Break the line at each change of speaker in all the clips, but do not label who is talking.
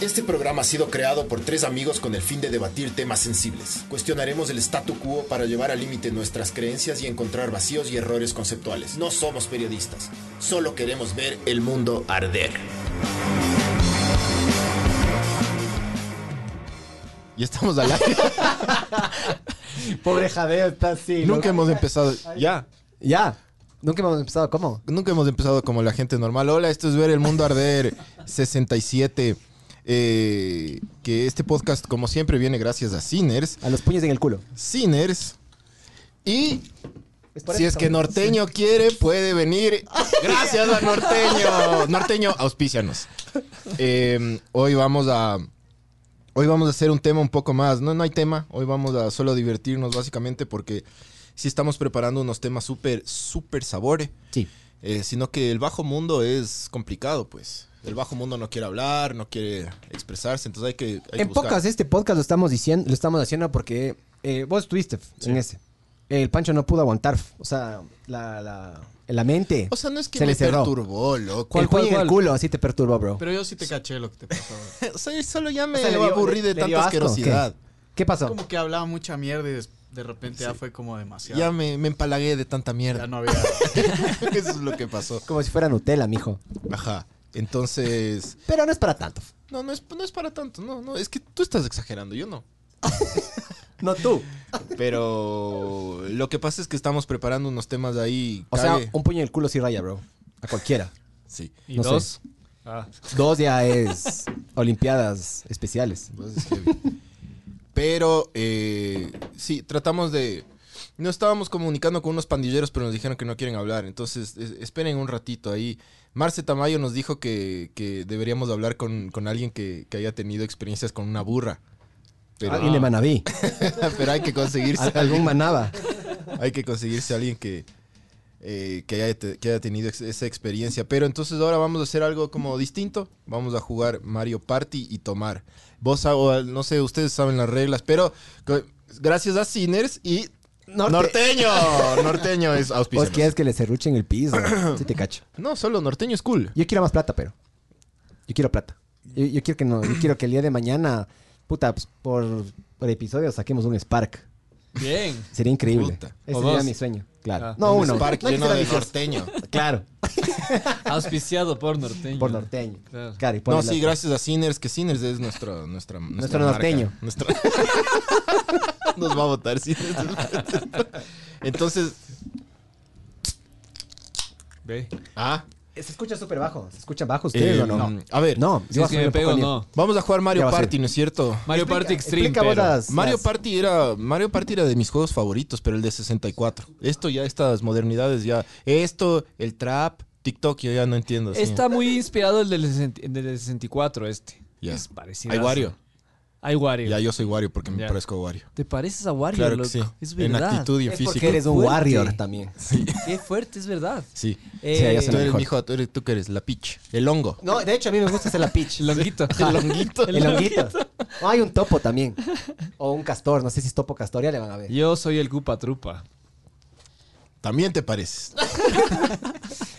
Este programa ha sido creado por tres amigos con el fin de debatir temas sensibles. Cuestionaremos el statu quo para llevar al límite nuestras creencias y encontrar vacíos y errores conceptuales. No somos periodistas, solo queremos ver el mundo arder.
Y estamos al aire.
Pobre jadeo, está así.
Nunca
loco.
hemos empezado. Ya.
Ya. Nunca hemos empezado. ¿Cómo?
Nunca hemos empezado como la gente normal. Hola, esto es Ver el Mundo Arder 67. Eh, que este podcast, como siempre, viene gracias a Sinners.
A los puños en el culo.
Sinners. Y
por
si es
eso
que Norteño quiere, puede venir. Gracias a Norteño. Norteño, auspícianos. Eh, hoy vamos a. Hoy vamos a hacer un tema un poco más. No, no hay tema. Hoy vamos a solo divertirnos, básicamente, porque sí estamos preparando unos temas súper, súper sabores.
Sí.
Eh, sino que el bajo mundo es complicado, pues. El bajo mundo no quiere hablar, no quiere expresarse, entonces hay que. hay que
En
buscar.
pocas, este podcast lo estamos diciendo, lo estamos haciendo porque eh, vos estuviste en ese. El Pancho no pudo aguantar. O sea, la, la, la mente.
O sea, no es que
Se
me
le cerró.
perturbó, loco.
el puño en el culo así te perturba, bro.
Pero yo sí te caché lo que te pasó. güey.
O sea, solo ya me
sea, le dio-
aburrí
le-
de
le dio
tanta
asco,
asquerosidad.
¿Qué pasó?
Como que hablaba mucha mierda y des- de repente ya fue como demasiado.
Ya me, me empalagué de tanta
Ya
mierda.
no había.
Eso es lo que pasó.
Como si fuera Nutella, mijo.
Ajá. Entonces.
Pero no es para tanto.
No, no es, no es para tanto. No, no. Es que tú estás exagerando, yo no.
No tú.
Pero lo que pasa es que estamos preparando unos temas ahí.
O sea,
cague.
un puño en el culo sí raya, bro. A cualquiera.
sí.
Y
No sé.
dos. Ah,
Dos ya es Olimpiadas especiales.
Pues es heavy. Pero eh, sí, tratamos de. No estábamos comunicando con unos pandilleros, pero nos dijeron que no quieren hablar. Entonces, es- esperen un ratito ahí. Marce Tamayo nos dijo que, que deberíamos hablar con, con alguien que, que haya tenido experiencias con una burra.
Ah.
Pero,
Alguien de Manaví.
pero hay que conseguirse
Al-
a
algún
alguien.
manaba.
Hay que conseguirse a alguien que, eh, que, haya te- que haya tenido ex- esa experiencia. Pero entonces ahora vamos a hacer algo como distinto. Vamos a jugar Mario Party y tomar. Vos, ah, o, no sé, ustedes saben las reglas, pero co- gracias a Sinners y
Norte.
Norteño. Norteño es
Vos
auspicio.
quieres que le cerruchen el piso. Sí te cacho.
No, solo Norteño es cool.
Yo quiero más plata, pero. Yo quiero plata. Yo, yo quiero que no, yo quiero que el día de mañana, puta, pues, por, por episodio saquemos un Spark.
Bien.
Sería increíble.
Puta.
Ese
O
sería
dos.
mi sueño. Claro.
Ah.
no,
Un
uno.
Spark
No hay que
lleno
ser
de
ambicioso.
norteño.
Claro.
Auspiciado por norteño.
Por norteño.
Mm. Claro.
Claro, y por
No,
el-
sí, gracias a Sinners, que Sinners es nuestro, nuestra, nuestra marca.
norteño.
Nuestra- Nos va a votar Sinners. Entonces,
Ve.
ah,
Se escucha súper bajo. ¿Se escucha bajo
eh,
ustedes o no?
mm, a ver,
No,
Si es que me pego, no.
vamos a jugar
Ya
Mario
va a ser.
Party, ¿no es cierto?
Mario Party Extreme.
explica vos
pero-
las-
Mario
las-
Party era Mario Party era de mis juegos favoritos, pero el de 64. Esto ya estas modernidades ya, esto, el trap, TikTok, yo ya no entiendo. sí.
Está muy inspirado el del, 60 el del 64 este.
Ya.
Es parecido.
Hay Wario.
Hay Wario.
Ya yo soy Wario porque me
Ya.
parezco a Wario.
¿Te pareces a Wario,
Claro
loco?
que sí.
Es
en
verdad.
actitud y en
Es
físico.
porque eres un
Fuerte.
warrior también.
Qué fuerte, es verdad.
Sí.
Eh,
Sí, ya se
Tú
lo
eres,
mejor.
mijo, tú eres, tú que eres la pitch, el hongo.
No, de hecho a mí me gusta hacer la pitch.
El honguito.
El honguito.
El honguito. O hay un topo también. O un castor. No sé si es topo castor. Ya le van a ver.
Yo soy el Cupa Trupa.
También te pareces.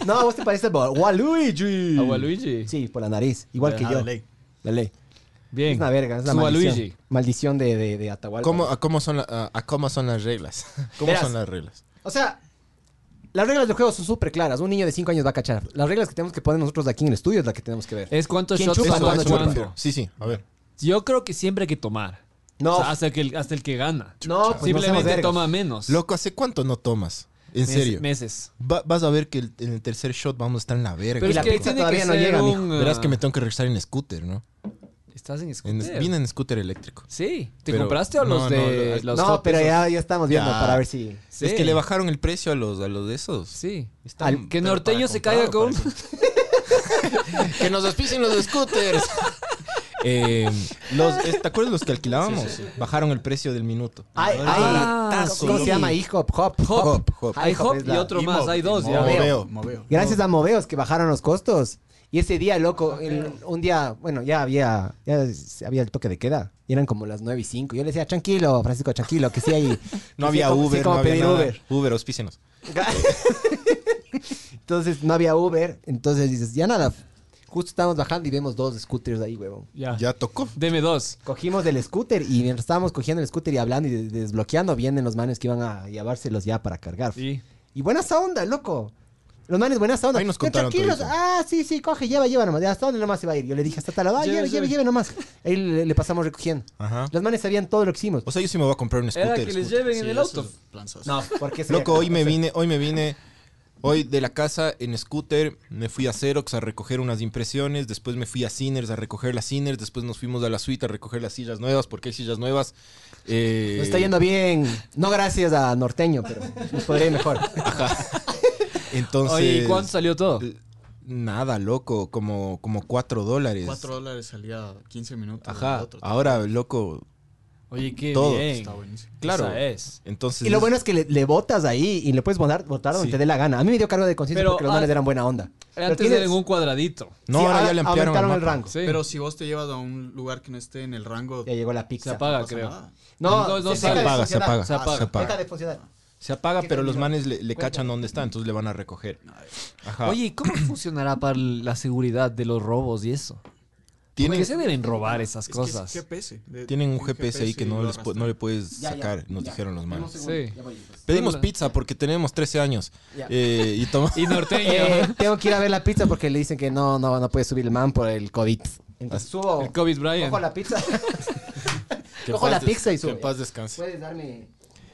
No, vos te pareces bo- Waluigi.
A Waluigi.
Mm. Sí, por la nariz. Igual
Ah,
que yo.
de ley.
La ley.
Bien.
Es una verga. Es una
Su
maldición.
Waluigi.
Maldición de, de, de Atahualpa.
¿Cómo, a, cómo son la- a, a cómo son las reglas? ¿Cómo
Verás.
son las reglas?
O sea, las reglas del juego son súper claras. Un niño de 5 años va a cachar. Las reglas que tenemos que poner nosotros aquí en el estudio es la que tenemos que ver.
Es cuántos
¿Quién
shots
chupa?
chupa,
¿Cuándo
eso me
chupa?
refiero. Sí, sí, a ver.
Yo creo que siempre hay que tomar.
No.
O sea, hasta, que el, hasta el que gana.
No, pues no seamos
Simplemente
vergas.
toma menos.
Loco, ¿hace cuánto no tomas? En
Mes-
serio.
Meses.
Va- vas a ver que el- en el tercer shot vamos a estar en la verga.
Pero
la
es que ahí
pizza
tiene
todavía
que
no
ser
llega, mijo.
un... ah,
Verás que me tengo que regresar en scooter, ¿no?
Estás en
En-
scooter.
vine en scooter eléctrico.
Sí. ¿Te
Pero-
compraste o los
no,
de
no,
los
no,
hot
pero
esos?
ya, ya estamos viendo
Ya.
para ver si...
Sí.
Es que le bajaron el precio a los, a los de esos.
Sí.
Al-
Que
Pero para
norteño se
comprado,
caiga con...
para Que nos auspicien los scooters. Eh, los, eh, ¿Te acuerdas los que alquilábamos? Bajaron el precio del minuto.
Hay, hay-
Baratazo,
¿Cómo se
loco.
llama? Hip-hop. Hop.
Hop, hop.
Hay hop
es
y
la-
otro más. Pues Hay dos ya.
Moveo.
Moveo.
Gracias a Moveos que bajaron los costos. Y ese día, loco, el- un día, bueno, ya había, ya s- había el toque de queda. Y eran como las 9 y 5. Yo le decía, tranquilo, Francisco, tranquilo, que sí hay.
No
que sí hay
había
como- sí
Uber,
hay como
no había
pedir
nada.
Uber.
Uber, auspícenos.
entonces no había Uber. Entonces dices, ya nada.
Justo estábamos bajando y vemos dos scooters ahí, huevón.
Ah.
Ya.
Ya tocó.
Deme dos.
Cogimos del scooter y mientras estábamos cogiendo el scooter y hablando y des- desbloqueando, vienen los manes que iban a llevárselos ya para cargar.
Y
Y buena esa onda, loco. Los manes, buena esa onda.
Ahí nos
Ya,
contaron
tranquilos.
todito.
Ah, sí, sí, coge, lleva, lleva nomás. Ya, ¿Hasta dónde nomás se va a ir? Yo le dije, hasta tal lado. Ah,
Lleve,
lleve, lleve,
lleve.
lleve nomás. Ahí le, le pasamos recogiendo.
Ajá.
Los manes sabían todo lo que hicimos.
O sea, yo sí me voy a comprar un scooter.
era que les
scooter.
lleven
Sí,
en el
eso
auto.
es planzazo.
No, porque se-
Loco, hoy me vine, hoy me vine, hoy de la casa en scooter, me fui a Xerox a recoger unas impresiones, después me fui a Sinners a recoger las Sinners, después nos fuimos a la suite a recoger las sillas nuevas, porque hay sillas nuevas. eh,
Nos está yendo bien. No gracias a Norteño, pero nos podría ir mejor.
Entonces,
Oye, ¿y cuánto salió todo?
eh, Nada, loco, como, como 4 dólares.
4 dólares salía 15 minutos. del
Ajá,
otro.
ahora, loco,
Oye, qué
todo.
bien.
Está buenísimo.
claro.
Esa es.
Entonces,
Y lo bueno es que le, le botas ahí y le puedes votar, votar donde
Sí.
te
ah,
dé la gana. A mí me dio cargo de conciencia
Pero
porque los
an-
manes eran buena onda. Pero
Antes
tienes-
era en un cuadradito.
no,
Sí,
ahora
ahora
ya le ampliaron
aumentaron el
mapa.
rango.
Sí.
Pero si vos te llevas a un lugar que no esté en el rango,
Ya llegó la
se
pizza.
apaga,
pasa
creo.
nada.
No,
No, no
se,
se
deja de
apaga, se
funcionar.
apaga,
Se apaga.
se
Deja
apaga.
de funcionar.
Se apaga,
¿Qué
pero los
camino?
manes le, le
Cuéntame.
cachan dónde está, entonces le van a recoger. Ajá.
Oye, ¿y ¿cómo funcionará para la seguridad de los robos y eso?
Tienen-
¿Por qué se deben robar esas
Es que es
cosas?
GPS. de-
Tienen un
de
GPS ahí que
y
no,
lo
les pu-
arrastran.
no le puedes
Ya, ya,
sacar, nos
ya.
dijeron los manes.
Sí.
Pedimos
Hola.
pizza porque tenemos 13 años.
Ya.
eh, y tomamos...
Y norteño.
Eh, tengo que ir a ver la pizza porque le dicen que no, no, no puede subir el man por el COVID. Entonces subo.
el COVID Brian.
Cojo la pizza. cojo la pizza y subo.
descanse.
Puedes darme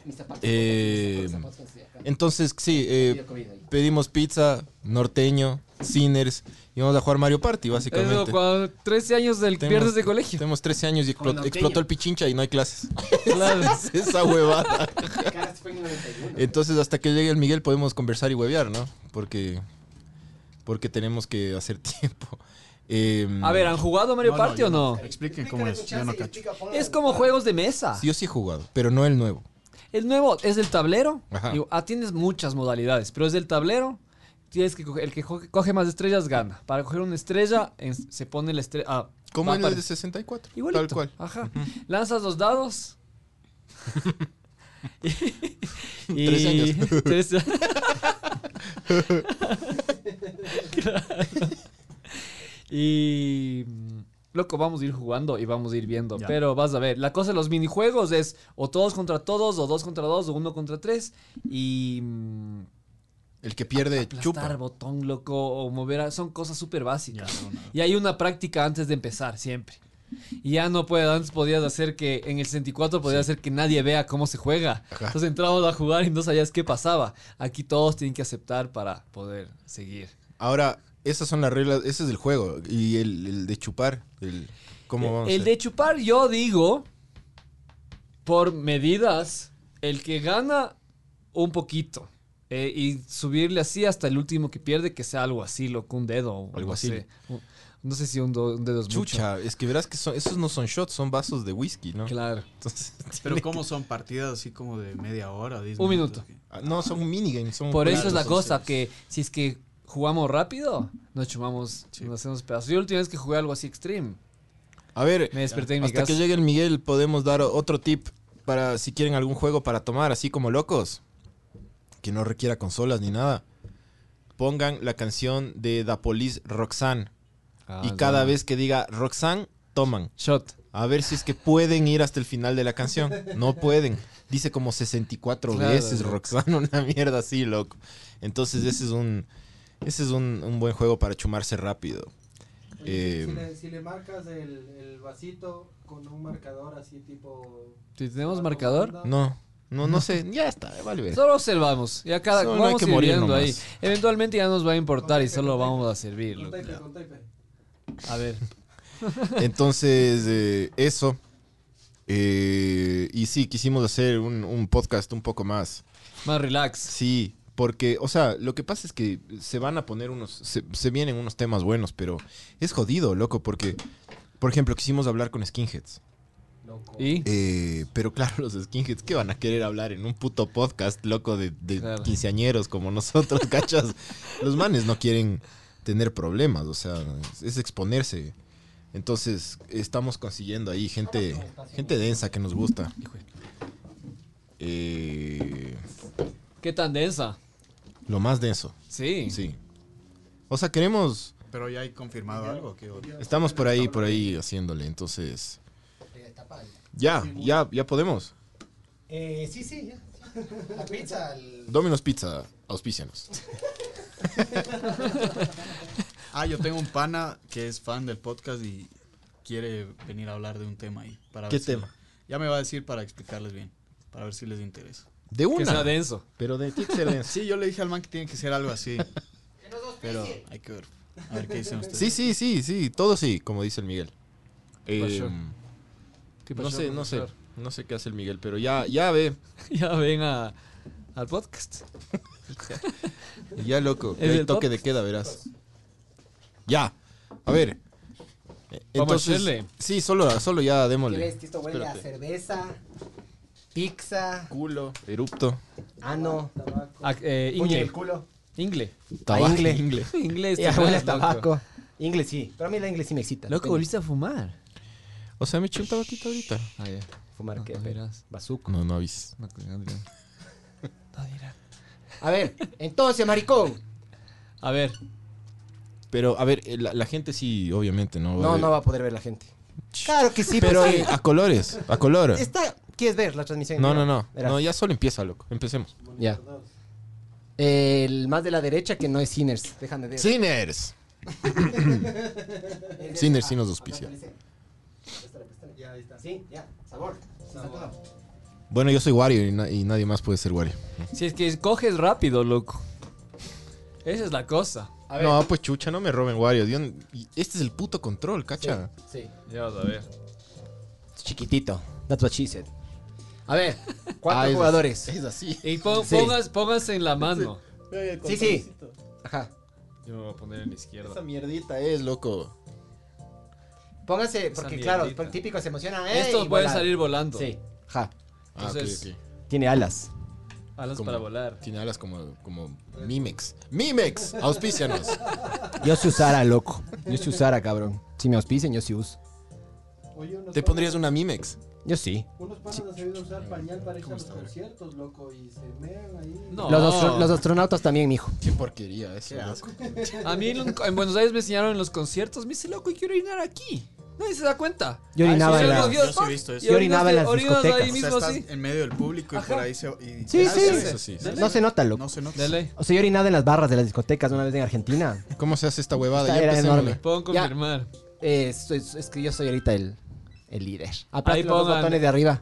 mis zapatos.
Eh,
Mis zapatos, mis zapatos,
Entonces, sí, eh,
Pido COVID ahí.
pedimos pizza, norteño, sinners, y vamos a jugar Mario Party,
Eso,
básicamente.
cuando 13 años del
Tenemos-
pierdes de colegio.
Tenemos 13 años y explo-
norteño.
explotó el pichincha y no hay clases.
Claro.
Esa huevada.
Caras, fue en 91.
Entonces, hasta que llegue el Miguel podemos conversar y huevear, ¿no? Porque, porque tenemos que hacer tiempo. Em,
A ver, ¿han jugado Mario
No, no,
Party
yo
o no?
Expliquen cómo es. Yo no cacho.
Es como juegos de mesa.
sí, yo sí he jugado, pero no el nuevo.
El nuevo es el tablero.
Ajá.
Digo, ah, tienes muchas modalidades, pero es del tablero. Tienes que coger- el que coge, coge más estrellas gana. Para coger una estrella en- se pone la estrella. Ah,
Como
va
en
para-
el de 64.
Igualito.
Tal cual.
Ajá. Lanzas los dados. y,
Tres años.
Tres a- Claro. Y. mm, Loco, vamos a ir jugando y vamos a ir viendo.
Ya.
Pero vas a ver, la cosa de los minijuegos es o todos contra todos, o dos contra dos, o uno contra tres. Y. mm,
El que pierde
aplastar
chupa.
botón, loco, o mover. a- Son cosas súper
Ya,
básicas.
no, no.
Y hay una práctica antes de empezar, siempre. Y ya no puede, antes podías hacer que, en el 64 podías hacer que nadie vea cómo se juega. Entonces entramos a jugar y no sabías qué pasaba. Aquí todos tienen que aceptar para poder seguir.
Ahora, esas son las reglas, ese es el juego. Y el, el de chupar, el, ¿cómo vamos a
Eh, el
hacer?
de chupar, yo digo, por medidas, el que gana un poquito. eh, y subirle así hasta el último que pierde, que sea algo así, loco, un dedo. o
Algo
no
así.
sé. Un- no sé si un, do- un dedo es mucho.
Chucha, es que verás que son, esos no son shots, son vasos de whisky, ¿no?
Claro.
Entonces,
Pero
tiene
¿cómo son partidas así como de media hora? 10
Un
minutos?
que- ah, no, son un minigame. Son
Por eso es la
juegos,
cosa, que si es que jugamos rápido, nos chumamos,
Sí.
nos hacemos pedazos. Yo la última vez que jugué algo así extreme,
A ver,
me desperté en mi
hasta
casa.
que llegue el Miguel podemos dar o- otro tip para si quieren algún juego para tomar, así como locos. Que no requiera consolas ni nada. Pongan la canción de Da Police Roxanne.
Ah,
y
ya.
cada vez que diga Roxanne, toman.
Shot.
A ver si es que pueden ir hasta el final de la canción. No pueden. Dice como 64
Claro,
veces
loco.
Roxanne, una mierda así, loco. Entonces ese es un, ese es un, un buen juego para chumarse rápido. Eh,
Em,
si, le, si le marcas el, el vasito con un marcador así tipo...
Si tenemos marcador,
no, no, no sé. Ya está, vale. ver.
solo observamos. Ya cada
Solo hay
vamos
que morir
sirviendo ahí.
nomás.
Eventualmente ya nos va a importar y
Contacte,
solo
contacte.
vamos a servir.
Con
loco.
tape, con tape.
A ver.
Entonces, eh, eso. Eh, y sí, quisimos hacer un, un podcast un poco más.
Más relax.
Sí, porque, o sea, lo que pasa es que se van a poner unos, se, se vienen unos temas buenos, pero es jodido, loco, porque, por ejemplo, quisimos hablar con skinheads.
¿Y?
Eh, pero claro, los skinheads, ¿qué van a querer hablar en un puto podcast loco de, de
Claro.
quinceañeros como nosotros, cachas? los manes no quieren tener problemas, o sea, es, es exponerse. Entonces, estamos consiguiendo ahí gente, gente densa que nos gusta. Eh,
¿Qué tan densa?
lo más denso,
Sí.
sí. O sea, queremos
Pero ya hay confirmado algo. Que,
Estamos por ahí, por ahí haciéndole, entonces. Ya, ya, ya podemos.
Eh, sí, sí, ya. La pizza, el...
Domino's Pizza, auspícianos.
ah, yo tengo un pana que es fan del podcast y quiere venir a hablar de un tema ahí. Para
¿Qué
ver si-
tema?
ya me va a decir para explicarles bien, para ver si les interesa.
De
Que sea
una.
denso.
Pero de excelencia.
Sí, yo le dije al man que tiene que ser algo así. Pero hay que ver. A ver qué dicen ustedes.
Sí, sí, sí, sí, todo sí, como dice el Miguel.
pasó?
Em,
¿Qué
no
pasó,
sé, no sé.
profesor?
No sé qué hace el Miguel, pero ya, ya ve.
Ya ven a, al podcast.
Ya loco. que
¿Es
hay
el
toque
top?
de queda, verás. Ya. A ver. Eh, Entonces,
hacerle.
sí, solo, solo ya démosle.
¿Qué ves? Que esto huele a
Espérate.
cerveza, pizza,
Culo, erupto,
ano,
A- eh,
puño en
ingle.
el culo.
Ingle.
tabaco,
ingle.
ingle.
Ingle es
Este
Ya huele a
loco.
tabaco. Inglés sí. Pero a mí la inglés sí me excita.
Loco, volviste a fumar.
O sea, me eché un tabaquito ahorita.
Ah, ya.
Fumar,
No,
qué
no
feo.
dirás.
Bazuco.
No, no avises.
No, con Adrián. No dirá.
A ver, entonces, maricón.
A ver,
Pero, a ver, eh, la, la gente sí, obviamente, ¿no?
No,
ver.
no va a poder ver la gente. Claro que sí,
Pero
pero
eh, a colores, a color.
está. ¿Quieres ver la transmisión?
No,
Mira,
no, no.
verás.
No, ya solo empieza, loco. Empecemos.
Ya. El más de la derecha que no es Sinners. Déjame ver.
Sinners. Sinners sí nos auspicia.
Ya, ahí está.
Sí, ya. Sabor. Sabor.
Bueno, yo soy Wario y, na- y nadie más puede ser Wario.
si es que coges rápido, loco. Esa es la cosa.
No, pues chucha, no me roben Wario. Dios, y este es el puto control, cacha.
Sí.
Ya vas a ver.
Es chiquitito. That's what she said. A ver, cuatro
Ah, es-
jugadores.
Es así.
Y pon-
Sí.
pongas, pónganse en la mano.
Sí, sí. Ajá.
Yo me voy a poner en la izquierda.
mierdita es, loco.
Póngase,
Esa
porque
mierdita.
claro, por típico se emociona. ¡Ey!
Estos
Y
pueden
volar.
salir volando.
Sí. Ajá.
Ah, ok,
Entonces-
ok.
Tiene alas.
Alas
Como-
para volar.
Tiene alas como, como Mimex. ¡Mimex! ¡Auspícianos!
Yo si usara, loco. Yo si usara, cabrón. Si me auspician, yo sí uso.
Oye, unos
¿Te
panas-
pondrías una Mimex?
Yo sí.
Unos panas han sabido usar pañal para ir a los conciertos, loco, y se mean ahí.
No.
Los, astro- los astronautas también, mijo.
Qué porquería eso. loco.
A mí en, en Buenos Aires me enseñaron en los conciertos. Me dice, loco, y quiero orinar aquí. Nadie se da cuenta.
Yo orinaba
sí,
en
yo
la-
los
Yo
dios,
sí he visto eso.
y
Yo orinaba en las
orinas ahí
discotecas.
O sea,
mismo,
estás
así.
en medio del público y por ahí se... y-
Sí,
Ah,
sí.
Eso sí. sí.
No se nota, loco.
No se nota.
Dale,
O sea, yo he orinado en las barras de las discotecas una vez en Argentina.
¿Cómo se hace esta huevada?
Esta
Ya
era
empecemos.
enorme.
puedo
Ya.
confirmar.
Eh, soy- es, que yo soy ahorita el, el líder. Aparte
Ahí
los dos
pongan.
botones de arriba.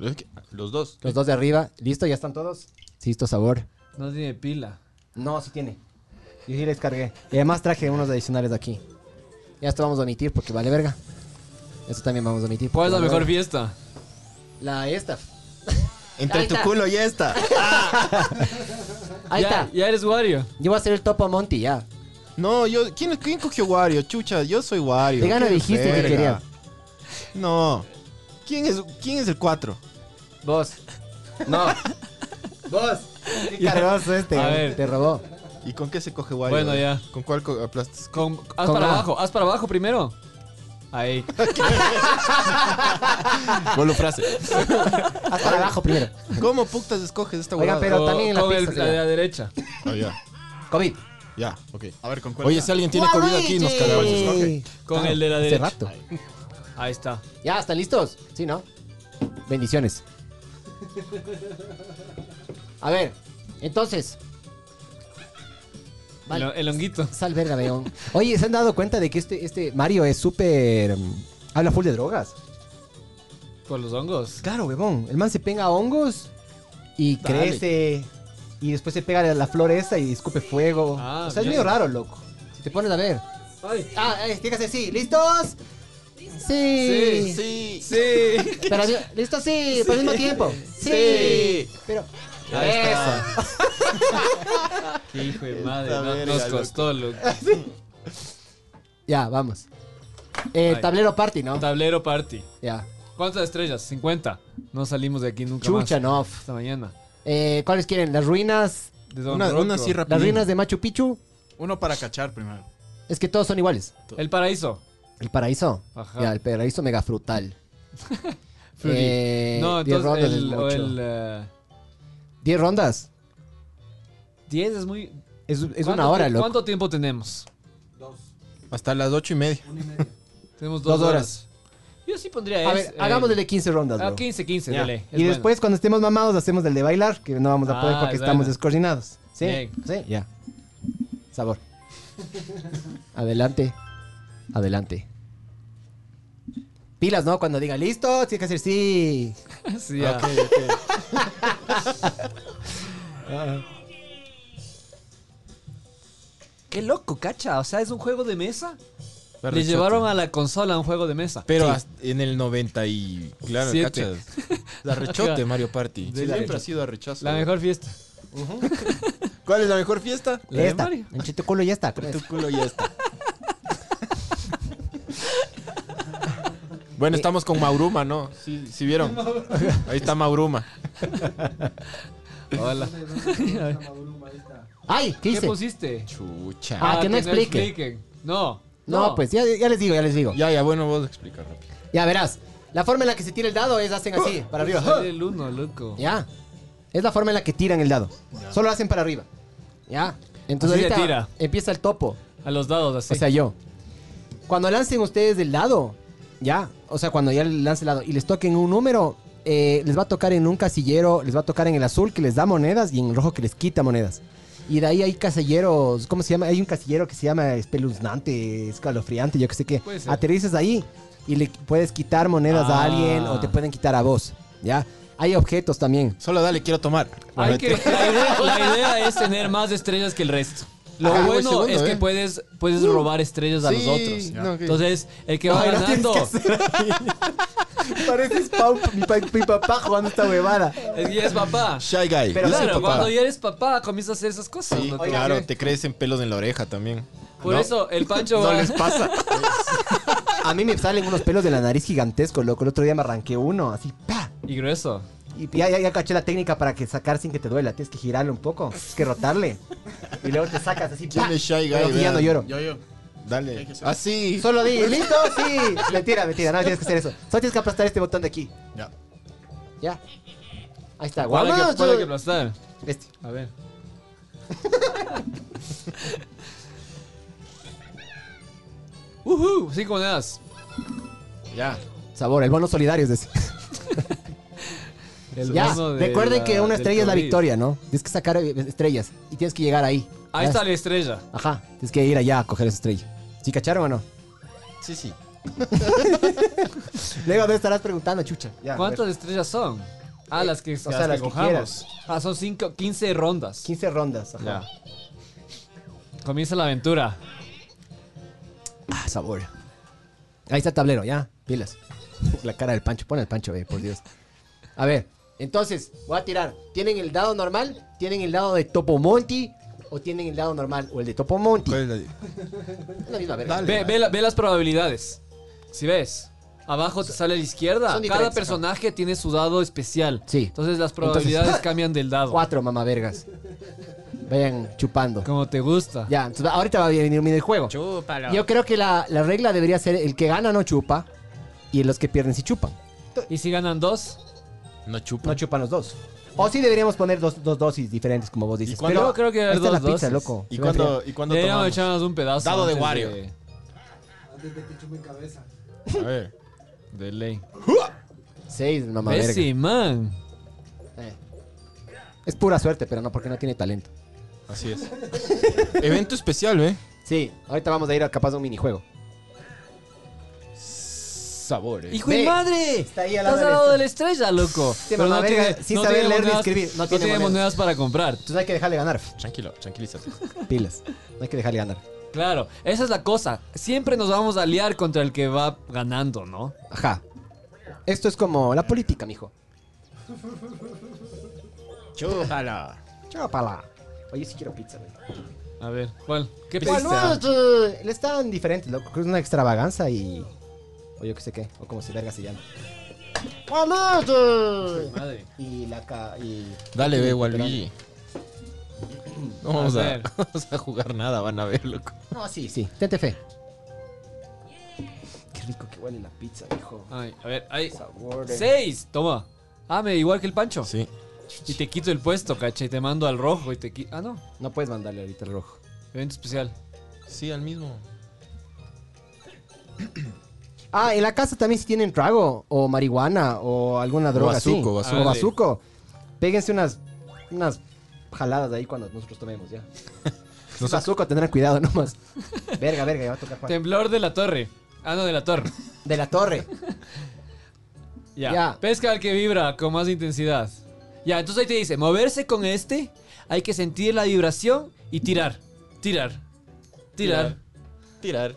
Es que- Los dos.
Los dos de arriba. ¿Listo? ¿Ya están todos? Sí, listo, sabor.
No tiene pila.
No, sí tiene. Yo sí les cargué. Y además traje unos adicionales de aquí. Ya esto vamos a omitir porque vale verga. Esto también vamos a omitir.
¿Cuál es la
porque
mejor
vale
fiesta?
verga. La esta.
Entre
Ahí
tu
está.
culo y esta.
Ahí
ya,
está.
Ya eres Wario.
Yo voy a hacer el topo a Monty ya.
No, yo. ¿Quién, quién cogió Wario? Chucha, yo soy Wario.
De gana
Qué
dijiste que
verga.
quería.
No. ¿Quién es, quién es el 4?
Vos. No. Vos. Qué
Ya.
cargoso este.
A
güey.
ver.
Te robó.
¿Y con qué se coge Wario?
Bueno, ya.
¿Con cuál co- aplastas?
Con- haz
Con
para
A.
abajo, haz para abajo primero. Ahí.
Vuelo frase.
Hasta abajo primero.
¿Cómo putas escoges esta huevada?
Oigan, Pero
O-
también en la
con
pizza,
el-
señor.
de la derecha.
Ah, ya.
COVID.
Ya, ok.
A ver, ¿con cuál?
Oye,
era?
si alguien tiene COVID aquí, nos cagamos.
Waluigi.
Con
Claro,
el de la
Ah, hace
derecha.
rato.
Ahí está.
Ya, ¿están listos? Sí, ¿no? Bendiciones. A ver, entonces. Vale.
El, el honguito.
Sal verga, weón. Oye, ¿se han dado cuenta de que este, este Mario es súper. mm, Habla full de drogas.
Por los hongos.
Claro, weón. El man se pega a hongos y
Dale.
crece. Y después se pega a la flor esa y escupe fuego.
Ah,
o sea,
bien.
es medio raro, loco. Si te pones a ver.
Ay.
Ah, eh, fíjate, sí. ¿Listos? Sí.
Sí. Sí.
Pero al- listo, sí, por el mismo tiempo. Sí. Pero.
Ahí está.
Eso.
Qué hijo de madre. no-
verga,
nos
loco.
costó, loco.
Ya, vamos. Eh,
Ay.
tablero party, ¿no?
Tablero party.
ya.
¿Cuántas estrellas? 50. No salimos de aquí nunca
Chucha,
más.
no.
Hasta mañana.
Eh, ¿Cuáles quieren? Las ruinas.
De Don
Una, una
Rocco.
así
Las
rapidito.
ruinas de Machu Picchu.
Uno para cachar primero.
Es que todos son iguales.
El paraíso.
El paraíso.
Ajá.
Ya, el paraíso mega frutal.
Fruity.
Eh,
no,
diez
entonces
rondas
el,
es
o
mucho.
el eh,
10 rondas.
10 es muy
Es, es
¿Cuánto
una hora,
tie-
loco.
¿Cuánto tiempo tenemos?
Dos.
Hasta las ocho y media.
Una y media.
Tenemos dos,
Dos
horas. Yo sí pondría
A
es,
ver,
eh,
hagámosle de 15 rondas,
ah,
bro.
15, 15,
Ya.
dale.
Y después, cuando estemos mamados, hacemos el de bailar, que no vamos a poder
Ah,
porque
es
estamos
buena.
descoordinados. ¿Sí?
Bien.
Sí, ya. Sabor. Adelante. Adelante. Pilas, ¿no? Cuando diga listo, tienes que hacer sí.
Sí, ya.
Ah.
Qué loco, cacha. O sea, es un juego de mesa.
La
Le
rechata.
llevaron a la consola un juego de mesa.
Pero
Sí.
hasta en el 90 y... Claro,
Siete.
cachas. La rechote, Mario Party.
De la
siempre
rechote.
ha sido a rechazo.
la mejor fiesta.
¿Cuál es la mejor fiesta?
La de
Esta.
Mario.
En tu culo ya está. ¿cómo es?
Tu culo ya está. Bueno, estamos con Mauruma, ¿no? Sí, sí vieron. Ahí está Mauruma.
Hola.
¡Ay! ¿Qué
¿Qué
hice?
pusiste?
Chucha.
Ah, que no explique.
expliquen. No.
No, pues ya, ya les digo, ya les digo. Ya.
Ya, ya, bueno, vos explica rápido.
verás. La forma en la que se tira el dado es hacen así, para arriba.
Sale el uno, loco.
Ya. Es la forma en la que tiran el dado. Solo hacen para arriba. Ya. Entonces
Así le
ahorita
tira.
empieza el topo.
A los dados, así.
O sea, yo. Cuando lancen ustedes del dado, ya. O sea, cuando ya lance el dado y les toquen un número, eh, les va a tocar en un casillero, les va a tocar en el azul que les da monedas y en el rojo que les quita monedas. Y de ahí hay casilleros, ¿cómo se llama? Hay un casillero que se llama espeluznante, escalofriante, yo que sé qué.
Puede ser.
Aterrizas ahí y le puedes quitar monedas a
Ah.
alguien o te pueden quitar a vos, ya. Hay objetos también.
Solo dale, quiero tomar.
Hay que, la, idea, la idea es tener más estrellas que el resto. Lo
Ah,
Ajá,
bueno
voy segundo,
es que
¿eh?
puedes, puedes
Uh.
robar estrellas a
Sí,
los otros.
no,
Ah,
ok.
Entonces, el que va
Ay, no
ganando.
Pareces Pau- mi, pa- mi papá jugando esta huevada.
Es que ya es papá.
Shy Guy.
Pero
Yo soy
claro,
papá.
cuando ya eres papá, comienzas a hacer esas cosas.
Sí,
¿no?
claro, te crecen pelos en la oreja también.
Por
No,
eso el Pancho
No
va.
les pasa.
A mí me salen unos pelos de la nariz gigantescos, loco. El otro día me arranqué uno, así, pa.
Y grueso.
Y ya, ya, ya caché la técnica para que sacar sin que te duela. Tienes que girarle un poco, tienes que rotarle. Y luego te sacas así,
¿Quién
pa.
es Shy Guy?
Pero aquí ya
Vean.
no lloro.
Yo, yo.
Dale. Así.
Solo di, ¿listo? Sí. Mentira, mentira, no tienes que hacer eso. Solo tienes que aplastar este botón de aquí.
Ya.
Ya. Ahí está,
¿Cuál hay
guau.
que, cuál hay que aplastar?
Este.
A ver. Uhu, cinco monedas.
Ya.
Sabor, el bono solidario es ese.
El
Ya,
bono de
recuerden
la-
que una
del
estrella es la
COVID.
victoria, ¿no? Tienes que sacar eh, estrellas y tienes que llegar ahí.
Ahí
Ya.
está la estrella.
Ajá, tienes que ir allá a coger esa estrella. ¿Sí cacharon o no?
Sí, sí.
Luego me estarás preguntando, chucha. Ya, a ver.
¿Cuántas estrellas son? Ah, las que,
sea, las que quieras.
ah, son cinco, 15 rondas.
15 rondas. Ajá.
Ya. Comienza la aventura.
Ah, sabor. Ahí está el tablero, ya. Pilas. La cara del Pancho. Pon el Pancho, ve, por Dios. A ver, entonces, voy a tirar. ¿Tienen el dado normal? ¿Tienen el dado de Topo Monty? ¿O tienen el dado normal? ¿O el de Topo Monty?
¿Cuál es la-
Es la misma verga.
Ve, ve la- ve las probabilidades. Si ves, abajo te sale a la izquierda.
son
Cada
diferentes,
personaje tiene su dado especial.
Sí.
Entonces
Entonces-
las probabilidades cambian del dado.
Cuatro mamavergas. Vayan chupando.
Como te gusta.
Ya, entonces, ahorita va a venir un juego.
Chúpalo.
Yo creo que la, la regla debería ser el que gana no chupa y los que pierden sí chupan.
Y si ganan dos,
No chupa.
No chupan los dos. O sí deberíamos poner dos, dos dosis diferentes, como vos dices.
¿Y cuándo?
Pero
Yo creo que
ahí
hay
está la
dos
pizza,
dosis.
loco.
¿Y
Se me enfrió.
cuando, ¿Y cuándo
deberíamos
tomamos?
echarnos un pedazo.
Dado de
antes
Wario.
Antes de que chupen cabeza.
A ver.
De ley.
Seis, mamá verga.
Messi, man.
Eh. Es pura suerte, pero no, porque no tiene talento.
Así es. Evento especial, ¿eh?
Sí, ahorita vamos a ir a capaz de un minijuego.
Sabor, ¿eh?
¡Hijo de
Ve,
madre!
está ahí al lado
Estás
de
al lado
esto.
de la estrella, loco.
mamá verga, sin saber
tiene
leer ni escribir, no tiene monedas.
monedas para comprar.
Entonces hay que dejarle ganar.
Tranquilo, tranquilízate.
Pilas. No hay que dejarle ganar.
Claro, esa es la cosa. Siempre nos vamos a aliar contra el que va ganando, ¿no?
Ajá. Esto es como la política, mijo.
Chúpalo.
Chapala. Oye, sí quiero pizza, güey.
A ver, ¿cuál? ¿Qué
Pues
pediste?
no, tú- eh, le están diferentes, loco. Es una extravaganza y. O yo qué sé qué. O como se verga se llama.
Madre.
Y la ca. Y...
Dale, ve, Walvigi. No vamos
A
a,
ver.
vamos a jugar nada, van a ver, loco.
No, sí, sí. Tente fe. Qué rico que huele la pizza, hijo.
Ay, a ver, ahí.
Sabores.
Seis, toma. Ah, me igual que el Pancho.
Sí.
Y te quito el puesto, cacha, y te mando al rojo y te quito. Ah, no.
No puedes mandarle ahorita el rojo.
Evento especial.
Sí, al mismo.
Ah, en la casa también si tienen trago o marihuana o alguna droga
bazuco,
así.
bazuco.
O bazuco. Péguense unas, unas jaladas ahí cuando nosotros tomemos ya. Los bazuco tendrán cuidado nomás. Verga, verga, ya va a tocar Juan.
Temblor de la torre. Ah, no, de la torre.
De la torre.
Ya.
Ya.
Pesca al que vibra con más intensidad. Ya, entonces ahí te dice, moverse con este, hay que sentir la vibración y tirar. Tirar. Tirar.
Tirar,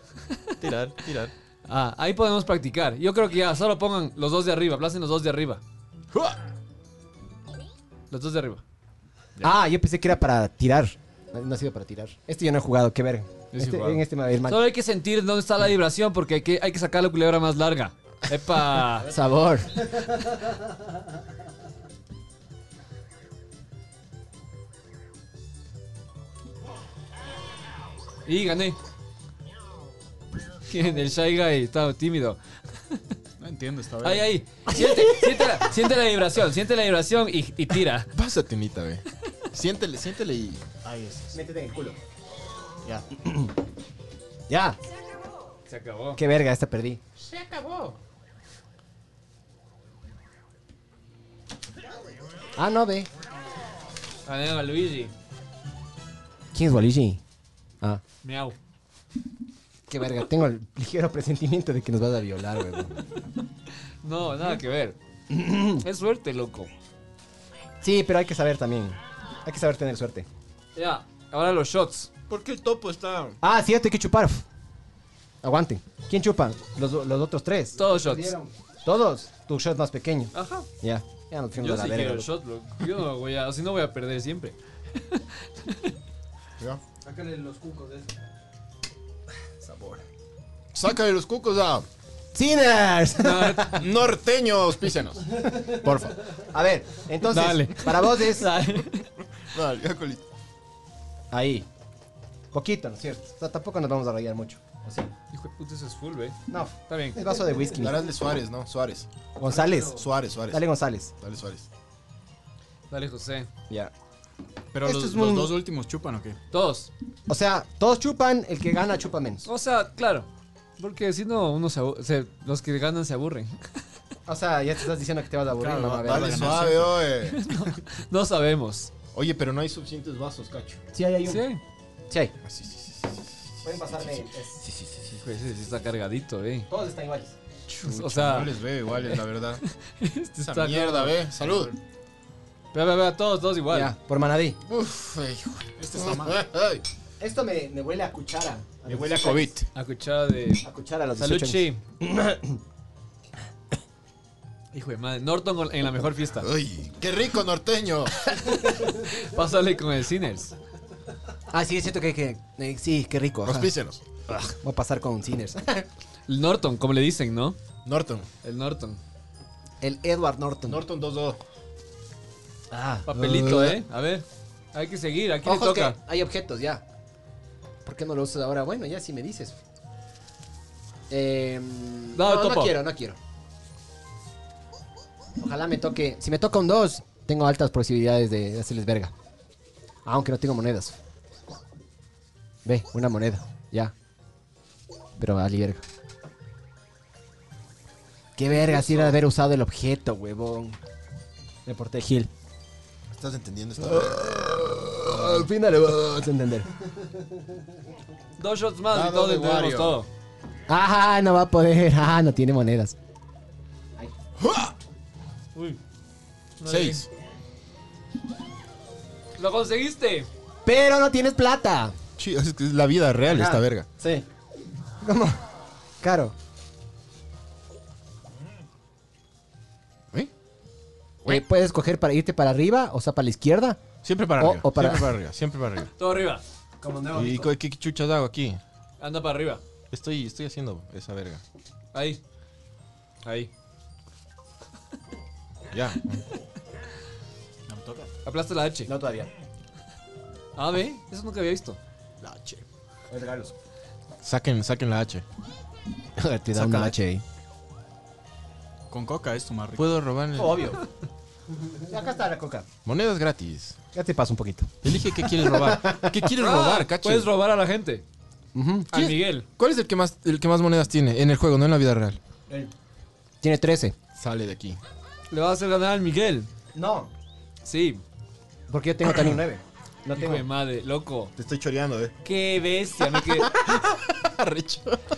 tirar, tirar.
Ah, ahí podemos practicar. Yo creo que ya solo pongan los dos de arriba, aplacen los dos de arriba. Los dos de arriba.
Ah, yo pensé que era para tirar. No, no ha sido para tirar. Este yo no he jugado, qué verga.
Yo sí he
Este-
jugado.
en este me va a ir mal.
Solo hay que sentir dónde está la vibración porque hay que, hay que sacar la culebra más larga. Epa.
Sabor.
Y gané. ¿Quién? El Shy Guy está tímido.
No entiendo esta vez.
Ahí, ahí. Siente, siente la, siente la vibración, siente la vibración y, y tira.
Pásate, Nita, ve. Siéntele, siéntele y.
Ahí es.
Métete en el culo.
Ya.
Ya.
Se acabó.
Qué verga, esta perdí. Se acabó. Ah, no, ve.
Gané a Luigi.
¿Quién es Waluigi? Ah.
Miau.
Qué verga, tengo el ligero presentimiento de que nos vas a violar, weón.
No, nada que ver. es suerte, loco.
Sí, pero hay que saber también. Hay que saber tener suerte.
Ya, ahora los shots.
¿Por qué el topo está.?
Ah, cierto, hay que chupar. Aguanten. ¿Quién chupa? Los, los otros tres.
Todos shots.
Dieron.
Todos. Tu shot más pequeño.
Ajá.
Ya. Ya nos fuimos
Yo
a la
sí
verga.
quiero el shot, loco. Yo no voy a, si no voy a perder siempre.
Sácale los cucos de eso.
Sácale los cucos a.
¡Sinners!
Norteños, písenos. Por favor.
A ver, entonces,
Dale.
para vos es
Dale, ya colito.
ahí. Poquito, ¿no es cierto? O sea, tampoco nos vamos a rayar mucho. ¿o sí?
Hijo de puta, eso es full, ve.
No,
Está bien.
es vaso de whisky.
Darásle Suárez, ¿no? Suárez.
González.
Suárez, Suárez.
Dale, González.
Dale, Suárez.
Dale, José.
Ya.
Pero
Esto
los,
es muy-
los dos últimos chupan o qué?
Todos.
O sea, todos chupan, el que gana chupa menos.
O sea, claro. Porque si no, uno se, abu- se- los que ganan se aburren.
O sea, ya te estás diciendo que te vas a aburrir,
Claro,
mamá,
dale.
verga.
Dale, suave, oye.
No sabemos.
Oye, pero no hay suficientes vasos, cacho.
Sí, hay, hay un.
Sí.
Sí, hay.
Ah, sí, sí, sí, sí, sí, sí.
Pueden pasarme.
Sí, sí, sí, sí.
Hijo de- ese sí está cargadito, ve.
Todos están iguales.
O
No
sea,
les veo iguales, la verdad.
este
Esa mierda, ve. Salud.
Vea, vea, vea, todos, todos igual.
Ya, por Manadí.
Uf, ay, hijo.
Este está mal.
Ay,
Esto me, me huele a cuchara.
Me huele a COVID.
A cuchara de.
A cuchara a los
Salud,
18 años.
Chi. Hijo de madre. Norton en la mejor fiesta.
Ay, qué rico norteño.
Pásale con el Sinners.
Ah, sí, es cierto que hay que. eh, sí, qué rico. ajá.
Auspícenos.
Voy a pasar con Sinners.
El Norton, como le dicen, ¿no?
Norton.
El Norton.
El Edward Norton.
Norton 2-2.
ah,
Papelito, ¿eh? A ver. Hay que seguir. ¿A quién le
Ojo que
toca?
hay objetos ya. ¿Por qué no lo usas ahora? Bueno, ya si me dices. Eh,
Dado
no,
topo.
no quiero, no quiero. Ojalá me toque. Si me toca un 2, tengo altas posibilidades de hacerles verga. Aunque no tengo monedas. Ve, una moneda. Ya. Pero vale verga. Qué verga si era de haber usado el objeto, huevón. Me porté Gil.
¿Estás entendiendo esto?
Ah, Al final le vas a entender.
Dos shots más y
Dado
todos
de
entendemos
Wario.
todo.
Ajá, no va a poder. Ajá, no tiene monedas.
Uy. No le-
6.
¡Lo conseguiste!
Pero no tienes plata.
Sí, es que es la vida real esta verga.
Ah, Sí. ¿Cómo? Caro.
¿Eh?
Eh, puedes escoger para irte para arriba, o sea, para la izquierda.
Siempre para
O-
arriba.
o para-
Siempre para arriba. Siempre para arriba.
Todo arriba.
Como nuevo.
¿Y co- qué, qué chuchas hago aquí?
Anda para arriba.
Estoy, estoy haciendo esa verga.
Ahí. Ahí.
Ya.
No me toca.
Aplasta la H.
No todavía.
Ah, ve. Eso nunca había visto.
La che.
Saquen, saquen la H.
Te da una H ahí.
Con coca es tu más rico.
Puedo robar el-
Obvio. Acá está la coca.
monedas gratis.
Ya te paso un poquito.
Elige qué quieres robar. ¿Qué quieres robar,
Ah,
cacho?
Puedes robar a la gente.
Ujú.
Al Miguel.
¿Cuál es el que más el que más monedas tiene en el juego, no en la vida real?
Tiene 13.
Sale de aquí.
Le vas a hacer ganar al Miguel.
No,
Sí.
porque yo tengo también 9. No
Hijo de madre, loco.
Te estoy choreando, eh.
Qué bestia. Me quedé-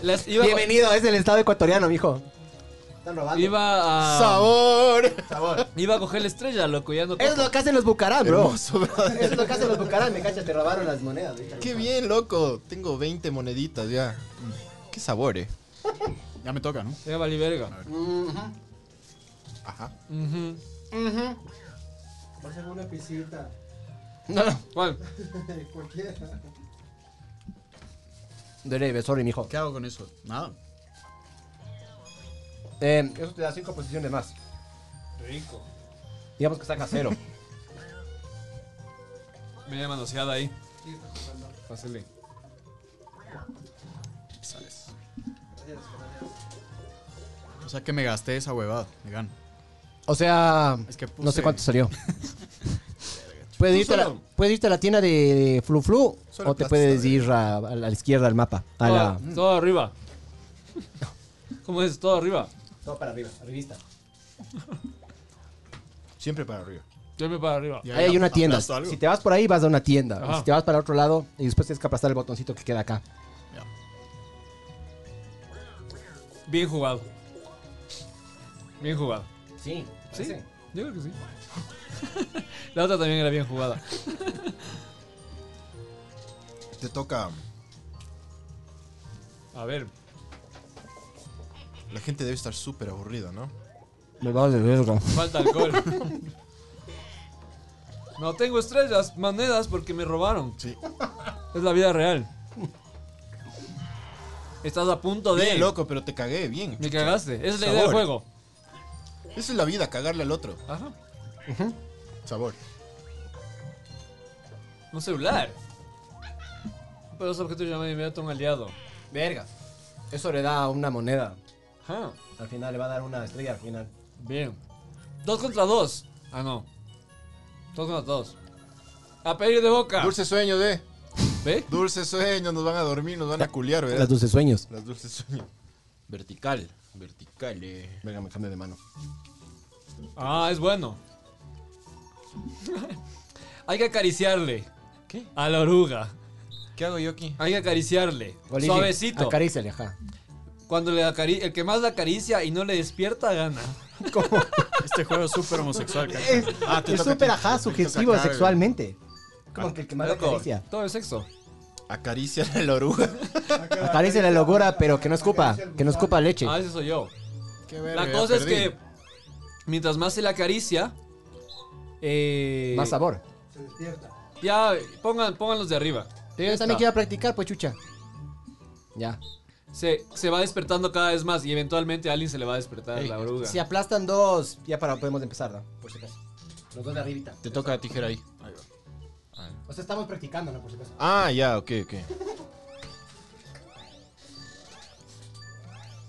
Las iba,
Bienvenido, es el estado ecuatoriano, mijo. Están robando.
iba a.
¡Sabor!
Iba a coger la estrella, loco. Ya no
Eso es
cojo.
lo que hacen los bucarán, bro. Eso es lo que hacen los bucarán, me cachas, te robaron las monedas. ahorita.
¡Qué bien, loco! Tengo 20 moneditas ya. ¡Qué sabor, eh!
Ya me toca, ¿no?
Ya valí verga.
Ajá.
Ujú.
Pasen una pisita.
No, no.
¿Cuál?
Cualquiera.
Dele, sorry, mijo.
¿Qué hago con eso? Nada.
Eh, eso te da 5 posiciones más. Rico. Digamos que saca 0.
Media manoseada ahí. Pásale.
O sea que me gasté esa huevada. Me gano.
o sea,
Es que puse-
no sé cuánto salió. Puedes irte, a la,
solo-
puedes irte a la tienda de Flu Flu
Solo
o te
plata
puedes
está
ir a, a la izquierda del mapa. A
Todo,
la...
todo arriba. ¿Cómo es? Todo arriba.
Todo para arriba, arribista.
Siempre para arriba.
Yo me para arriba.
Y
Ahí hay una tienda.
aplasto algo.
Si te vas por ahí, vas a una tienda.
Ajá.
Si te vas para otro lado, y después tienes que aplastar el botoncito que queda acá.
Ya.
Bien jugado. Bien jugado.
Sí,
¿Sí? Yo creo que sí. la otra también era bien jugada.
Te toca.
A ver.
La gente debe estar súper aburrida, ¿no?
Me vas de verga.
Falta alcohol. No tengo estrellas, monedas porque me robaron.
Sí.
Es la vida real. Estás a punto de.
Bien, loco, pero te cagué, bien.
Me cagaste. Esa es la idea del
Sabor.
juego.
Esa es la vida, cagarle al otro.
Ajá.
Sabor.
Un celular. Pero ese objeto llama de inmediato a un aliado.
Verga. Eso le da una moneda.
Ajá.
Al final le va a dar una estrella al final.
Bien. Dos contra dos. Ah, no. Dos contra dos. A pedir de boca.
Dulce sueño, ve.
¿Ve?
Dulce sueño, nos van a dormir, nos van a culiar, ¿verdad?
Las dulces sueños.
Las dulces sueños. Vertical. Vertical, eh.
Venga, me cambio de mano.
Ah, es bueno. Hay que acariciarle.
¿Qué?
A la oruga.
¿Qué hago yo aquí?
Hay que acariciarle.
Goligi,
Suavecito.
Acaríciale, ajá.
Cuando le acari- el que más le acaricia y no le despierta gana.
Este juego es súper homosexual, cacha. Ah, te
Es
toca a ti.
súper ajá,
Te toca
sugestivo
acá,
sexualmente. Como que el que más
Loco,
acaricia.
Todo el sexo.
Acaricia a la oruga.
Acaricia la locura, pero que no escupa. Que no escupa leche.
Ah, eso soy yo.
Qué
La cosa es que mientras más se le acaricia, eh,
Más sabor.
Se despierta.
Ya, pongan, pongan los de arriba.
Pero yo también quiero practicar, pues chucha. Ya.
Se, se va despertando cada vez más y eventualmente a alguien se le va a despertar la oruga.
Si aplastan dos, ya para podemos empezar, ¿no? Por si acaso. Los dos de arribita.
Te toca la tijera ahí.
O sea, estamos practicando, ¿no? Por si acaso.
Ah, ya, ok, ok.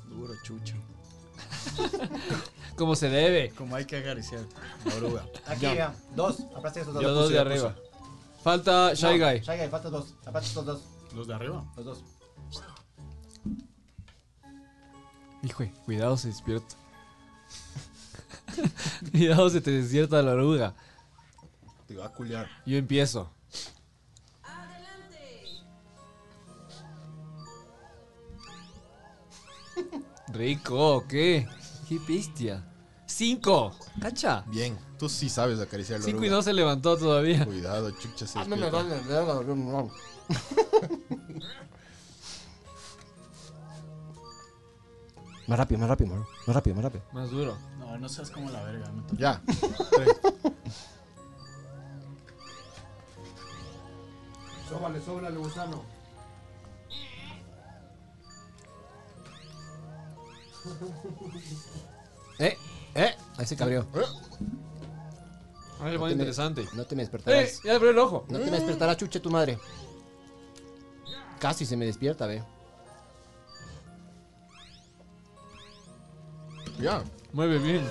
Duro, chucho.
Como se debe.
Como hay que acariciar. La oruga.
Aquí, ya. Dos. Aplasten esos dos.
los dos de arriba. Falta Shy
No,
Guy.
Shy Guy, faltan dos. Aplasten estos dos.
¿Los de arriba?
Los dos.
Hijo, cuidado se despierta. cuidado se te despierta la oruga.
Te va a culiar.
Yo empiezo. Rico, ¿qué? Qué bestia. Cinco. Cacha.
Bien, tú sí sabes acariciar a la
Cinco
oruga.
y no se levantó todavía.
Cuidado, chucha, se
Ah, No me
despierta.
vale, me vale, no, no. Más rápido, más rápido, mano. Más rápido, más rápido.
Más duro.
No, no seas como la verga. me
Ya.
Sóbale, sóbale, gusano.
Eh, eh. Ahí se cabrió.
A ver, muy
te me-
interesante.
No te me
¡Eh!
despertarás.
Ya abrió el ojo.
No te me despertará, chuche tu madre. Casi se me despierta, ve.
Ya.
Mueve bien.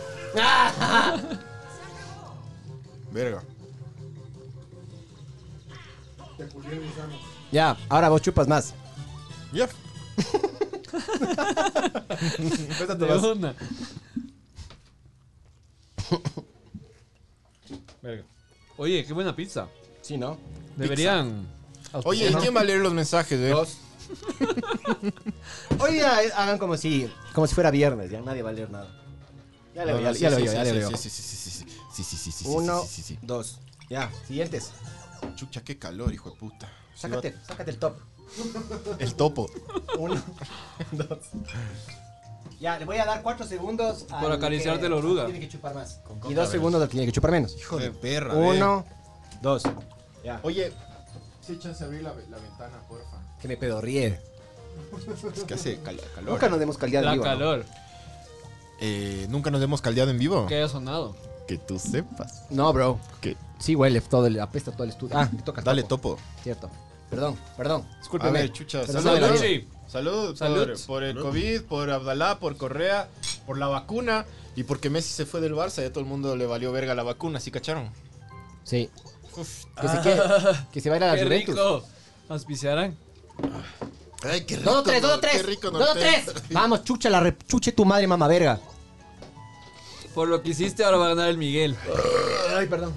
Verga.
Te pulió el gusano.
Ya, ahora vos chupas más.
Ya.
De una.
Verga.
Oye, qué buena pizza.
Sí, ¿no?
Deberían.
Oye, ¿y
auspiciarnos.
quién va a leer los mensajes, eh?
Hoy día eh, hagan como si, como si fuera viernes, ya nadie va a leer nada. Ya
No,
lo
no,
veo, ya,
sí,
ya lo
sí,
veo,
sí,
ya lo
sí,
veo.
Sí, sí, sí, sí, sí, sí, sí, sí, sí, sí,
Uno,
sí, sí, sí.
dos. Ya, siguientes.
Chucha, qué calor, hijo de puta.
Sácate, sácate el top.
El topo.
Uno, dos. Ya, le voy a dar cuatro segundos
Por acariciarte la oruga.
oruga. Tiene que chupar más. Y dos segundos al que tiene que chupar menos.
Hijo de perra.
Uno, dos. Ya.
Oye,
Sí, chance abrir la, la ventana, porfa.
Que me pedorríe.
es que hace cal- calor.
Nunca nos demos calidad
La
viva. ¿no?
calor.
Eh, Nunca nos hemos caldeado en vivo.
Que haya sonado.
Que tú sepas.
No, bro.
¿Qué?
Sí, huele todo el, apesta todo el estudio. Ah, le toca. el
Dale,
topo.
topo.
Cierto. Perdón, perdón.
A
Discúlpeme.
ver, chucha.
Pero
Salud,
no,
David.
no,
Sí.
Salud,
Salud.
Por, por el COVID, por Abdalá, por Correa, por la vacuna y porque Messi se fue del Barça. Ya todo el mundo le valió verga la vacuna, ¿sí cacharon?
Sí. Que se, quede, que se vaya a la
Qué
Juventus.
rico. ¿Auspiciarán?
Ay, qué rico.
Dos, tres, dos,
Nor- qué
tres.
rico,
Dos,
Norte.
tres. Vamos, chucha la re- chuche tu madre, mamá verga.
Por lo que hiciste, ahora va a ganar el Miguel.
Ay, perdón.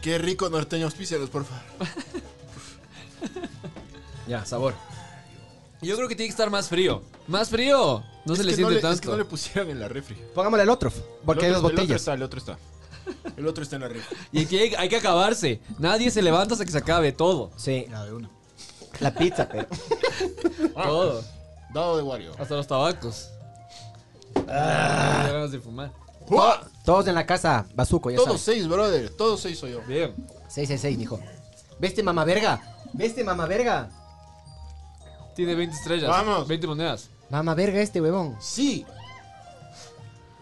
Qué rico norteño, auspícianos, por favor.
Ya, sabor.
Yo creo que tiene que estar más frío. Más frío. No
Es
se le
que
siente
le- Es que
tanto.
no le pusieron en la refri.
Pongámosle el otro, porque hay
El
dos
otro-
botellas.
El otro está, el otro está. El otro está en la refri.
Y que hay, hay que acabarse. Nadie se levanta hasta que se acabe todo.
Sí,
Ya, de una.
la pizza, pero.
Todo.
Dado de Wario.
Hasta los tabacos. Ya ganas de fumar.
Todos en la casa, bazuco, ya
Ah, Todos
sabes.
seis, brother. Todos seis soy yo.
Bien.
666, dijo. Veste, mamá verga. Veste, mamá verga.
Tiene 20 estrellas.
Vamos.
20 monedas.
Mamá verga este huevón.
Sí.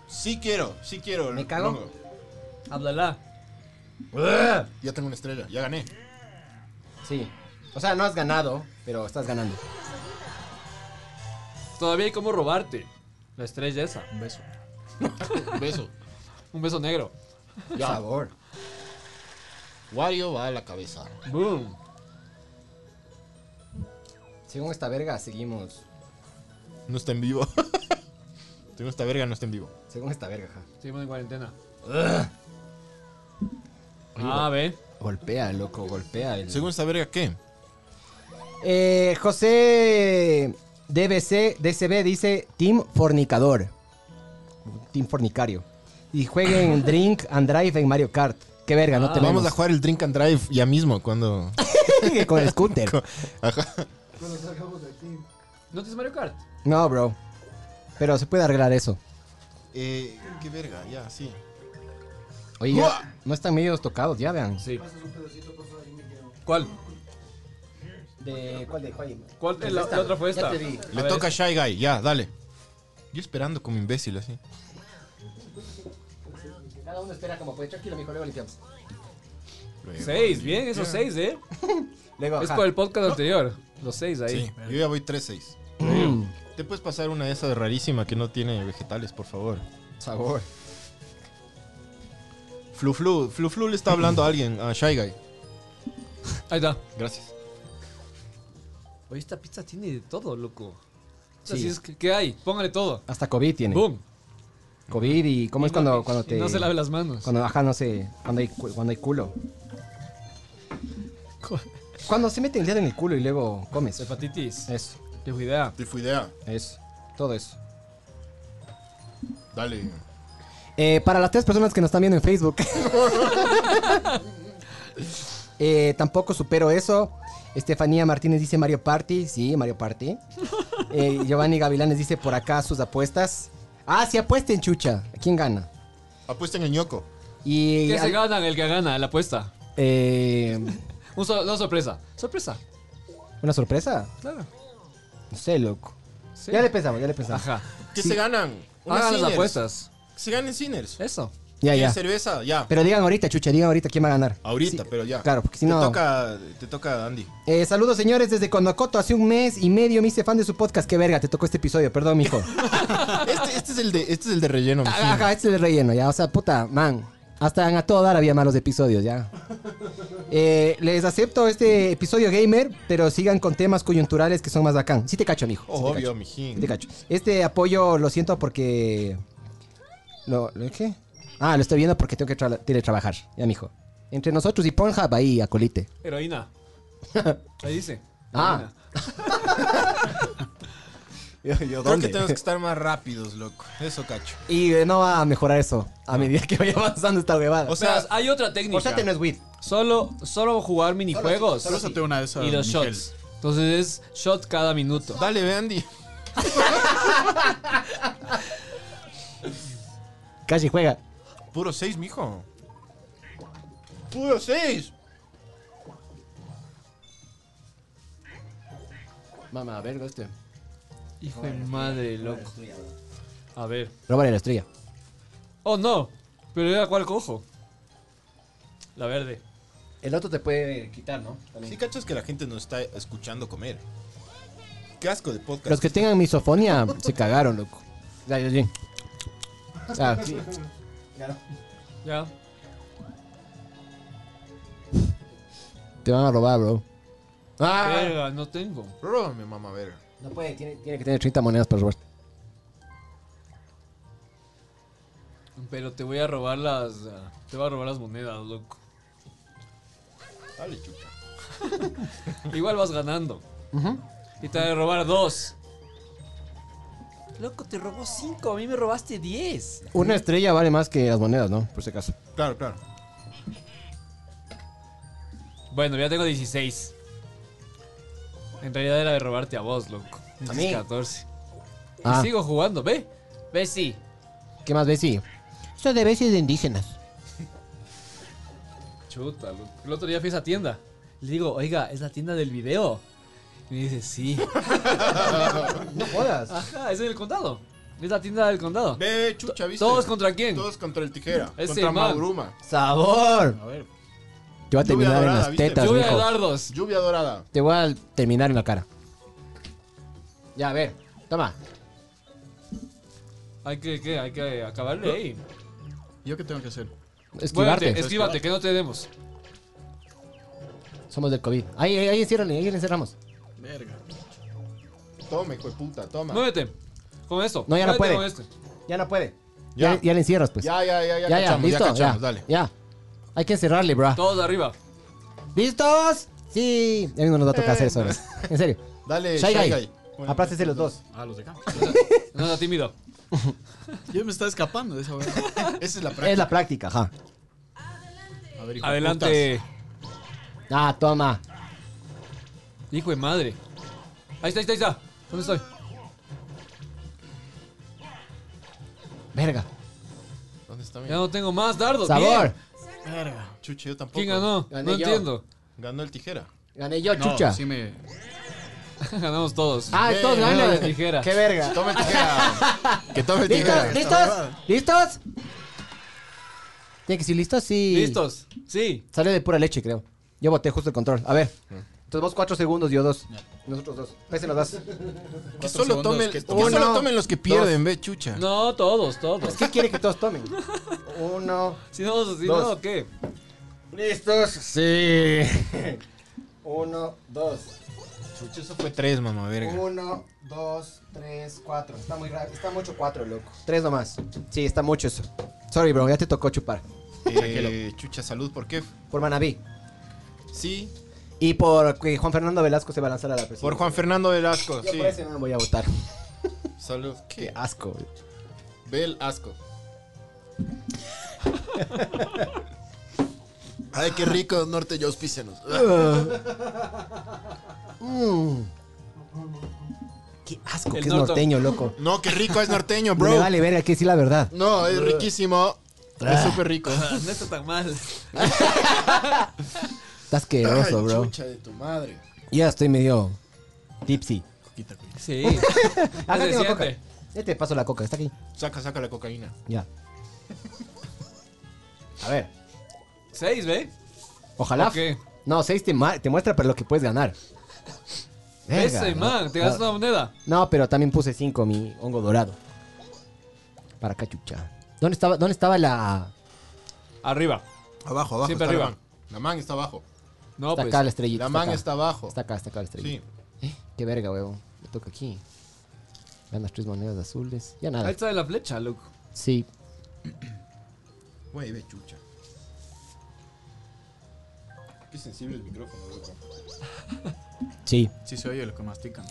Sí quiero, sí quiero.
¿Me cago?
Longo.
Háblala.
Ya tengo una estrella, ya gané.
Sí. O sea, no has ganado, pero estás ganando.
Todavía hay cómo robarte. La estrella esa.
Un beso.
Un beso.
Un beso negro.
Ya.
Sabor.
Wario va a la cabeza.
Boom.
Según esta verga, seguimos.
No está en vivo. Tengo esta verga, no está en vivo.
Según esta verga, ja.
Seguimos en cuarentena. Ah, ve.
Golpea, loco, golpea. El...
Según esta verga, ¿qué?
Eh, José DBC, DCB dice Team Fornicador. Team Fornicario. Y jueguen Drink and Drive en Mario Kart. Qué verga, no
Ah.
te
Vamos a jugar el Drink and Drive ya mismo, cuando...
jugar con el scooter.
Ajá.
Cuando salgamos de aquí.
¿No tienes Mario Kart?
No, bro. Pero se puede arreglar eso.
Eh, qué verga, ya, sí.
Oye, ya- no están medio tocados, ya vean.
Sí.
Pasas un pedacito, por favor, y me quiero.
¿Cuál?
¿De cuál de cuál?
¿Cuál? Eh, La, la otra fue esta.
Ya te vi.
A
Le
ver,
toca a Shy Guy, ya, dale. Yo esperando como imbécil, así.
Cada uno espera como puede. Tranquilo, mijo, luego limpiamos.
Luego.
Seis, bien, esos seis, ¿eh?
Luego,
Es
ajá.
por el podcast anterior. Los seis ahí.
Sí, yo ya voy 3-6. ¿Te puedes pasar una de esas rarísima que no tiene vegetales, por favor?
Sabor.
Fluflu, Fluflu le está hablando a alguien, a Shy Guy.
Ahí está.
Gracias.
Oye, esta pizza tiene de todo, loco.
Sí.
Así es que, ¿qué hay? Póngale todo.
Hasta COVID tiene.
Boom.
COVID y cómo
Y
es
no-
cuando, cuando
y
te...
No se lave las manos.
Cuando, ajá, no sé, cuando hay, cu- cuando hay culo.
Cu-
Cuando se mete el dedo en el culo y luego comes.
Hepatitis.
Eso,
Tengo idea.
Te fui idea.
eso, todo eso.
Dale.
Eh, para las tres personas que nos están viendo en Facebook, Eh, tampoco supero eso. Estefanía Martínez dice Mario Party, sí, Mario Party. Eh, Giovanni Gavilanes dice por acá sus apuestas. Ah, sí, apuesten, chucha. ¿Quién gana?
Apuesten en ñoco.
Y
¿Qué se
al-
gana el que gana la apuesta?
eh,
Un so- no, sorpresa. Sorpresa.
una sorpresa.
Claro.
No sé, loco.
Sí.
Ya le pensamos, ya le pensamos.
Ajá.
¿Qué se ganan? Unas
Hagan las
Sinners.
apuestas.
Que se ganen Sinners.
Eso.
Ya,
¿Quieres
ya.
cerveza? Ya.
Pero digan ahorita, chucha, digan ahorita quién va a ganar.
Ahorita,
Sí,
pero ya.
Claro, porque si
te
no.
Toca, te toca Andy.
Eh, saludos, señores, desde Conocoto. Hace un mes y medio me hice fan de su podcast. Qué verga, te tocó este episodio, perdón, mijo.
Este, este es el de, este es el de relleno. mi
Ajá,
Sinner.
este es el relleno, ya. O sea, puta, man. Hasta en a todo dar había malos episodios, ya. Eh, les acepto este episodio gamer, pero sigan con temas coyunturales que son más bacán. Sí te cacho, mijo. sí te cacho.
Oh, Obvio,
Sí
mijín.
te cacho. Este apoyo lo siento porque... ¿Lo, lo qué? Ah, lo estoy viendo porque tengo que tra- teletrabajar. Ya, mijo. Entre nosotros y Pornhub, ahí, acolite.
Heroína. Ahí dice.
Ah.
Heroína.
Yo,
Creo que tenemos que estar más rápidos, loco. Eso, cacho.
Y eh, no va a mejorar eso a medida que vaya avanzando esta huevada.
O
O sea,
sea,
hay otra técnica.
O sea, te no es weed.
Solo, solo jugar minijuegos.
Solo sate una de esas.
y los
Miguel.
shots. Entonces es shot cada minuto.
dale, ve, Andy.
Calle juega.
Puro 6, mijo. Puro 6.
Mamá, verga este.
Hijo de madre, loco. A ver.
Róbale la estrella.
Oh, no. Pero era cuál cojo. La verde.
El otro te puede quitar, ¿no?
Sí, cachas que la gente nos está escuchando comer. Qué asco de podcast.
Los que tengan misofonia se cagaron, loco. Ya, ya, ya. Ah, sí.
Ya.
Te van a robar, bro.
Ah,
Verga, no tengo.
róbame, mamá, verga.
No puede, tiene, tiene que tener 30 monedas para robar.
Pero te voy a robar las. ah, Te voy a robar las monedas, loco.
Dale, chucha.
Igual vas ganando. Y te voy a robar dos. Loco, te robó cinco. A mí me robaste diez.
Una estrella vale más que las monedas, ¿no? Por si acaso.
Claro, claro.
Bueno, ya tengo 16. En realidad era de robarte a vos, loco.
¿A mí?
14. Y
Ah.
sigo jugando, ve. Ve, sí.
¿Qué más, Bessie? Esto de Bessie es de indígenas.
Chuta, loco. El otro día fui a esa tienda. Le digo, oiga, es la tienda del video. Y me dice, sí.
No jodas.
Ajá, es en el condado. Es la tienda del condado.
Ve, chucha, ¿viste?
¿Todos contra quién?
Todos contra el tijera.
Ese
contra
man.
Mauruma.
¡Sabor!
A ver.
Te
Lluvia
voy a terminar en
dorada,
las
¿viste?
tetas,
Yo voy a
mijo.
dar dos.
Lluvia dorada.
Te voy a terminar en la cara. Ya, a ver. Toma.
Hay que, ¿qué? Hay que acabarle ahí.
¿Yo qué tengo que hacer?
Esquivarte.
Esquívate, esquívate, que no te demos.
Somos del COVID. Ahí, ahí, ahí, enciérrale, ahí le encerramos.
Verga.
Toma, hijo de puta, toma.
Muévete. Con esto.
No, ya no
Muévete
puede.
Con este.
Ya no puede. Ya,
Ya.
ya, le encierras, pues.
Ya, ya, ya, ya,
ya, ya,
cachamos,
listo.
ya
Ya,
cachamos, dale.
ya. Hay que encerrarle, bro.
Todos arriba.
¿Listos? Sí. Ya mismo nos va a tocar hacer eso. ¿ves? En serio.
Dale,
Shy
Shy
Guy.
Guy.
Aplástese los dos.
Ah, los de acá.
No, no, tímido.
Yo me estaba escapando de esa weá.
Esa es la práctica.
Es la práctica, ajá.
A ver, hijo de
Adelante.
Ah, toma.
Hijo de madre. Ahí está, ahí está, ahí está. ¿Dónde estoy?
Verga.
¿Dónde está mi?
Ya no tengo más dardos.
Sabor.
Bien.
putas. Verga.
Chucha, yo tampoco.
¿Quién ganó?
Gané
no
yo.
entiendo.
Ganó el tijera.
Gané yo,
No,
chucha.
sí me...
Ganamos todos.
Ah, todos
Bien,
ganan.
la tijera.
Qué verga.
Toma el tijera. que tome el tijera.
¿Listos? ¿Listos? ¿Listos? Tiene que decir listos, sí.
¿Listos? Sí.
Sale de pura leche, creo. Yo boté justo el control. A ver. Entonces vos cuatro segundos, yo dos. Nosotros dos. Ahí se las das.
Que solo
segundos
tomen,
que
que
tomen.
solo
Uno,
tomen los que pierden, ve, chucha.
No, todos, todos.
Es que quiere que todos tomen. Uno.
Si no, si
Dos.
no, ¿qué?
¿Listos? Sí. Uno, dos.
Chucha, eso fue tres, mamá, verga.
Uno, dos, tres, cuatro. Está muy grave. Está mucho cuatro, loco. Tres nomás. Sí, está mucho eso. Sorry, bro. Ya te tocó chupar.
Eh, chucha, salud, ¿por qué?
Por Manaví.
Sí,
Y por que Juan Fernando Velasco se va a lanzar a la presidencia.
por Juan Fernando Velasco,
Yo
sí.
por ese no me voy a votar.
Salud.
Qué
Qué
asco.
bel asco. Ay, qué rico, norte, yo auspícenos.
Mm. Qué asco
El
que es
norte.
norteño, loco.
No, qué rico es norteño,
Me
bro.
vale verga, hay que decir la verdad.
No, es riquísimo. Es súper rico.
Ah, No está tan mal.
Está asqueroso,
Ay,
bro.
Chucha de tu madre.
Ya estoy medio tipsy.
Sí.
Acá
Se
tengo
siente.
coca. Ya te paso la coca, está aquí.
Saca, saca la cocaína.
Ya. A ver,
Seis, ¿ve?
ojalá.
Ok.
No, 6 te, ma- te muestra para lo que puedes ganar. Verga,
Ese,
¿no?
man. Te gastas
No,
una moneda.
no, pero también puse 5 mi hongo dorado. Para cachucha. ¿Dónde estaba, dónde estaba la.
Arriba.
Abajo, abajo. está
Siempre
la
arriba.
man. La man está abajo.
No,
Está
pues.
acá la estrellita.
La
está
man
acá.
está abajo.
Está acá, está acá la estrellita.
Sí.
Qué verga, huevón. Me toca aquí. Vean las tres monedas azules. Ya
Ahí
nada.
está la flecha, loco.
Sí.
Güey, ve chucha. Qué sensible el micrófono, güey.
Sí.
Sí se oye lo que mastican.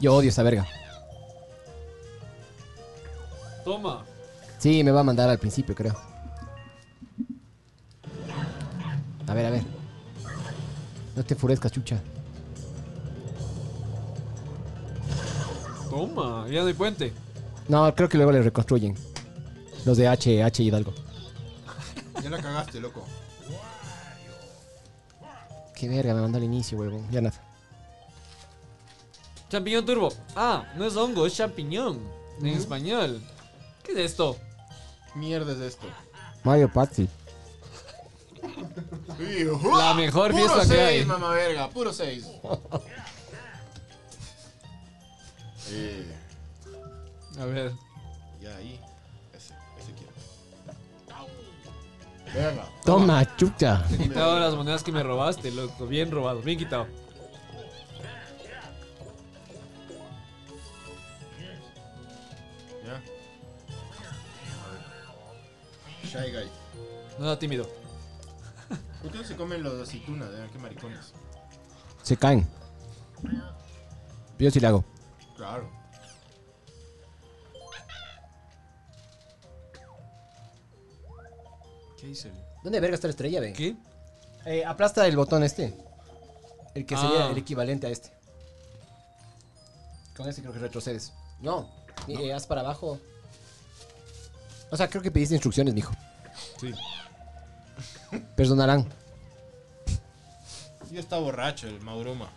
Yo odio esa verga.
Toma.
Sí, me va a mandar al principio, creo. A ver, a ver. No te enfurezcas, chucha.
Toma. Ya no hay puente.
No, creo que luego le reconstruyen. Los de H, H Hidalgo.
Ya la cagaste, loco.
Qué verga, me mandó al inicio, huevón. Ya nada.
Champiñón turbo. Ah, no es hongo, es champiñón. En español. ¿Qué es esto?
Mierda es esto.
Mario Party.
La mejor
puro
fiesta que
seis,
hay.
mamá verga, puro 6. eh,
A ver.
ya ahí. Ese, ese quiero. Verga.
Toma, chucha.
Te he quitado las monedas que me robaste, loco. Bien robado, bien quitado.
Ya. Shy guy.
No da tímido.
¿Por qué no se comen los aceitunas? eh? Qué maricones.
Se caen. Yo sí le hago.
Claro.
¿Qué hice?
¿Dónde verga está la estrella, ve?
¿Qué?
Eh, aplasta el botón este. El que sería
Ah.
el equivalente a este. Con este creo que retrocedes. No, eh, haz para abajo. O sea, creo que pediste instrucciones, mijo.
Sí.
Perdonarán.
Yo está borracho el Mauroma.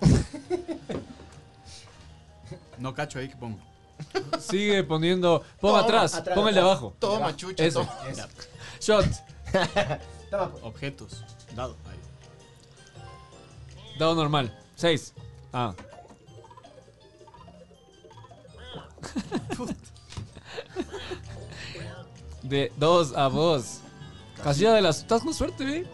No cacho ahí que pongo.
Sigue poniendo. Pon atrás,
atrás,
pon el de
atrás.
abajo.
Toma, chucha.
Ese.
toma.
Shot.
Objetos. Dado. Ahí.
Dado normal. 6. Ah. De 2 a vos. Casilla de las. Estás con suerte, eh. ve.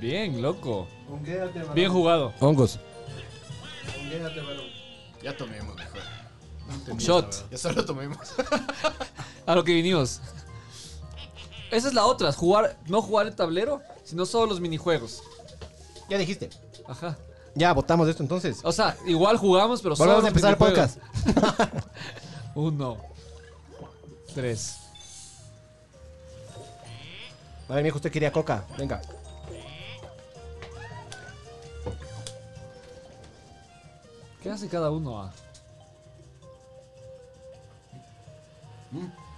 Bien, loco.
Honguéate, varón.
Bien jugado.
Hongos.
Honguéate, varón.
Ya tomemos mejor.
Shot.
Ya solo tomemos.
A lo que vinimos. Esa es la otra, jugar, no jugar el tablero, sino solo los minijuegos.
Ya dijiste.
Ajá.
Ya, votamos esto entonces.
O sea, igual jugamos, pero solo
Volvemos a empezar
los
el
minijuegos.
podcast.
Uno. Tres.
A ver, mijo, usted quería coca. Venga.
¿Qué hace cada uno? ah?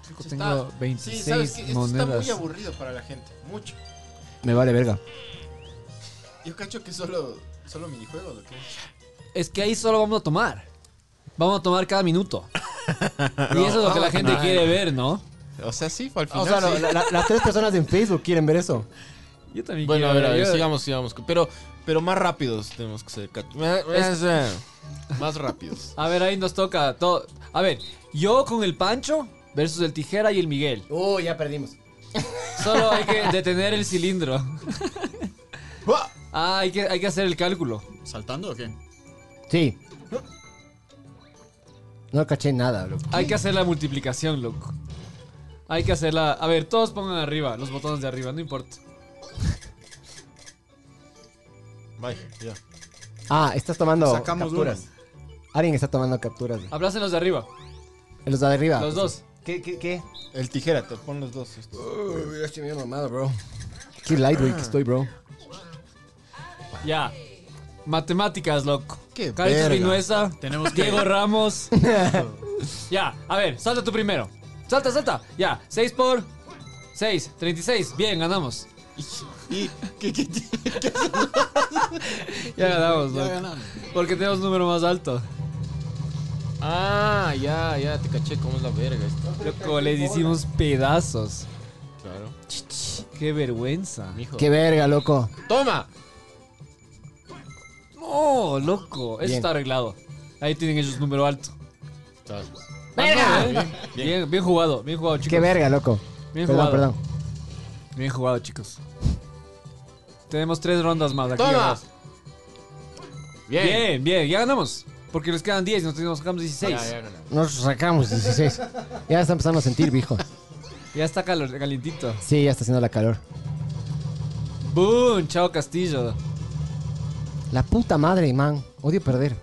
Chico, tengo
Mm, Está- Sí, sabes
26
que esto está
monedas.
muy aburrido para la gente. Mucho.
Me vale verga.
Yo cacho que solo, solo minijuegos, ¿o qué?
es que ahí solo vamos a tomar. Vamos a tomar cada minuto. y eso es lo que la gente quiere ver, ¿no?
O sea, sí, al
O sea, lo- la- la- las tres personas en Facebook quieren ver eso.
Yo también
Bueno, a
quiero
ver, a ver,
yo- Eh,
sigamos, sigamos. Pero, pero más rápidos tenemos que ser. Es- Más rápidos.
A ver, ahí nos toca todo. A ver, yo con el Pancho versus el Tijera y el Miguel.
Uh, ya perdimos.
Solo hay que detener el cilindro. Ah, hay que, hay que hacer el cálculo.
¿Saltando o qué?
Sí. No caché nada, loco.
Hay que hacer la multiplicación, loco. Hay que hacerla. A ver, todos pongan arriba, los botones de arriba, no importa.
Bye, ya.
Ah, estás tomando
Sacamos
capturas. Alguien está tomando capturas. güey.
Abracen los de arriba,
Los de
Ah.
arriba.
los dos.
¿Qué, qué, qué?
El tijera, te pon los dos. estos.
Uy, ya estoy bien mamado, bro. Qué lightweight que estoy, bro.
Ya. Matemáticas, loco.
Qué
Carlos
verga.
Vinuesa,
Tenemos que-
Diego Ramos. ya, a ver, salta tú primero. Salta, salta. Ya, 6 por 6, 36. Bien, ganamos.
¿Y qué, qué, qué?
Ya ganamos,
Ya
loco.
ganaron.
Porque tenemos un número más alto.
Ah, ya, ya, te caché cómo es la verga esto.
Loco, les hicimos pedazos.
Claro.
Qué vergüenza.
Mijo.
Qué verga, loco.
¡Toma!
No, loco. Eso
Bien.
está arreglado. Ahí tienen ellos número alto.
Está-
Ah, no, ¿eh? Bien, bien, jugado, bien jugado, chicos.
Qué verga, loco.
Bien
Perdón,
jugado.
perdón.
Bien jugado, chicos. Tenemos tres rondas más. Aquí
Toma.
ganamos.
Bien.
Bien, bien, ya ganamos. Porque nos quedan 10 y nos nos sacamos 16.
Ya,
Ya,
ya ganamos.
Nos sacamos 16. Ya está empezando a sentir, viejo.
está calor, calientito.
Sí, ya está haciendo la calor.
¡Boom! Chao Castillo.
La puta madre, man. Odio perder.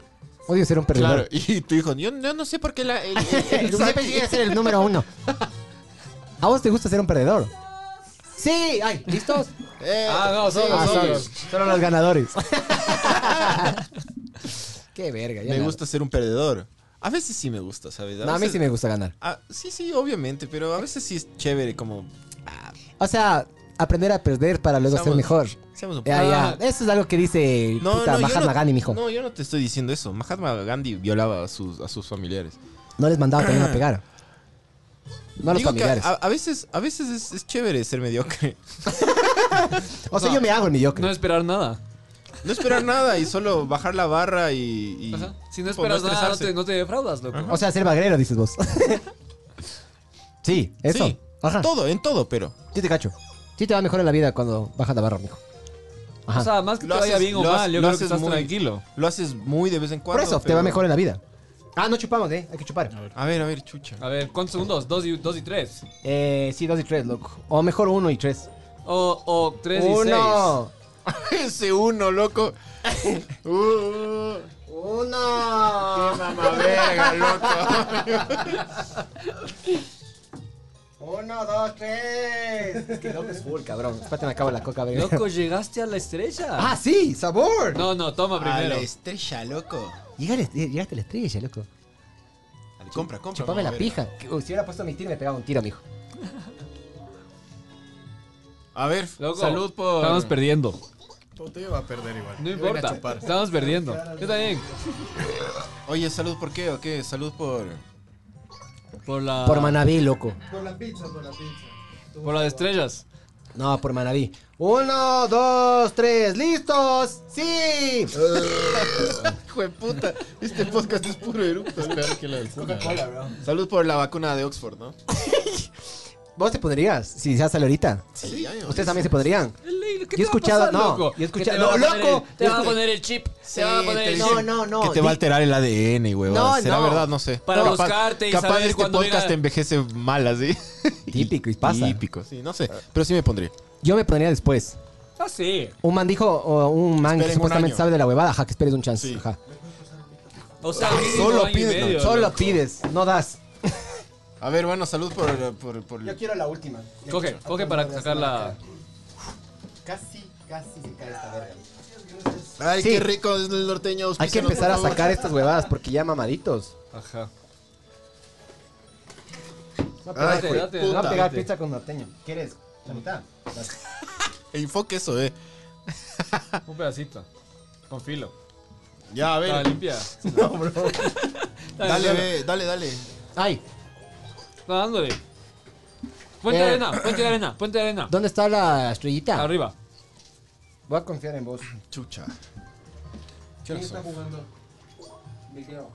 Odio ser un
Claro,
perdedor.
y tu hijo, yo, yo no sé por qué la... el- el-
Yo Siempre quería ser el número uno. ¿A vos te gusta ser un perdedor? Sí, ay, ¿listos?
Eh,
Ah, no, solo,
Ah,
solo.
solo, solo los ganadores. Qué verga. ya
me
nada.
gusta ser un perdedor. A veces sí me gusta, ¿sabes?
No, a mí
veces-
sí me gusta ganar.
Ah, sí, sí, obviamente, pero a veces sí es chévere como...
O sea, aprender a perder para luego ser
Estamos-
mejor.
seamos un
Ya,
Ah.
ya. Eso es algo que dice el puta
yo
Mahatma Gandhi, mijo. No.
No, yo no te estoy diciendo eso. Mahatma Gandhi violaba a sus, a sus familiares.
les mandaba también a pegar. No a los
Digo que ah, a,
familiares.
a veces, a veces es, es chévere ser mediocre.
o sea, yo me hago el mediocre.
No esperar nada.
No esperar nada y solo bajar la barra y... y,
Ajá. Si no
tipo,
esperas nada, no
estresarse.
te, no te defraudas, loco.
O sea, ser bagrero, dices vos. sí, eso.
Sí,
Ajá.
todo, en todo, pero...
Sí te cacho. Sí te va mejor en la vida cuando bajas la barra, mijo. Ajá.
O sea, más que te
Lo
vaya
haces-
bien o
lo
mal,
haces-
yo
lo
creo que
haces
estás
muy-
tranquilo.
Lo haces muy de vez en
Por
cuando.
eso te
pero-
va mejor en la vida. Ah, no chupamos, eh. Hay que chupar.
A ver.
A ver, a ver, chucha.
A ver, ¿cuántos segundos? Dos y, dos y tres.
Eh, sí, dos y tres, loco. O mejor uno y tres.
O, o tres y seis.
uno.
Ah.
Ese uno, loco. Uh, uh,
Uno.
mamá verga, loco.
Uno, dos, tres. Es que loco es full, cabrón. Espérate, me acabo la coca, verga.
Loco, llegaste a la estrella.
Ah, sí, sabor.
No, no, toma primero.
estrella, loco.
Llegaste, llegaste a la estrella, loco.
Dale, compra, compra.
Chupame
mamá
la
verga.
pija. Que- uy, si hubiera puesto mi tiro, me pegaba un tiro, mijo.
A ver,
Loco,
salud por.
Estamos perdiendo.
Puta, yo iba a perder igual.
No
Yo vine a
importa.
chupar.
Estamos perdiendo. Yo también.
Oye, salud por qué o qué? Salud por.
Por la.
Por Manaví, loco.
Por la pizza, por la pizza. Tú,
Por la de estrellas.
No, por Manaví. Uno, dos, tres, listos. Sí.
Hijo de puta, este podcast es puro eructo. Claro que la Salud por la vacuna de Oxford, ¿no?
Vos te podrías, si ya sale ahorita.
Sí, ya, ya.
Ustedes también se podrían.
¿Qué te
Yo he
va a
escuchado-
pasar,
no,
loco?
yo he escuchado-
Que te
no,
van a poner
loco,
el- te
yo
van a
escu-
poner el chip. te van a poner el
no,
chip.
no, no.
que te va a
Di-
alterar el ADN, güey.
No,
¿Será
no.
verdad? No sé.
Para
Capaz-
buscarte y
Capaz
saber
este
cuándo
podcast
venga-
te envejece mal, así.
Típico, y pasa.
Típico, sí, no sé. Pero sí me pondría.
Yo me pondría después.
Ah, sí.
Un man dijo, o un man que
Esperen un
supuestamente
año.
sabe de la huevada, ajá, que esperes un chance.
Sí.
Ajá.
O sea, mínimo
Solo
año y
piden-
medio,
Solo
loco.
pides, no das.
A ver, bueno, salud por. por, por...
Yo quiero la última. Ya
Coge,
quiero-
coge para sacar la.
Casi, casi se cae esta verga.
Ay,
Sí.
qué rico es el norteño.
Hay que
auspícianos,
empezar
por
a
favor.
sacar estas huevadas porque ya mamaditos.
Ajá.
No
Ay,
Date,
güey,
date,
puta.
va a
date.
pegar pizza con norteño. ¿Quieres? La mitad.
Enfoque eso, eh.
Un pedacito. Con filo.
Ya, a ver.
Está
Dale,
limpia.
dale, ve, dale, dale.
Ay,
Está dándole. Puente de
Eh.
arena, puente de arena, puente de arena.
¿dónde está la estrellita?
Arriba.
Voy a confiar en vos.
Chucha.
¿Quién está jugando? Video.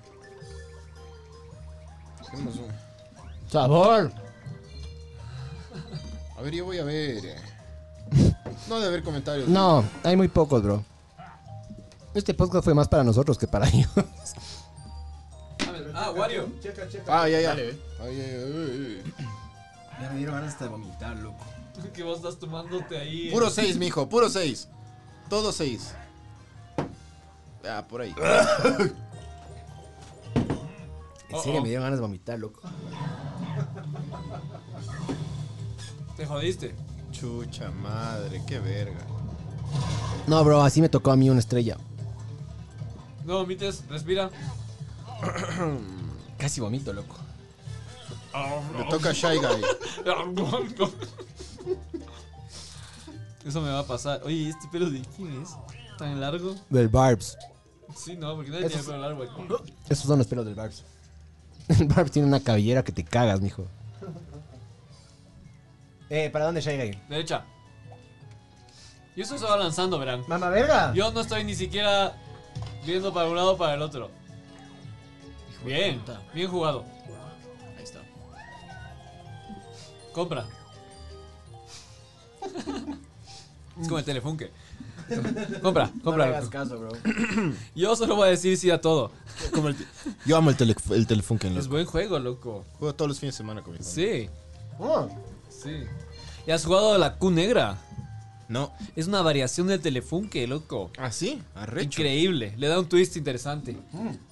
Sabor.
A ver, yo voy a ver. eh. No de haber comentarios.
No, hay muy pocos, bro. Este podcast fue más para nosotros que para ellos.
Ah, Wario.
Checa, checa.
Ah, ya, ya.
Dale, ve.
Ay, ay, ay, ay.
Ya me dieron ganas hasta de vomitar, loco.
Que vos estás tomándote ahí.
Puro 6, mijo, puro 6. Todo 6. Ah, por ahí.
En serio,
Oh, oh.
me dieron ganas de vomitar, loco.
Te jodiste.
Chucha madre, qué verga.
No, bro, así me tocó a mí una estrella.
No vomites, respira.
Casi vomito, loco.
Me toca Shy Guy.
Eso me va a pasar. Oye, ¿este pelo de quién es? ¿Tan largo?
Del Barbs.
Sí, no, porque nadie
Eso
tiene
es-
pelo largo aquí.
Esos son los pelos del Barbs. El Barbs tiene una cabellera que te cagas, mijo. Eh, ¿para dónde llega ahí?
Derecha. Yo estoy solo lanzando, verán.
Mamá verga.
Yo no estoy ni siquiera Viendo para un lado para el otro.
Hijo de
Bien,
puta.
bien jugado.
Ahí está.
Compra. Es como el telefunke. Compra,
No le
compra.
hagas caso, bro.
Yo solo voy a decir sí a todo.
Yo amo el, tele, el Telefunken,
Es
loco.
buen juego, loco.
Juego todos los fines de semana con mi familia.
Sí,
Oh,
sí. ¿Y has jugado la Q negra?
No.
Es una variación del telefunke, loco.
¿Ah, sí? Arrecho.
Increíble. Le da un twist interesante.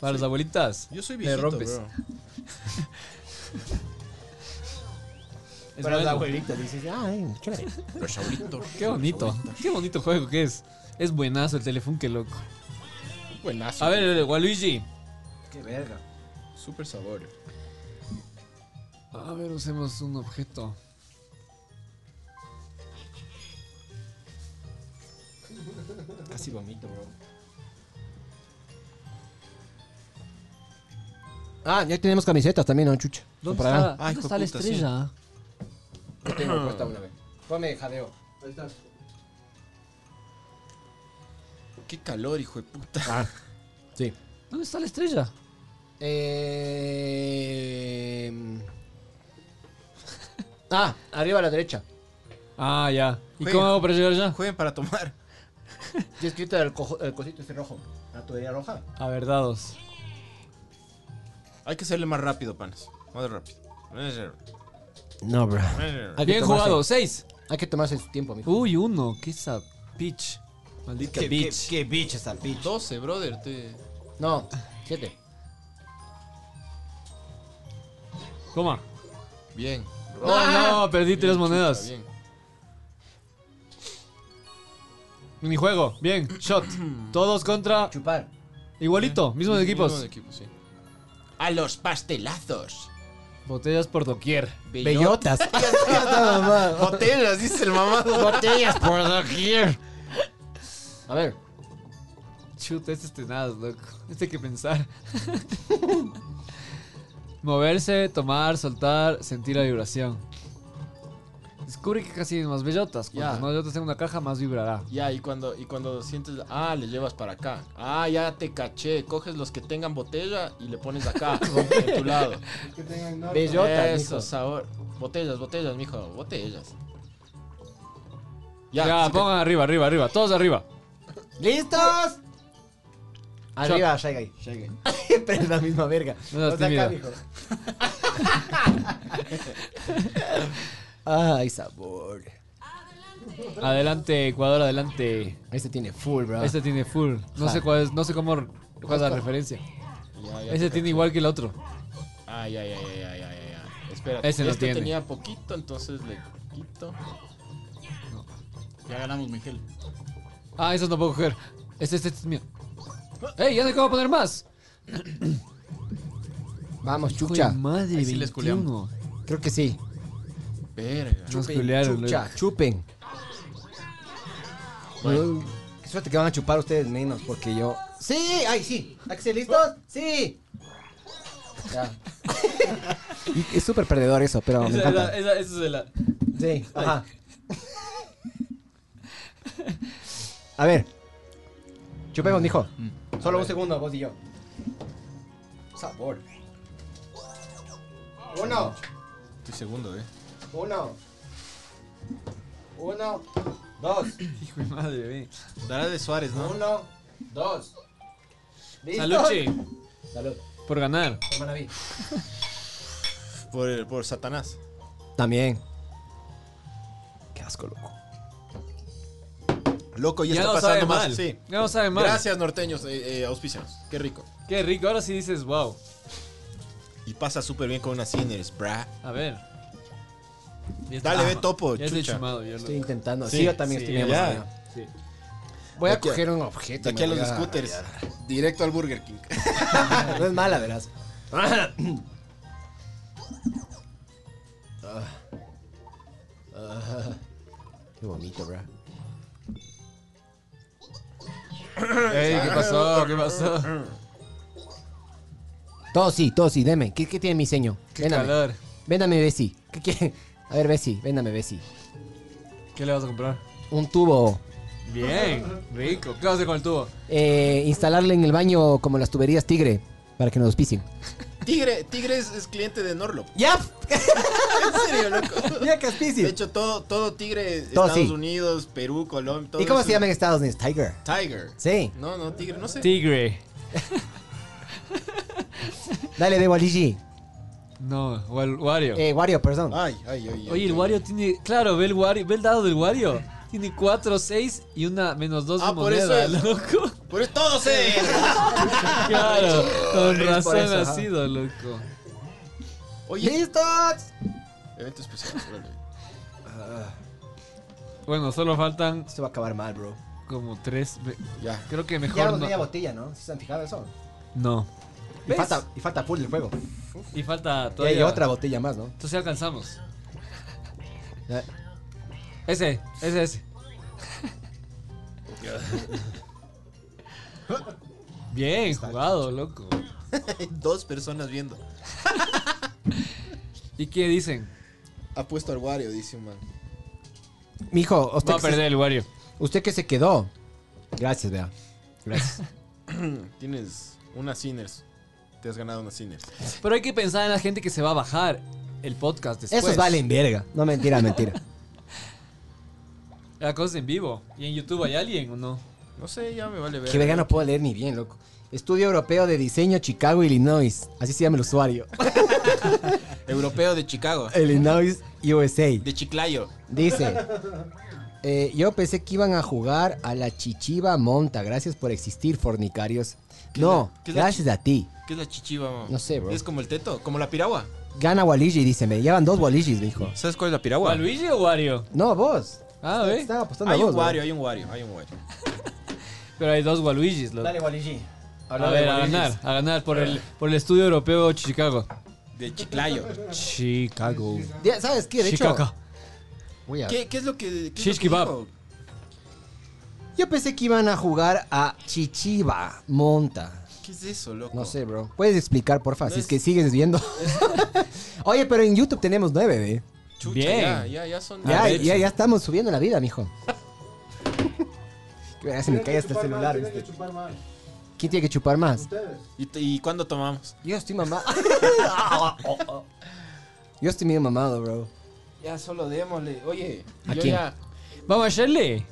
Para las abuelitas.
Yo soy
Le
viejito,
rompes.
bro.
Es
Para
bueno.
la abuelita dices, ay, chévere.
Qué bonito. Qué bonito juego que es. Es buenazo el telefunke, loco.
Buenazo.
A ver, eh, Waluigi.
Qué verga.
Super sabor.
A ver, usemos un objeto.
Casi vomito, bro. Ah, ya tenemos camisetas también, ¿no, chucha?
¿Dónde
Comprarán.
está,
Ay,
dónde
Ah, hijo
está
de
la
puta,
estrella?
Yo tengo puesta una vez. Ponme jadeo.
Ahí está.
Qué calor, hijo de puta.
Sí.
¿Dónde está la estrella?
Eh... Ah, arriba a la derecha.
Ah, ya. ¿Y
Juega.
cómo hago para llegar allá?
Jueguen para tomar.
Y escrito el, cojo- el cosito ese rojo. La tubería roja.
A ver, dados.
Hay que hacerle más rápido, panas. Más rápido.
No, bro. Hay que
Bien
tomarse-
jugado, seis.
Hay que tomarse su tiempo, mijo.
Uy, uno. ¿Qué esa pitch? Maldita bitch.
Qué, bitch esa bitch.
12, brother. Te...
No, siete.
Toma.
Bien.
No, no, perdí tres monedas.
Bien.
Minijuego. Bien. Shot. Todos contra.
Chupar.
Eh,
Igualito. Mismos equipos.
A los pastelazos.
Botellas por doquier.
Bellotas.
Botellas, dice el mamado.
Botellas por doquier. A ver.
Chuta, este es tenaz, loco. Este hay que pensar. Moverse, tomar, soltar, sentir la vibración. Descubre que casi hay más bellotas. Cuantas
Ya.
más bellotas en una caja, más vibrará.
Ya, y cuando, y cuando sientes, ah, le llevas para acá. Ah, ya te caché. Coges los que tengan botella y le pones acá, de tu lado.
Es que tengan nota.
Bellotas,
Eso,
mijo.
sabor. Botellas, botellas, mijo, botellas.
Ya,
sí que-
pongan arriba, arriba, arriba. Todos arriba.
¿Listos? Arriba, Shaggy. Siempre es la misma verga.
No seas
Los de acá,
tímido.
mijo. Ay, sabor.
Adelante, Ecuador, adelante.
Este tiene full, bro.
Este tiene full. No sé cuál es, no sé cómo cuál es la referencia.
ya, ya te
Este tiene
caché.
igual que el otro.
Ah, ya, ya, ya, ya, ya, ya, ya. Espérate.
Ese no
este
tiene.
tenía poquito, entonces le quito.
Ya ganamos, Miguel.
Ah, esos no puedo coger. Este, este, este es mío. ¡Ey! Ya no hay cómo poner más.
Vamos,
Hijo de
chucha.
Madre,
Ahí sí les culeamos.
21.
Creo que sí.
Verga.
Nos
Chupen,
culearon,
chucha,
loco.
chupen.
Bueno.
Uy, Qué suerte que van a chupar ustedes menos, porque yo. ¡Sí! ¡Ay, sí! ¿Axel, listos? ¡Sí! Ya. Y es súper perdedor eso, pero me
Esa es la-
encanta.
esa- esa es la-
Sí, ajá. A ver. Chupemos, mijo. Solo un segundo, vos y yo. Sabor. Uno,
Estoy segundo, eh.
uno. Uno, dos.
Hijo de madre, ve.
Dará de Suárez, ¿no?
Uno, dos. ¿Listo?
Saluchi,
Salud.
por ganar.
Hermana Vi.
Por, por Satanás.
También. Qué asco, loco.
Loco, ya,
Ya
está
no sabe
pasando más.
mal.
Sí.
Ya no sabe mal.
Gracias, norteños, eh, eh, auspicianos. Qué rico.
Qué rico. Ahora sí dices, wow.
Y pasa súper bien con unas sinners, bra.
A ver. Ya está.
Dale, ve topo,
Ya estoy
chucha.
chumado, ya
Estoy
no.
intentando. Sí,
Sí,
yo también
sí,
estoy bien
ya.
emocionado.
Sí.
Voy a
Aquí a-
coger un objeto.
De
y
aquí a
me
los
voy
scooters. ah, Directo al Burger King.
No es mala, verás. Ah. Qué bonito, bro.
Ey, ¿qué pasó? ¿Qué pasó?
Todo sí, todo sí, deme. ¿Qué, qué tiene mi seño?
Qué
véndame.
calor.
Véndame, Bessie. ¿Qué quiere? A ver, Bessie, véndame, Bessie.
¿Qué le vas a comprar?
Un tubo
Bien, rico. ¿Qué vas a hacer con el tubo?
Eh, instalarle en el baño como las tuberías tigre para que nos auspicien.
Tigre, Tigre es, es cliente de Norlop.
¡Ya!
En serio, loco.
¡Ya que
De
auspicien!
hecho, todo, todo Tigre,
Todo,
Estados
sí.
Unidos, Perú, Colombia, todo
¿Y cómo
eso
se llama en Estados Unidos? Tiger.
es Tiger.
Sí.
No, no, Tigre, no sé.
Tigre.
Dale, de Waluigi.
No, Wa- Wario.
Eh, Wario, perdón.
Ay, ay, ay.
Oye, el Wario tiene. Claro, ve el, Wario, ve el dado del Wario. Tiene 4, 6 y una menos 2 de
Ah, por
moneda,
eso es-
loco.
Por eso todo se.
Claro, con
Ah, por
razón
eso,
ha
ajá.
sido, loco.
Oye,
¡Listos!
evento especial. órale.
Bueno, solo faltan
Esto va a acabar mal, bro.
como 3.
Ya.
Creo que
Ya
mejor
vamos media
no.
botella, ¿no? ¿Sí se han fijado eso?
No.
Y falta, y falta full el juego.
Y
Y
falta
hay
todavía.
otra botella más, ¿no?
Entonces alcanzamos.
Ya.
Ese, ese, ese. Bien jugado, loco.
Dos personas viendo.
¿Y qué dicen?
Ha puesto al Wario, dice un man.
Mijo, usted,
Va a
que se-
perder el Wario.
usted que se quedó. Gracias, vea. Gracias.
Tienes una Sinners. Te has ganado una Sinners.
Pero hay que pensar en la gente que se va a bajar el podcast después.
Esos valen verga. No, mentira, mentira.
La cosa es en vivo. ¿Y en YouTube hay alguien o no?
No sé, ya me vale ver.
Que verga no puedo leer ni bien, loco. Estudio Europeo de Diseño Chicago, Illinois. Así se llama el usuario.
Europeo de Chicago.
Illinois, USA.
De Chiclayo.
Dice, eh, yo pensé que iban a jugar a la chichiva monta. Gracias por existir, fornicarios. No,
¿Qué es la
gracias a ti.
¿Qué es la chichiva? mo?
No sé, bro.
Es como el teto, como la piragua.
Gana Waligi, dice. Me llevan dos Waligis, dijo.
¿Sabes cuál es la piragua?
¿A Luigi o Wario?
No, vos.
Ah, ve.
Estaba apostando
Hay
a
un
vos. bro.
Wario, hay un Wario, hay un Wario.
Pero hay dos Waluigis, loco.
Waligi.
A ver, a ganar, a ganar por el, por el estudio europeo Chicago.
De Chiclayo.
Chicago.
Ya, ¿Sabes qué? De
Chicago.
hecho, voy a-
¿Qué, qué es lo que.? qué es
Shish
lo que
kebab.
dijo?
yo pensé que iban a jugar a chichiva monta.
¿Qué es eso, loco?
No sé, bro. ¿Puedes explicar, porfa? si es
es-
que sigues viendo. Oye, pero en YouTube tenemos nueve, ve.
Chucha,
Bien.
Ya, ya, ya son.
Ya,
Ah, de
ya,
hecho.
ya estamos subiendo la vida, mijo. Que verga, se me cae hasta el celular,
Tiene que
¿viste?
chupar más.
¿Quién tiene que chupar más?
Ustedes.
¿Y, t- y cuándo tomamos?
Yo estoy mamado. Yo estoy medio mamado, bro.
Ya, solo démosle. Oye,
¿A
yo
quién?
ya.
Vamos a hacerle.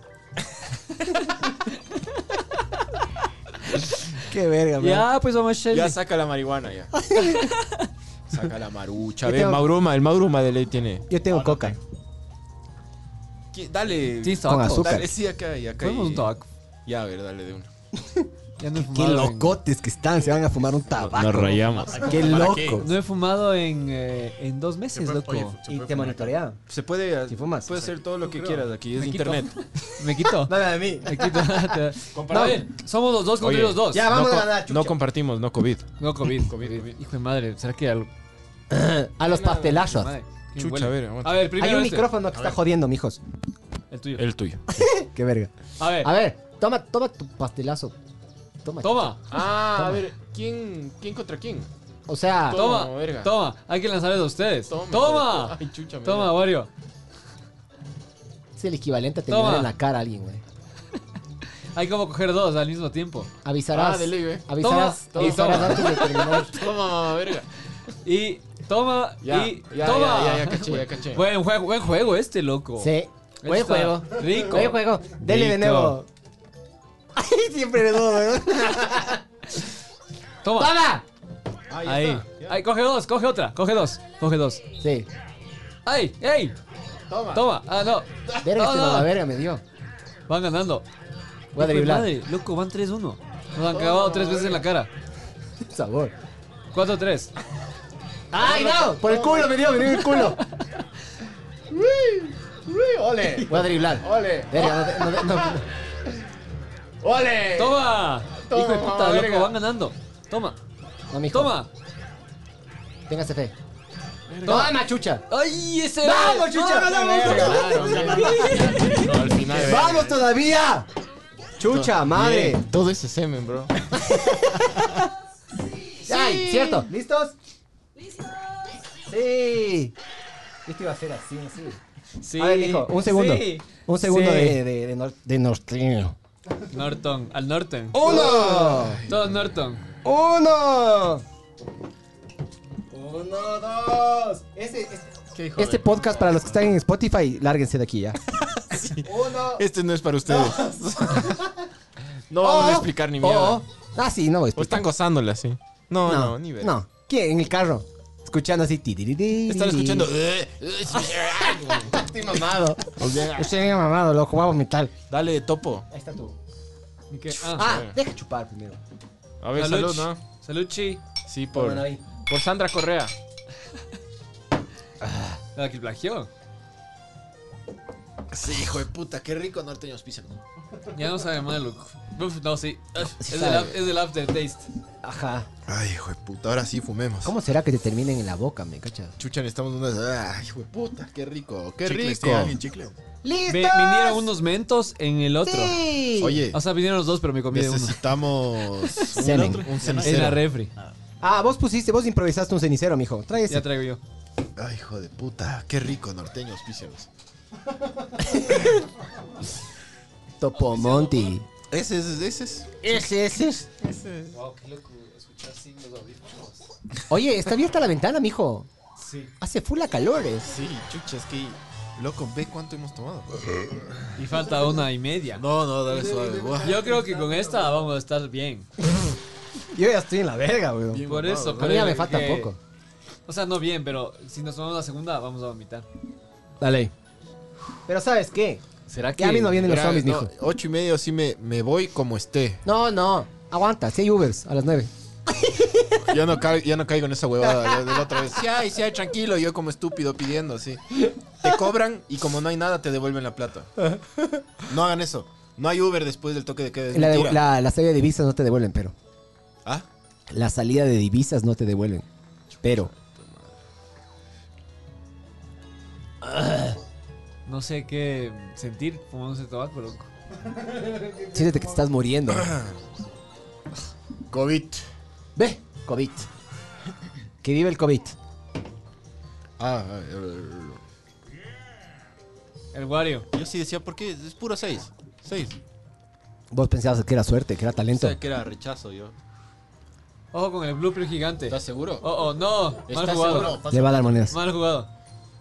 Qué verga, bro.
Ya, pues vamos a hacerle.
Ya saca la marihuana, ya. saca la marucha.
Yo
Ve,
tengo-
Mauruma, el Mauruma de ley tiene.
Yo
Ah,
tengo coca.
¿Qué? Dale.
Tienes
Con
tacos.
azúcar.
Dale, sí, acá y acá.
Comemos
y-
un tabaco.
Ya, a ver, dale de uno.
Ya no he
Qué
fumado. en-
locotes que están. Se van a fumar un tabaco.
rayamos.
Qué loco.
No he fumado en, eh, en dos meses, loco.
Y te monitorea.
Se puede.
Si fumas.
Puede hacer todo lo que quieras aquí, es
Me quito.
internet.
Me quito.
Dame a mí.
Me quito. no, bien, somos los dos contra
Oye.
los dos.
Ya, vamos
no,
a
co-
ganar, chucha.
no compartimos, no COVID.
No, COVID, COVID,
COVID.
Hijo de madre, ¿será que al...
A los pastelazos.
madre, ¿quién
Chucha,
huele?
a ver, aguanta.
A ver,
Hay
primero
un
este.
micrófono que está jodiendo, mijos.
El tuyo.
El tuyo.
Qué verga.
A ver,
A ver, toma, toma tu pastelazo. Toma.
toma,
Ah, a ver, ¿quién, quién contra quién?
O sea,
Toma,
toma,
verga.
toma. Hay que lanzarles a ustedes. Toma, toma,
Ay, chucha, mira.
Wario.
es el equivalente a terminar
Toma.
en la cara a alguien, güey.
Hay como coger dos al mismo tiempo.
Avisarás.
Ah, de ley, güey.
Avisarás,
Toma, toma,
avisarás
toma.
antes de terminar.
Toma, mamá, verga.
Y toma,
Ya,
y
ya,
toma.
ya, ya, ya caché, ya caché.
Buen juego, buen juego este, loco.
Sí.
Este
Buen
está
juego.
Rico.
Buen juego. Dele de
Rico.
nuevo. Ay, siempre de nuevo, güey.
Toma.
¡Toma!
Ahí.
Ahí.
está, ya.
Ahí, coge dos, coge otra, coge dos, coge dos.
Sí.
¡Ay! ¡Ey!
Toma.
Toma. Ah, no.
Verga,
No,
este
no.
mamá verga me dio.
Van ganando.
Voy a driblar.
Madre, loco, van 3-1. Nos han cagado tres veces en la cara.
Sabor.
4-3.
¡Ay, no! Por el culo me dio, me dio el culo.
Uy, ¡Ole!
Voy a driblar.
¡Ole!
Verga, no, te- no, no, no.
¡Ole!
¡Toma!
Toma,
Hijo de
mamá,
puta, loco,
verga.
van ganando. Toma,
no mijo.
toma.
Téngase fe.
Toma.
Toma, chucha.
¡Ay, ese
¡Vamos,
gol!
chucha!
¡No, ganamos,
Verga,
ganamos! eh.
al final. eh.
¡Vamos todavía! Chucha, madre.
Todo ese semen, bro.
Ay, cierto. ¿Listos? ¡Listos! Sí. Esto iba a ser así, así.
Sí.
A ver, mijo, un segundo.
Sí.
Un segundo
Sí.
de, de, de, nor- de norteño.
Norton. Al Norton.
¡Uno!
Todos Norton.
¡Uno! ¡Uno, dos! Ese, ese-
¿Qué hijo
este
de-
podcast, para los que están en Spotify, lárguense de aquí ya. ¡Uno!
Este no es para ustedes. no vamos a explicar ni mierda. Pues
oh. Ah, sí, no voy a
O
explicar.
están gozándole así. No, no, ni ver.
No. ¿Quién? En el carro. Escuchando así. tiririrí.
Están escuchando. "Eh,
Estoy mamado. Estoy bien mamado, loco. Voy a vomitar.
Dale, topo.
Ahí está tu.
¿Y qué? Ah,
Ah, deja chupar primero.
A ver,
Salud.
salud, ¿no?
salud, Chi.
Sí, por,
Bueno, ahí.
por Sandra Correa.
Ah. La que plagió.
Sí, hijo de puta, qué rico norteños pizza.
Ya no sabe mal, loco. Uf, no, Ah, sí.
Sí
Es del, af-
sabe.
es del aftertaste.
Ajá.
Ay, hijo de puta, ahora sí fumemos.
¿Cómo será que te terminen en la boca, me cachas?
Chucha, necesitamos unas. Ay, hijo de puta, qué rico, qué
Chicles,
rico.
¿tiene alguien chicle?
¡Listo!
Ve- vinieron unos mentos en el otro.
Sí.
Oye,
O sea, vinieron los dos, pero me comí de uno.
necesitamos
Semen.
un, un
En la
cenicero.
refri.
Ah, vos pusiste, vos improvisaste un cenicero, mijo. Trae ese.
Ya traigo yo.
Ay, hijo de puta, qué rico norteños pizza.
Topo Monty.
Ese es, ese es.
Ese, ese es.
Wow, qué loco. Escuchar sin los audífonos.
Oye, está abierta la ventana, mijo.
Sí.
Hace full a calores.
Sí, chucha, es que. Loco, ve cuánto hemos tomado.
Y falta una y media.
No, no, dale suave. guau.
Yo creo que con esta vamos a estar bien.
Yo ya estoy en la verga, weón.
Por eso,
A mí
pero
ya me
que-
falta poco.
O sea, no bien, pero si nos tomamos la segunda, vamos a vomitar.
Dale. Pero ¿sabes qué?
¿Será
Ya mismo vienen los
Verá,
zombies,
no,
mijo.
Ocho y medio, sí me, me voy como esté.
No, no. Aguanta, si hay Ubers a las 9.
Ya no, ca- ya no caigo en esa huevada ya de la otra vez. Sí, ay, sí, ay, tranquilo. Yo como estúpido pidiendo, sí. Te cobran y como no hay nada, te devuelven la plata. No hagan eso. No hay Uber después del toque de queda. es
La, de-
mentira.
la, la salida de divisas no te devuelven, pero.
¿Ah?
La salida de divisas no te devuelven. Pero.
No sé qué sentir fumándose tabaco, loco.
Siéntete que te estás muriendo.
COVID.
Ve, COVID. Que vive el COVID.
Ah, ah, eh,
El Wario.
Yo sí decía, ¿por qué? Es puro seis. Seis.
Vos pensabas que era suerte, que era
O
talento.
sea, que era rechazo yo.
Ojo con el blueprint gigante.
¿Estás seguro?
Oh, oh, no. Mal
¿Estás
jugado.
seguro?
Le va a dar monedas.
Mal jugado.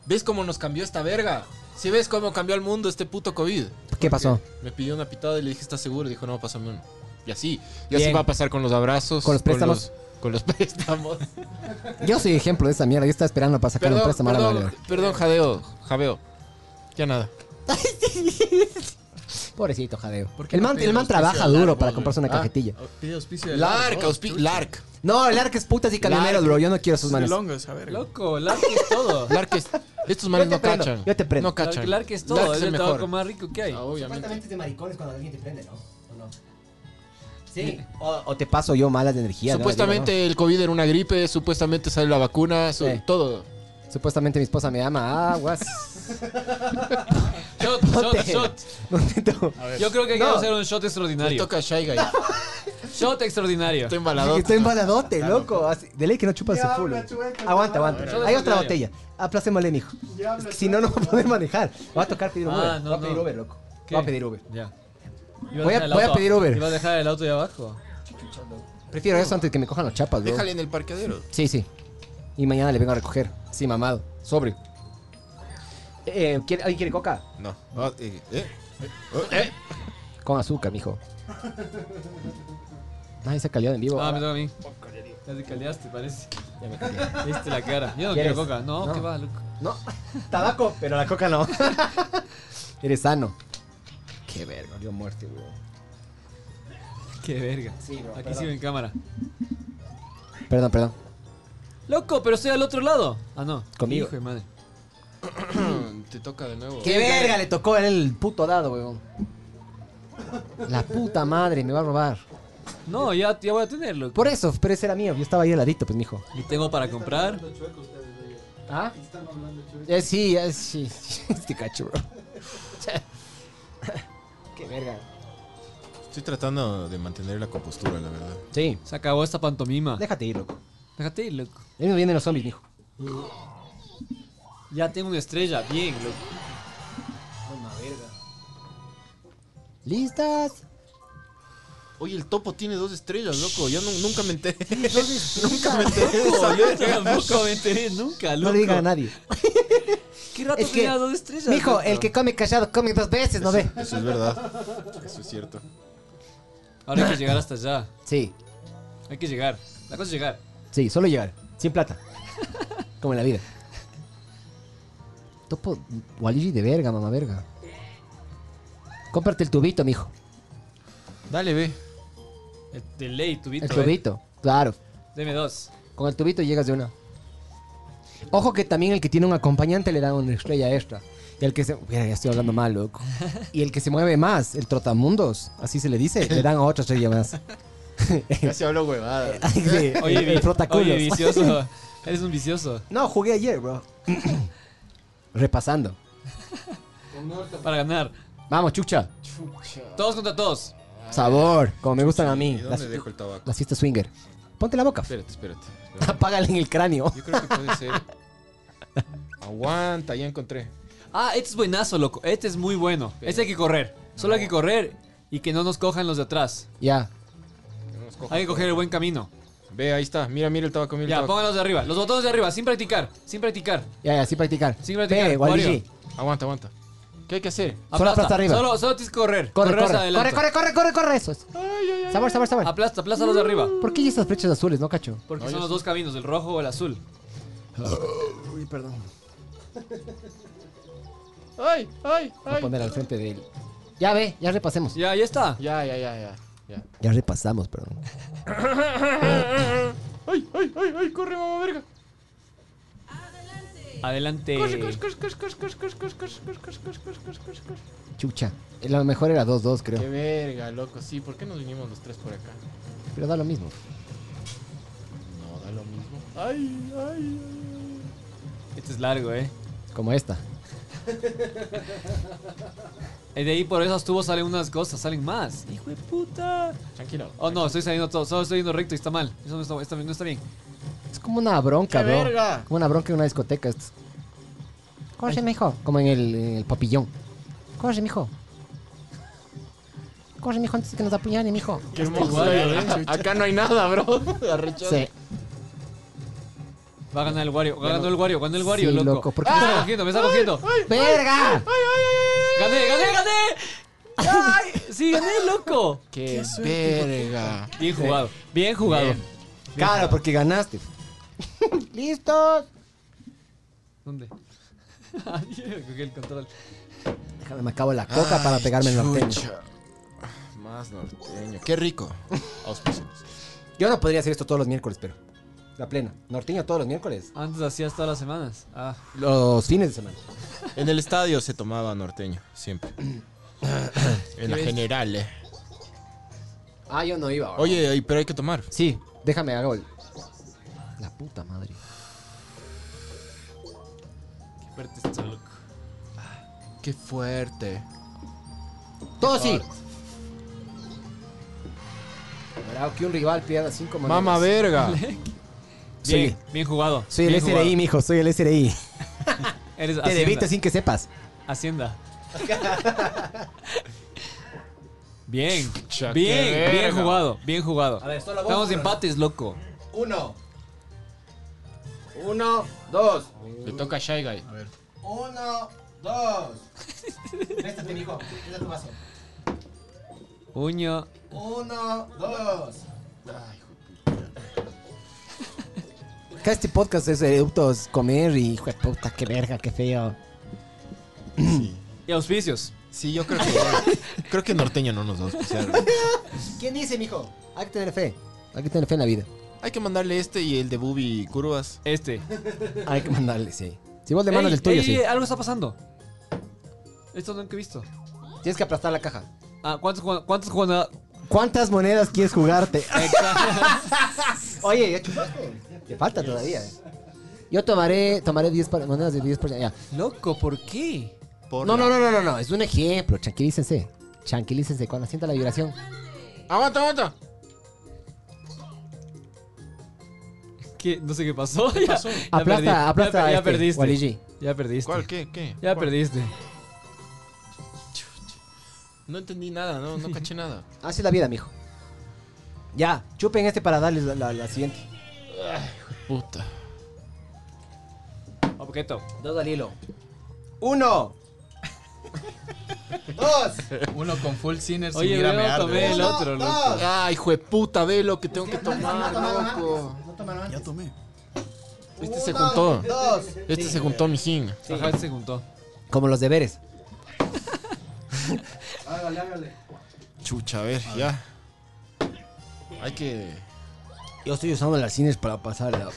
¿Ves cómo nos cambió esta verga? Si ves cómo cambió el mundo este puto COVID.
¿Qué pasó?
Me pidió una pitada y le dije, ¿estás seguro? Dijo, no, pásame uno. Y así. Y
Bien.
así va a pasar con los abrazos.
Con los préstamos.
Con los, con los préstamos.
Yo soy ejemplo de esa mierda. Yo estaba esperando para sacar un
Perdón,
préstamo. ahora
perdón,
vale, vale.
perdón, jadeo, jadeo. Ya nada.
Pobrecito, jadeo.
¿Por qué
El
no
man,
piden
el man
auspicio
trabaja
del
duro
árbol,
para
güey?
comprarse una
Ah.
cajetilla.
Pide auspicio de
Lark,
¿no?
auspi- Lark.
No, el arca es putas y camioneros, bro. Yo no quiero sus
Es de
manos.
longo esa verga.
Loco, el arque es todo.
Lark es- Estos
Yo
manes
te
no
prendo,
cachan.
yo te prendo.
No cachan.
El arque es todo.
Lark
es
el
el tabaco
mejor.
más rico que hay.
Ah, obviamente.
es de maricones cuando alguien te prende, ¿no? ¿O no? Sí. O, o te paso yo malas de energía. ¿no?
Supuestamente el COVID era una gripe, supuestamente sale la vacuna, su-
Sí.
todo.
Digo, ¿no? Supuestamente mi esposa me ama. Aguas.
Shot,
Ponte.
shot, shot.
No intento.
Yo creo que hay que hacer un shot
Le
extraordinario.
toca a Shy Guy.
Shot extraordinario.
Estoy
Que
embalado.
Estoy embaladote, loco. Así- de ley que no chupas
Ya
su full.
habla, chueco,
Aguanta,
ya
aguanta.
habla.
Hay otra botella. Aplacémosle, mijo.
Ya
Es
habla,
que si no, no va a poder manejar. Va a tocar pedir
Ah,
Uber.
no,
va a pedir
no.
Uber, loco.
¿Qué?
Va a pedir Uber.
Ya.
Voy a-
dejar el
voy a
auto-
pedir Uber.
Iba a dejar el auto ahí abajo.
Prefiero eso antes que me cojan los chapas, bro.
Déjale en el parqueadero.
Sí, sí. Y mañana le vengo a recoger. Sí, mamado. Sobre. Eh, ¿quiere- ¿Alguien quiere coca?
no. Ah, eh, eh.
Con azúcar, mijo. Ay, se cayó en vivo.
Ah, me
Ahora-
toca a mí. Ya te caldeaste, parece.
Ya me cayó.
Viste la cara. Yo no
¿Quieres?
quiero coca. No,
No.
que va, loco.
No, tabaco, pero la coca no. Eres sano. Qué verga, dio muerte, bro.
Qué verga.
Sí, bro,
Aquí
perdón.
sigo en cámara.
Perdón, perdón.
Loco, pero estoy al otro lado. Ah, no.
Conmigo.
Hijo de madre.
Te toca de nuevo.
¡Qué verga! Le tocó el puto dado, weón. La puta madre, me va a robar.
No, ya, ya voy a tenerlo.
Por eso, pero ese era mío. Yo estaba ahí al ladito, pues, mijo.
Y tengo para comprar.
Hablando chueco ustedes, oye.
¿Ah?
Están hablando chueco.
Eh, sí, eh, sí. Este cacho, bro. ¡Qué verga!
Estoy tratando de mantener la compostura, la verdad.
Sí.
Se acabó esta pantomima.
Déjate ir, loco.
Déjate ir, loco.
Ahí nos vienen los zombies, mijo.
Ya tengo una estrella, bien. loco.
¿Listas?
Oye, el topo tiene dos estrellas, loco. Yo nu- nunca me enteré.
Nunca me
Loco, yo tampoco me enteré nunca,
No
loco.
le digan a nadie.
¿Qué rato
Es que-
tenía dos estrellas?
Mijo,
loco?
el que come callado come dos veces, ¿no ve?
Eso es verdad. Eso es cierto.
Ahora hay que llegar hasta allá.
Sí,
Hay que llegar. La cosa es llegar.
sí, solo llegar. Sin plata. Como en la vida. Topo Waligi de verga, mamá verga. Cómprate el tubito, mijo.
Dale, ve.
El, de ley, tubito.
El
eh.
tubito, claro.
Deme dos.
Con el tubito llegas de una. Ojo que también el que tiene un acompañante le da una estrella extra. Y el que se. Mira, ya estoy hablando mal, loco. Y el que se mueve más, el trotamundos, así se le dice, le dan otra estrella más.
Casi hablo
Eh,
huevada.
Sí,
Oye, vi-
el trotaculos.
oye, vicioso. Eres un vicioso.
No, jugué ayer, bro. Repasando.
Con Norton.
Para ganar.
Vamos, chucha.
Todos contra todos.
Sabor, como me gustan a
¿Y
mí.
dónde
Las,
dejo el tabaco?
las fiestas swinger. Ponte la boca.
Espérate, espérate. espérate.
Apágale en el cráneo.
Yo creo que puede ser. Aguanta, ya encontré.
Ah, este es buenazo, loco. Este es muy bueno. Este hay que correr. Solo hay que correr y que no nos cojan los de atrás.
Ya.
Que no nos cojan.
Hay que coger el buen camino.
Ve, ahí está. Mira, mira el tabaco, mira el
Ya,
tabaco.
pónganlos de arriba. Los botones de arriba, sin practicar. Sin practicar.
Ya, ya, sin practicar.
Sin practicar,
Ve, Waligi.
Wario.
Aguanta, aguanta. ¿Qué hay que hacer?
Solo aplasta arriba.
Solo, solo tienes que correr.
Corre,
correr
corre,
hacia adelante.
corre, corre, corre, corre, corre, eso. es. Sabor, sabor, sabor.
Aplasta, aplasta los de arriba.
¿Por qué hay esas flechas azules, no cacho?
Porque son los dos caminos, el rojo o el azul.
Uy, perdón.
¡Ay, ay,
Voy a
ay!
poner al frente de él. Ya ve, ya repasemos.
Ya, ya está.
Ya, ya, ya, ya. ya.
Ya repasamos, perdón.
¡Ay, ay, ay, ay! ¡Corre, mamá verga!
Adelante.
Eh.
Chucha. Lo mejor era 2-2, creo.
¡Qué verga, loco! Sí, ¿por qué nos vinimos los tres por acá?
Pero da lo mismo.
No, da lo mismo. ¡Ay, ay,
Este es largo, eh.
Como esta.
Y de ahí por esos tubos salen unas cosas, salen más. Hijo de puta.
ay! Tranquilo.
Oh no, estoy saliendo todo, solo estoy yendo recto y está mal. Eso no está, está- no está bien.
Es como una bronca,
¡Qué
bro.
verga!
Como una bronca en una discoteca. Esto. Corre, mijo. Como en el, en el papillón. Corre, mijo. Corre, mijo, antes de que nos apuñalen, mijo.
¡Qué hermoso! eh. Acá no hay nada, bro. Arrechazo.
Sí.
Va a ganar el Wario, ganó el Wario, ganó el Wario,
Sí,
loco.
loco, ¿por qué?
Me está cogiendo, me está cogiendo.
¡Verga!
¡Gané, gané, gané! ¡Ay! Sí, gané, loco.
¡Qué verga!
Bien jugado, bien jugado.
Bien.
Claro, porque ganaste. ¡Listos!
¿Dónde? Ah, yo cogí el control.
Déjame, me acabo la coca para pegarme en la norteño.
Chucha. Más norteño. ¡Qué rico! Auspicios.
Yo no podría hacer esto todos los miércoles, pero. La plena. Norteño todos los miércoles.
Antes hacías todas las semanas. Ah,
Los fines de semana.
En el estadio se tomaba norteño, siempre. en la general, eh.
Ah, yo no iba.
Oye, ay, pero hay que tomar.
Sí, déjame, hago el. La puta madre.
qué fuerte esto, loco.
¡Qué fuerte!
Todo sí. Bravo, que un rival pierda cinco monedas.
¡Mamá verga!
Bien, bien jugado.
Soy el
bien jugado.
SRI, mijo, soy el SRI.
Eres
Te debiste
Hacienda.
sin que sepas.
Hacienda. bien.
Chucha, qué
Bien,
verga.
bien jugado, bien jugado. Estamos de empates, loco.
Uno. Uno, dos.
Le toca a Shy Guy.
Uno, dos.
Este
Préstate, mijo. Presta tu vaso.
Uño.
Uno, dos.
Acá este podcast es eructos, comer y hijo de puta, qué verga, qué feo.
Y auspicios.
Sí, yo creo que. creo que norteño no nos va a auspiciar.
¿Quién dice, mijo? Hay que tener fe. Hay que tener fe en la vida.
Hay que mandarle este y el de Bubi Curvas.
Este.
Hay que mandarle, sí. Si vos le mandas
Ey,
el tuyo,
ey,
sí.
ey, Algo está pasando. Esto nunca he visto.
Tienes que aplastar la caja.
Ah, ¿cuántos jugadores? ¿Cuántos jugadores?
¿Cuántas monedas quieres jugarte? Oye, ya chupaste. Te falta todavía. eh. Yo tomaré, tomaré 10 pa- monedas de 10 por ya.
Loco, ¿por qué?
Por
No,
la-
no, no, no, no, no, es un ejemplo. Tranquilícense. Tranquilícense cuando sienta la vibración.
Aguanta, aguanta.
¿Qué? No sé qué pasó. ¿Qué
Aplasta, aplasta.
Ya,
a
ya
este,
perdiste.
Waligi.
Ya perdiste.
¿Cuál? ¿Qué? ¿Qué?
Ya
¿Cuál?
perdiste.
No entendí nada, no, no caché nada.
Así es la vida, mijo. Ya, chupen este para darles la, la- la siguiente.
Puta.
Objeto.
Dos al hilo. Uno. Dos.
Uno con full sinner sin
Oye,
ir a
yo
mear,
tomé
weón.
el otro,
Uno,
loco.
dos.
Ay, hijo de puta, ve lo que tengo que
No
tomar,
tomaron
loco.
antes, no tomaron
Ya
antes.
tomé.
Este se
Uno,
juntó.
Dos.
Este se juntó, mijín.
Ajá, se juntó.
Como los deberes.
Hágale, hágale.
Chucha, a ver, ya. Hay que.
Yo estoy usando las cines para pasar. la-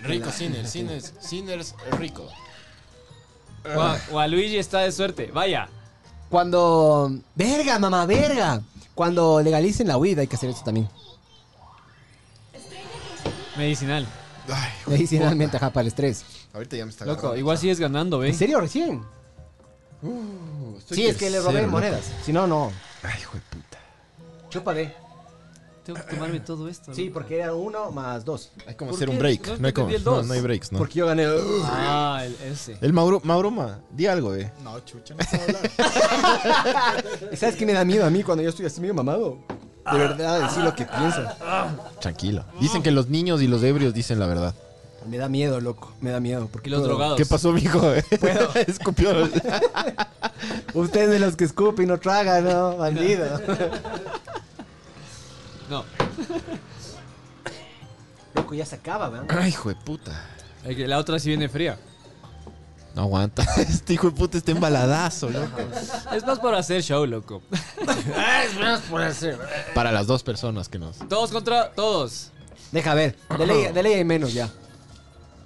Rico, Sinners, Sinners, Sinners, rico.
Luigi está de suerte. Vaya.
Cuando. Verga, mamá, verga. Cuando legalicen la huida hay que hacer esto también.
Medicinal.
Ay,
Medicinalmente, ajá, para el estrés.
ahorita ya me está
Loco, igual sigues ganando,
¿En
¿ves?
serio, recién? Sí, es que le robé monedas. Si no, no.
Ay, hijo de puta.
Chupa ve.
Tengo que tomarme todo esto.
Sí,
loco.
porque era uno más dos.
Hay como
¿Por
hacer
qué?
un break.
No,
No hay como.
entendí el
No,
dos.
no hay breaks, ¿no?
Porque yo gané.
Ah, el- ese.
El Mauro, Mauro, ma, di algo, eh.
No, chucha, no sé hablar.
¿Sabes qué me da miedo a mí cuando yo estoy así medio mamado? De verdad, decir lo que pienso.
Tranquilo. Dicen que los niños y los ebrios dicen la verdad.
Me da miedo, loco. Me da miedo. Porque
Y los
puedo-
drogados.
¿Qué pasó, mijo? Escupió. los-
Ustedes de los que escupen y no tragan, ¿no? Bandido.
No.
Loco, ya se acaba, ¿verdad?
Ay, hijo de puta.
el que- La otra sí viene fría.
No aguanta. Este hijo de puta está embaladazo, loco.
Es más para hacer show, loco.
Para las dos personas que nos.
Todos contra todos.
Deja ver. De ley, de ley hay menos ya.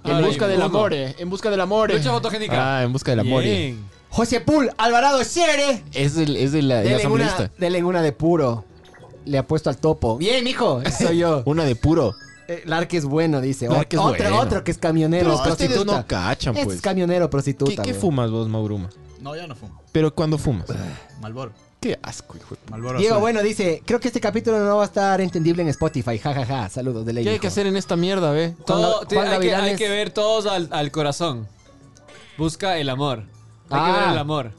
En Ahora, busca del uno. amor,
En busca del amor.
Lucha fotogénica.
Ah, en busca del amor. eh.
Bien.
José Pul, Alvarado Shere.
Es el, es el, el
Denle una,
asambleísta.
denle una de puro. Le apuesto al topo. Bien, mijo. ese Soy yo.
Una de puro.
Eh, Lark es bueno, dice. O-
Lark es
otro,
bueno.
otro que es camionero,
Pero
es
ustedes
prostituta.
no cachan,
Este
pues.
Es camionero,
¿Qué,
prostituta.
qué
weón.
fumas vos, Mauruma?
No, ya no fumo.
Pero cuando fumas.
Ah, Malboro.
Qué asco, hijo de puta.
Malboro.
Diego Bueno dice, creo que este capítulo no va a estar entendible en Spotify. Ja, ja, ja. Saludos de ley.
¿Qué hay
mijo.
que hacer en esta mierda, ve?
Todo-
Juan
te- hay, que, hay
Gavilanes.
que ver todos al, al corazón. Busca el amor. Hay que
Ah.
ver el amor.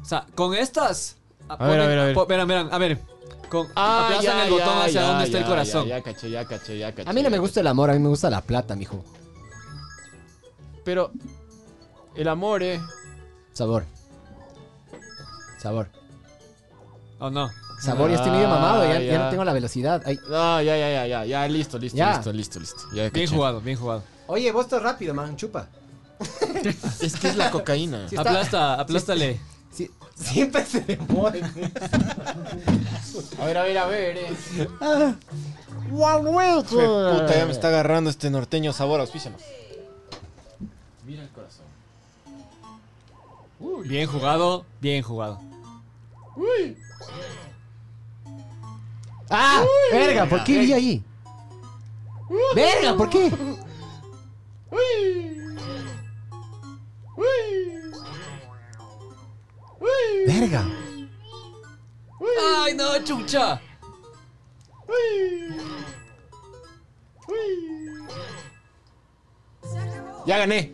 O sea, con estas. A,
ver, a ver, a ver.
po- verán, verán, a ver. Con,
Ah,
aplazan el botón hacia donde está el corazón.
Ya, caché, ya caché, ya caché.
A mí no me gusta el amor, a mí me gusta la plata, mijo.
Pero el amor, eh.
Sabor. Sabor.
¿O no?
Sabor, ya estoy medio
Ah,
mamado, ya, ya
ya.
no tengo la velocidad. Ay.
No, ya, ya, ya, ya, ya, listo, listo,
Ya.
listo, listo, listo. Ya
Bien
caché.
jugado, bien jugado.
Oye, vos estás rápido, man, chupa.
Es que es la cocaína.
Sí. está-
Aplasta, aplástale.
Sí, siempre se demora.
A ver, a ver, a ver, eh.
Puta,
Puta, ya me está agarrando este norteño sabor, auspícianos. Mira el corazón.
Bien jugado, bien jugado.
¡Ah! verga, ¿por qué vi ahí? ¡Verga, ¿por qué? ¡Verga!
¡Ay, no, chucha!
Ya gané.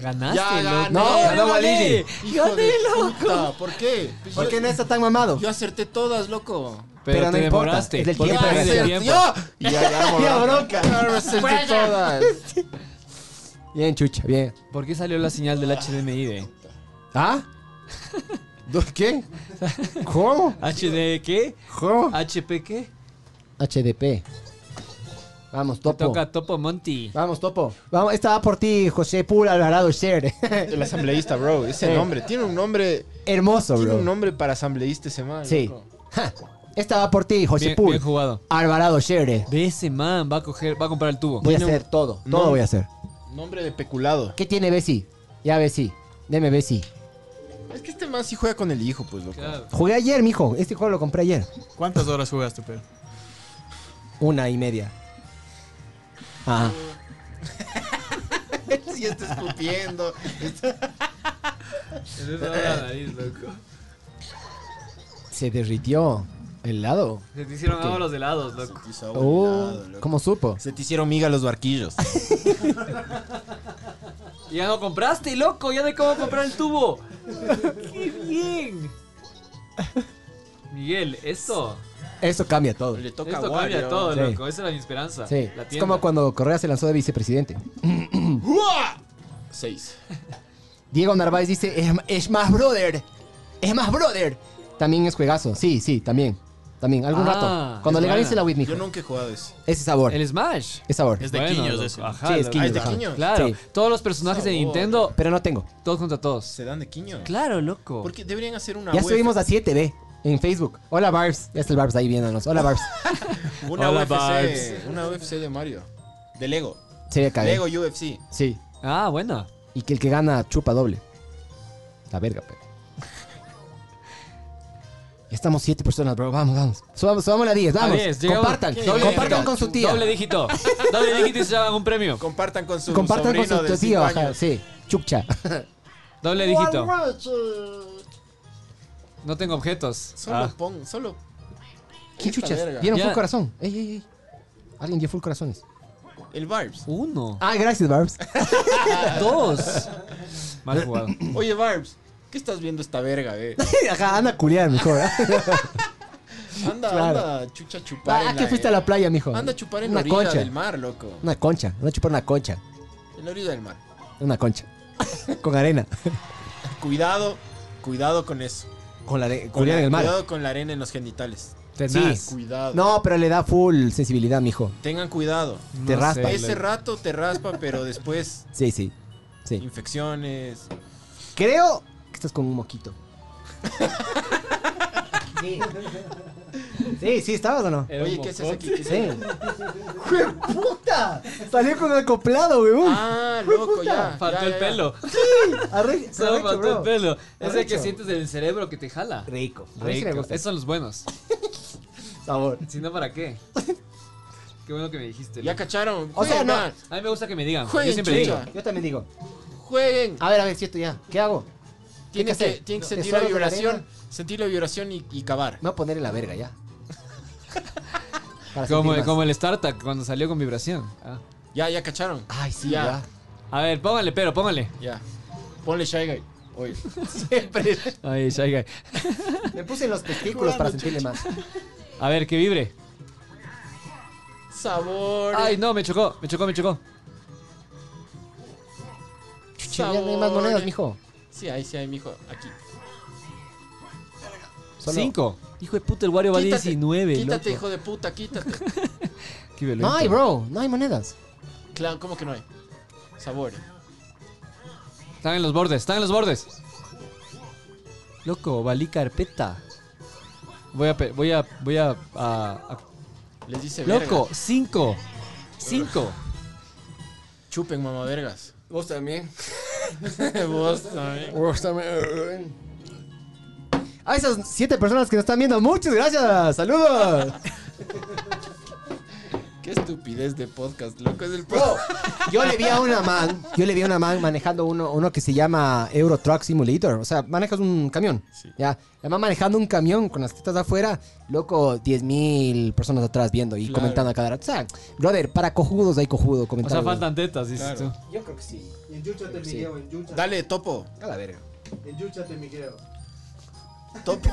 Ganaste,
Ya gané.
loco.
No,
ganó
vale.
Hijo de puta, ¿por qué?
¿Por qué no está tan mamado?
Yo acerté todas, loco.
Pero,
Pero no
te
importa,
demoraste.
es del
Porque
tiempo,
es del
es del
tiempo.
¡Ya! Y ya, ya,
Ya,
bro.
bronca.
Ya me acerté todas.
Bien, chucha, bien.
¿Por qué salió la señal del HDMI de?
¿Ah? ¿Do- ¿Qué? ¿Cómo?
¿HD qué?
¿Cómo?
¿HP qué?
HDP. Vamos, topo.
Toca Topo Monty.
Vamos, topo. Vamos, esta va por ti, José Pura Alvarado Sher.
El asambleísta, bro. Ese
Sí.
nombre. Tiene un nombre.
Hermoso,
Tiene
bro.
un nombre para asambleísta ese man.
Sí.
loco.
Ja. Esta va por ti, José
Bien,
Pul.
bien jugado.
Alvarado Shere.
Ve ese man, va a coger, va a comprar el tubo.
Voy a
Tiene un-
hacer todo.
No.
Todo voy a hacer.
Nombre de peculado.
¿Qué tiene Bessi? Ya Bessi. Deme Bessi.
Es que este man sí juega con el hijo, pues, loco.
Claro.
Jugué ayer, mijo. Este juego lo compré ayer.
¿Cuántas horas jugaste, Pedro?
Una y media. Ah, Ajá.
Sí, está escupiendo.
Se derritió el lado.
Se te hicieron agua los helados, loco.
Uh, ¿Cómo supo?
Se te hicieron miga los barquillos.
Y ya no compraste, loco. Ya no hay cómo comprar el tubo. ¡Qué bien! Miguel, esto.
Eso cambia todo.
Le toca
Esto
guay,
cambia
yo.
todo,
Sí.
loco. Esa era mi esperanza.
Sí.
La
Es
tienda.
como cuando Correa se lanzó de vicepresidente.
Seis.
Diego Narváez dice, es, es más brother. Es más brother. También es juegazo. Sí, sí, también. También, algún
Ah,
rato. Cuando
es
legalice
buena.
la Whitney.
Yo nunca he jugado ese.
Ese sabor.
El Smash.
Ese sabor.
Es de
Bueno,
quiños
loco,
ese.
Ajá,
Sí, es
loco.
quiños,
Ah, es de
ajá.
quiños.
Claro,
Sí.
todos los personajes de
Sabor.
Nintendo,
Pero no tengo.
todos contra todos.
Se dan de quiño.
Claro, loco.
Porque deberían hacer una
Ya
UF-
subimos a 7B en Facebook. Hola Barbs. Ya está el Barbs ahí viéndonos. Hola Barbs.
una
Hola,
UFC, una UFC de Mario. De Lego.
Se ve
Lego UFC.
Sí.
Ah, bueno.
Y que el que gana chupa doble. La verga, pero. Estamos siete personas, bro. Vamos, vamos. Subamos, subamos la 10, vamos.
diez, llegamos.
compartan,
Qué
compartan
verga,
con su tía.
Doble dígito. Doble dígito y se llevan un premio.
Compartan con su
Compartan con
sobrino
su
de cinco
tío, ajá,
años.
sí. Chupcha.
Doble dígito. No tengo objetos.
Solo
Ah.
pon, solo.
¿Quién
Esta
chuchas?
verga.
¿Vieron
Ya.
full corazón? Ey, ey, ey. Alguien dio full corazones.
El Barbs.
Uno.
Ah, gracias, Barbs. Ah.
Dos. Mal jugado.
Oye, Barbs, ¿qué estás viendo esta verga, eh?
ajá, anda a culiar mejor.
Anda,
Claro.
anda, chucha a chupar.
ah,
en eh,
que fuiste a la playa, mijo.
Anda a chupar en la
una
orilla
concha.
del mar, loco.
Una concha. Anda a chupar una concha.
En la orilla del mar.
Una concha. con arena.
Cuidado, cuidado con eso.
Con la de
Con
culiar
la-
en el mar.
Cuidado con la arena en los genitales.
Tenaz.
Cuidado.
No, pero le da full sensibilidad, mijo.
Tengan cuidado.
No
Te raspa.
sé,
Ese
loco.
rato te raspa, pero después
Sí, sí. Sí.
infecciones.
Creo que estás con un moquito. sí. Sí, sí, estabas o no?
Era un
Oye, ¿qué haces
mocón.
aquí? ¿Qué haces
Sí.
aquí?
¡Jue puta! Salió con el acoplado, weón.
Ah, loco,
puta!
ya.
Faltó
ya,
el
ya, ya.
pelo.
Arre-
Solo
arrecho,
faltó
bro.
el pelo. Es el que
Arrecho.
sientes en el cerebro que te jala.
Rico. A mí sí me
Rico.
gusta.
Esos son los buenos.
sabor.
Si no, ¿para qué? Qué bueno que me dijiste.
Ya cacharon.
O sea, no.
Juegan,
A mí me gusta que me digan. Yo
Jueguen,
siempre
chucha.
digo.
Yo también digo.
jueguen.
A ver, a ver, siento ya. ¿Qué hago? ¿Qué
Tienen que,
hacer?
tienen que
No,
sentir la
tesoros de la
vibración.
arena.
Sentir la vibración y, y cavar.
Me voy a poner en la verga ya. Para sentir
Como,
más.
como el StarTAC cuando salió con vibración. Ah.
Ya, ya cacharon.
Ay, sí,
Ya.
ya.
A ver, póngale, pero póngale.
Ya. Ponle Shy Guy. Oye.
Siempre.
Ay, Shy Guy.
Me puse en los testículos para sentirle más.
A ver, que vibre.
Sabor.
Ay, no, me chocó, me chocó, me chocó.
Chucha, ya no hay más monedas, mijo.
Sí, ahí sí hay, mijo. Aquí.
Solo-
Cinco. Hijo de puta, el Wario va 19.
Quítate,
loco.
hijo de puta, quítate.
Qué violento.
No hay, bro. No hay monedas.
claro, ¿cómo que no hay? Sabor.
Están en los bordes, están en los bordes. Loco, valí carpeta. Voy a, pe- voy a, voy a, a- a-
Les dice
Loco,
verga.
cinco. Cinco.
Chupen, mamá vergas.
Vos también.
Vos también.
Vos también.
A esas siete personas que nos están viendo, muchas gracias. Saludos.
Qué estupidez de podcast, loco. Es el
Bro,
podcast.
yo le vi a una man, yo le vi a una man manejando uno, uno que se llama Euro Truck Simulator. O sea, manejas un camión. Ya, la man manejando un camión con las tetas afuera, loco, 10 mil personas atrás viendo y
Claro.
comentando a cada rato. O sea, brother, para cojudos hay cojudo
O sea,
comentando.
faltan tetas, dices
Claro.
tú.
Yo creo que sí.
Enchúchate, Miguel, enchúchate.
Dale, topo.
A la verga.
Enchúchate, Miguel.
Topo.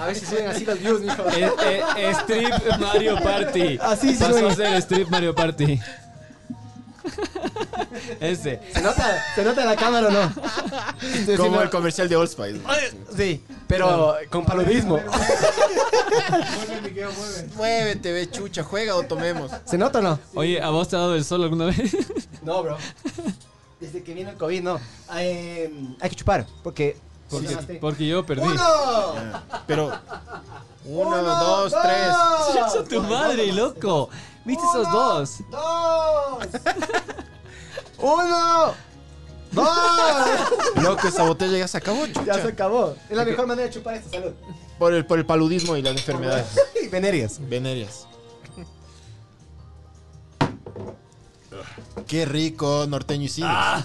A veces suben así los views, mijo.
Eh, eh, strip Mario Party.
Así
Pasó
suena.
a ser Strip Mario Party. Ese.
¿Se nota, se nota la cámara o no?
Como el comercial de Old Spice.
Sí, pero con paludismo.
Mueve, Miguel, mueve.
Muévete, ve chucha, juega o tomemos.
¿Se nota o no?
Oye, ¿a vos te ha dado el sol alguna vez?
No, bro. Desde que vino el COVID, no. Eh, hay que chupar, porque...
Porque,
Sí, sí.
porque yo perdí.
¡Uno!
Pero. Uno, dos, tres.
¡Chacha tu madre, loco! ¿Viste esos dos?
¡Dos! ¡Uno! ¡Dos!
Loco, esa botella ya se acabó,
Ya se
chucha.
acabó. Es la mejor manera de chupar esta salud.
Por el, por el paludismo y las enfermedades
Venerias.
venéreas. Qué rico, norteño y cine.
¡Ah,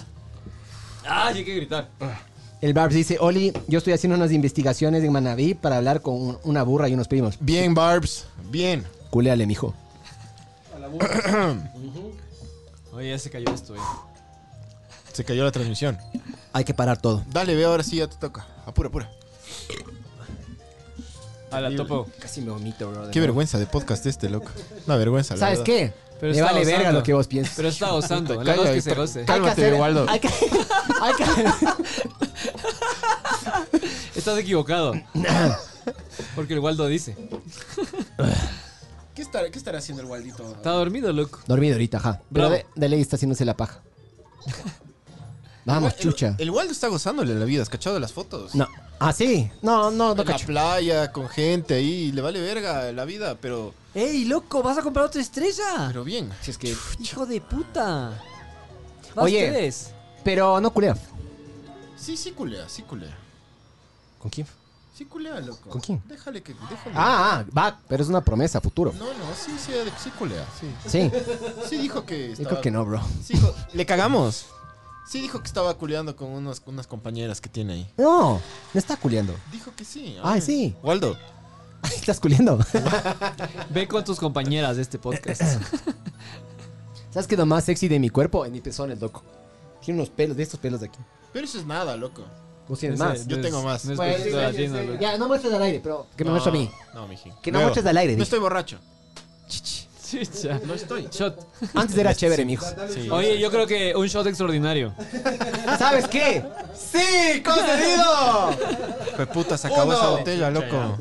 hay que gritar!
El Barbs dice, Oli, yo estoy haciendo unas investigaciones en Manabí para hablar con un- una burra y unos primos.
Bien, Barbs. Bien.
Culeale, mijo.
A la burra.
Oye, ya se cayó esto, eh.
Se cayó la transmisión.
Hay que parar todo.
Dale, ve ahora sí, ya te toca. Apura, apura.
A la topo.
Casi me vomito, bro.
Qué vergüenza de podcast este, loco. Una vergüenza, la
¿Sabes
verdad.
qué?
Pero
Me
está
vale verga
gozando.
lo que vos piensas.
Pero está gozando. La
Calla,
cosa es que
ahí,
se
pero-
goce.
Ay, Cálmate, Waldo.
Hay que, hay que-
Estás equivocado. Porque el Waldo dice.
¿Qué estará, qué estará haciendo el Waldito?
Está dormido, loco.
Dormido ahorita, ajá. Pero
Bravo.
de, de ley está haciéndose la paja. Vamos, chucha.
El Waldo está gozándole la vida, has cachado las fotos.
No. Ah, sí. No, no, no
en la
cacho.
playa, con gente ahí, le vale verga la vida, pero,
¡Ey, loco! ¿Vas a comprar otra estrella?
pero bien.
Si es que.
¡Hijo de puta!
Vas Oye. Pero no culea.
Sí, sí culea, sí culea.
¿Con quién?
Sí culea, loco.
¿Con quién?
Déjale que... Déjale.
Ah, ah, va. Pero es una promesa, futuro.
No, no, sí, sí, sí culea, sí.
Sí.
Sí dijo que
Yo
estaba...
creo que no, bro.
Sí, dijo- le cagamos. Sí dijo que estaba culeando con unos- unas compañeras que tiene ahí.
No, no está culeando.
Dijo que sí.
Ay,
ay.
sí.
Waldo.
Estás culeando.
Ve con tus compañeras de este podcast.
¿Sabes qué es lo más sexy de mi cuerpo? En mi pezón, el loco. Tiene unos pelos, de estos pelos de aquí.
Pero eso es nada, loco.
¿Vos tienes
No es-
más?
yo
no es-
tengo más.
no es
Pues,
pechito
sí,
de
sí,
gallina,
sí.
loco.
Ya, no muestres al aire, pero que me
No,
muestres a mí.
No, mijín.
Que no
Luego,
muestres al aire,
No
dije.
estoy borracho.
Chicha.
No estoy.
Shot.
Antes era chévere, mijo.
Sí.
Oye, yo creo que un shot extraordinario.
¿Sabes qué? ¡Sí! ¡Concedido!
Pues puta, se acabó esa botella, loco.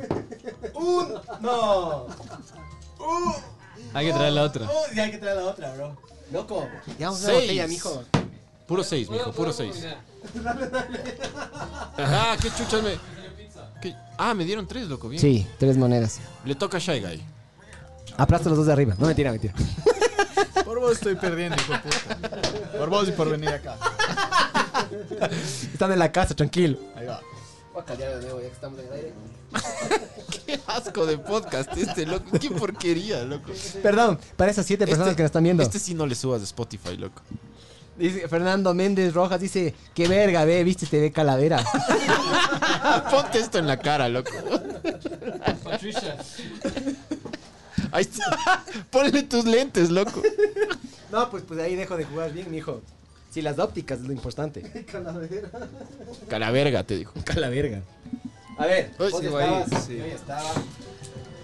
No.
Hay que traer la otra.
ya hay que traer la otra, bro.
Loco, ya vamos a
Seis.
botella, mijo.
Puro seis, mijo, puro seis. Ah, qué chuchas me. qué- Ah, me dieron tres, loco, bien.
Sí, tres monedas.
Le toca a Shy Guy.
Aplasta los dos de arriba. No, mentira, mentira.
Por vos estoy perdiendo, hijo de puta. Por vos y por venir acá.
Están en la casa, tranquilo.
Ahí va.
Voy a callar de nuevo, ya que estamos en el aire.
Qué asco de podcast este, loco. Qué porquería, loco.
Perdón, para esas siete personas que nos están viendo.
Este sí no le subas de Spotify, loco.
Dice, Fernando Méndez Rojas dice, qué verga, ve, viste, te ve calavera.
Ah, Ponte esto en la cara, loco. Ahí está. Ponle tus lentes, loco.
no, pues, pues ahí dejo de jugar bien, mijo. Si las ópticas es lo importante.
Calaverga, te dijo.
Calaverga. A ver,
Uy,
vos
sí,
ya
güey,
estabas,
sí.
yo ya estaba.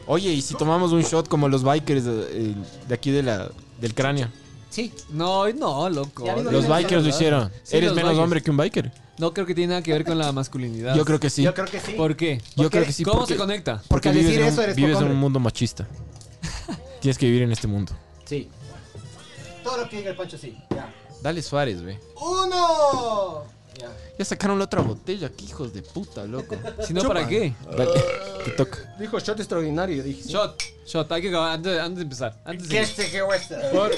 Oye, ¿y si tomamos un shot como los bikers eh, de aquí de la, del cráneo?
Sí,
No, no, loco.
Ya vino
Los
no,
bikers lo hicieron.
Sí,
¿Eres
los
menos
bikers.
hombre que un biker?
No creo que tiene nada que ver con la masculinidad.
Yo creo que sí.
yo creo que sí.
¿Por qué?
Yo
Porque-
creo que sí.
¿Cómo
porque-
se conecta?
Porque al
vives
decir
en un-
eso eres
Vives
poco
en un
hombre.
mundo machista. Tienes que vivir en este mundo.
Sí. Todo lo que diga el Pancho, sí. Ya.
Dale Suárez, ve.
¡Uno! Ya.
Ya sacaron la otra botella, qué hijos de puta, loco.
Si no, ¿para qué?
Dale, te toca.
Dijo shot extraordinario, yo dije.
Shot, shot. Hay que acabar antes, antes de empezar. Antes de...
¿Qué este, qué hueste?
Por,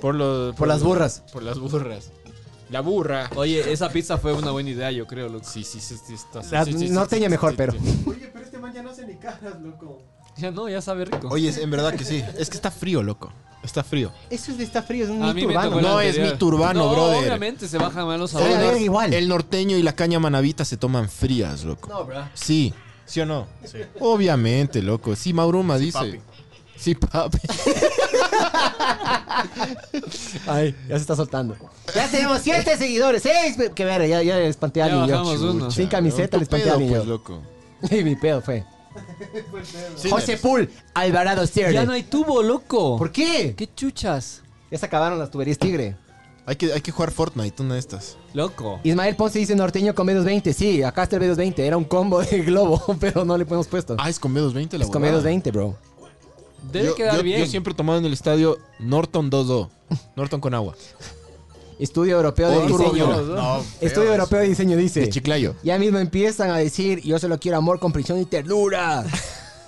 por, lo- por
Por las
lo-
burras.
Por las burras. La burra.
Oye, esa pizza fue una buena idea, yo creo, loco.
Sí, sí, sí, sí, está-
La
sí, sí, sí,
norteña
sí,
mejor,
sí,
pero.
sí.
Oye, pero este man ya no hace ni caras, loco.
Ya no, ya sabe rico.
Oye, es- en verdad que sí. Es que está frío, loco. Está frío.
Eso es de está frío, es un
A mí
mito
me tocó
urbano.
el
No, es
anterior.
mito urbano,
no,
brother.
Obviamente se bajan mal los
Sabe
El
a
nor-
verga
sabores.
igual.
El norteño y la caña manavita se toman frías, loco.
No, bro.
Sí. ¿Sí o no?
Sí.
Obviamente, loco. Sí, Mauruma dice.
papi.
Sí, papi.
Ay, ya se está soltando. Ya tenemos siete seguidores, seis. pe- Que ver, ya, ya le espanté a
Ya
alguien
bajamos
yo.
uno.
Sin camiseta le
les
espanté a alguien
pues,
yo.
loco.
Y mi pedo fue.
Sí,
José Pool, Alvarado Sterling.
Ya no hay tubo, loco.
¿Por qué?
¿Qué chuchas?
Ya se acabaron las tuberías tigre.
Hay que, hay que jugar Fortnite, una de estas.
Loco.
Ismael Ponce dice norteño con B220. Sí, acá está el B220. Era un combo de globo, pero no le ponemos puesto.
Ah, es con B220 la
es con
huevada.
B220, bro.
Debe
yo,
quedar
yo-
bien.
Yo siempre tomaba en el estadio Norton 2-2. Norton con agua.
Estudio Europeo de
O Turbo
Diseño.
Viola.
No,
Estudio Europeo de Diseño dice.
De Chiclayo.
Ya mismo empiezan a decir, yo solo quiero amor, comprensión y ternura.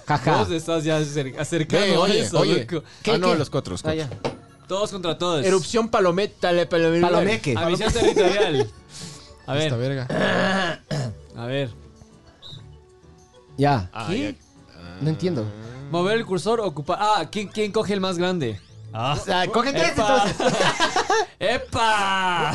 Jaja.
Vos estás ya acer- acercando
Ve,
a
oye,
eso,
oye.
loco.
ah, no, los cuatro. Los
Ah,
cuatro.
ya.
Todos contra todos.
Erupción palometa, le palometa.
Palomeque.
Ambición territorial. A
Esta
ver,
verga.
a ver.
Ya.
Ah,
¿Qué?
ya.
No entiendo.
Mover el cursor, ocupar. Ah, ¿quién, quién coge el más grande? Ah.
sea, cogen tres
¡Epa!
entonces.
¡Epa!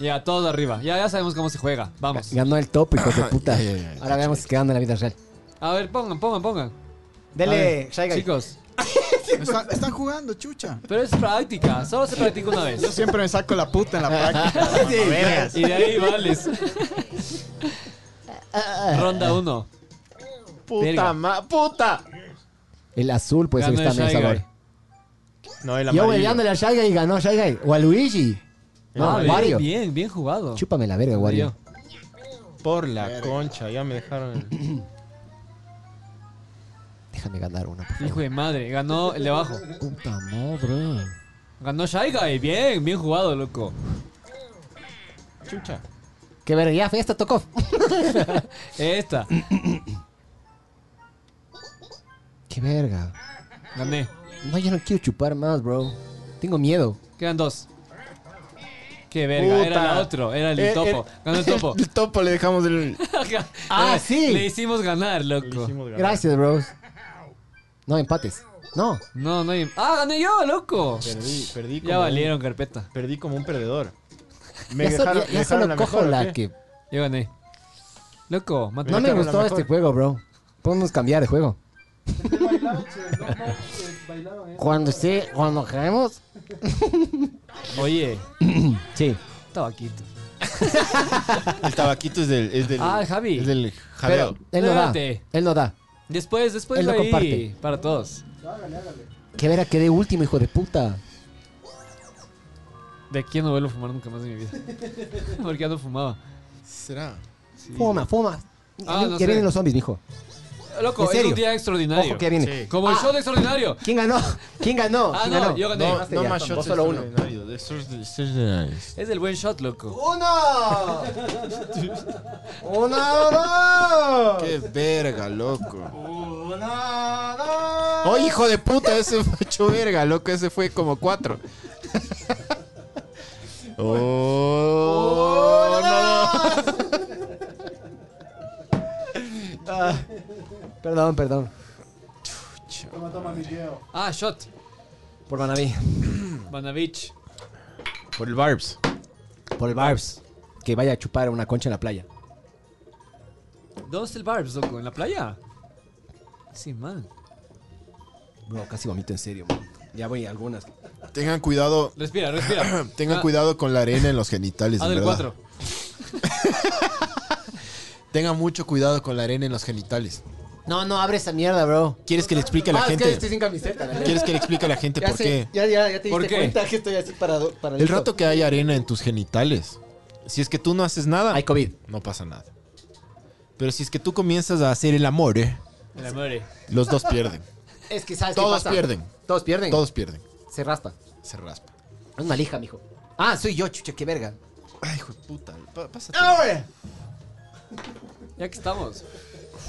Ya, todos arriba. Ya, ya sabemos cómo se juega. Vamos.
Ganó el top, hijos de puta.
Ya, ya, ya.
Ahora veamos si quedan en la vida real.
A ver, pongan, pongan, pongan. A
Dele,
ver, Chicos,
Está- están jugando, chucha.
Pero es práctica, solo se practica una
Yo
vez.
siempre me saco la puta en la práctica. vergas.
Y de ahí vales. Ronda 1. Verga.
Puta, ma, puta.
El azul, pues,
Ganó
está
el
bien
Shy
sabor.
Guy.
No, el
Yo
amarillo.
hueveándole a Shy Guy y ganó Shy Guy. O a Luigi. No,
Ah,
a
bien,
Wario.
Bien, bien jugado.
Chúpame la verga, Wario.
Por la concha, ya me dejaron. el-
Déjame ganar una, por
Hijo
favor.
de madre, ganó el de abajo.
Puta madre.
Ganó Shy Guy, bien, bien jugado, loco.
Chucha.
Qué verga, ya, fiesta tocó.
Esta,
Qué verga.
gané.
No, yo no quiero chupar más, bro. Tengo miedo.
Quedan dos. Qué verga, era
Puta.
el otro, era el
Eh,
topo. Ganó el topo.
El topo le dejamos el.
Ah, sí.
Le hicimos ganar,
Le
loco.
hicimos ganar.
Gracias, bros. No empates. No.
No, no hay. ¡Ah, gané yo, loco!
Perdí, perdí como
Ya
un-
valieron carpeta.
Perdí como un perdedor.
Ya, so- ya-
dejaron-
ya
dejaron
solo
la
cojo
mejor, ¿o
la
qué?
que.
Yo gané. Loco, mata.
No me
dejaron la
gustó
mejor.
este juego, bro. Podemos cambiar de juego.
Porque bailaban, che, los mobs, eh, bailaban, eh.
Cuando esté, cuando queremos.
Oye,
Sí.
tabaquito.
El tabaquito es del. Es del
Ah, el Javi.
Es del
Pero
jaleo.
él no da.
Espérate.
Él no da.
Después, después
Él lo
lo ahí
comparte.
para todos.
Que verga, quedé último, hijo de puta.
De aquí ya no vuelvo a fumar nunca más en mi vida. Porque ya no fumaba.
¿Será?
Sí.
Fuma, fuma.
Ah,
Ya-
no
ya
sé.
vienen los zombies, mijo.
Loco,
¿En
es
serio?
un día extraordinario.
Ojo que viene.
Como el
Ah.
show de extraordinario.
¿Quién ganó? ¿Quién ganó?
Ah,
¿Quién
no, este
ganó? este
yo gané.
No, no
ya,
más
vos
shots.
solo uno.
extraordinarios, de esos de- extraordinarios.
Es el buen shot, loco.
¡Uno! ¡Uno, dos!
Qué verga, loco.
¡Uno, dos!
Oh, hijo de puta, ese fue hecho verga, loco. Ese fue como cuatro. oh, no.
Perdón, perdón.
Toma, toma, mi tío.
Ah, shot.
Por Manaví.
Banavich.
Por el Barbs.
Por el Barbs. Que vaya a chupar una concha en la playa.
¿Dónde está el Barbs, loco? ¿En la playa? Sí, man.
Bro, casi vomito en serio, man. Ya voy a algunas.
Tengan cuidado.
Respira, respira.
Tengan
Ah,
cuidado con la arena en los genitales,
Ah,
en
del
verdad.
4.
Tengan mucho cuidado con la arena en los genitales.
No, no, abre esa mierda, bro.
¿Quieres que le explique a la
Ah, es que estoy
gente?
sin camiseta. la
¿Quieres que le explique a la gente
Ya,
por
sé,
qué?
ya, ya, ya te
¿Por
diste
qué?
cuenta que estoy así parado. para
El rato que hay arena en tus genitales, si es que tú no haces nada,
Hay COVID.
no pasa nada. Pero si es que tú comienzas a hacer el amor, eh,
La muere.
los dos pierden.
Es que sabes
Todos
qué pasa?
pierden.
Todos pierden.
Todos pierden.
Se raspa.
Se raspa.
Es una lija, mijo. Ah, soy yo, chucha, qué verga.
Ay, hijo de puta. pa- pásate.
Ah.
Ya que estamos.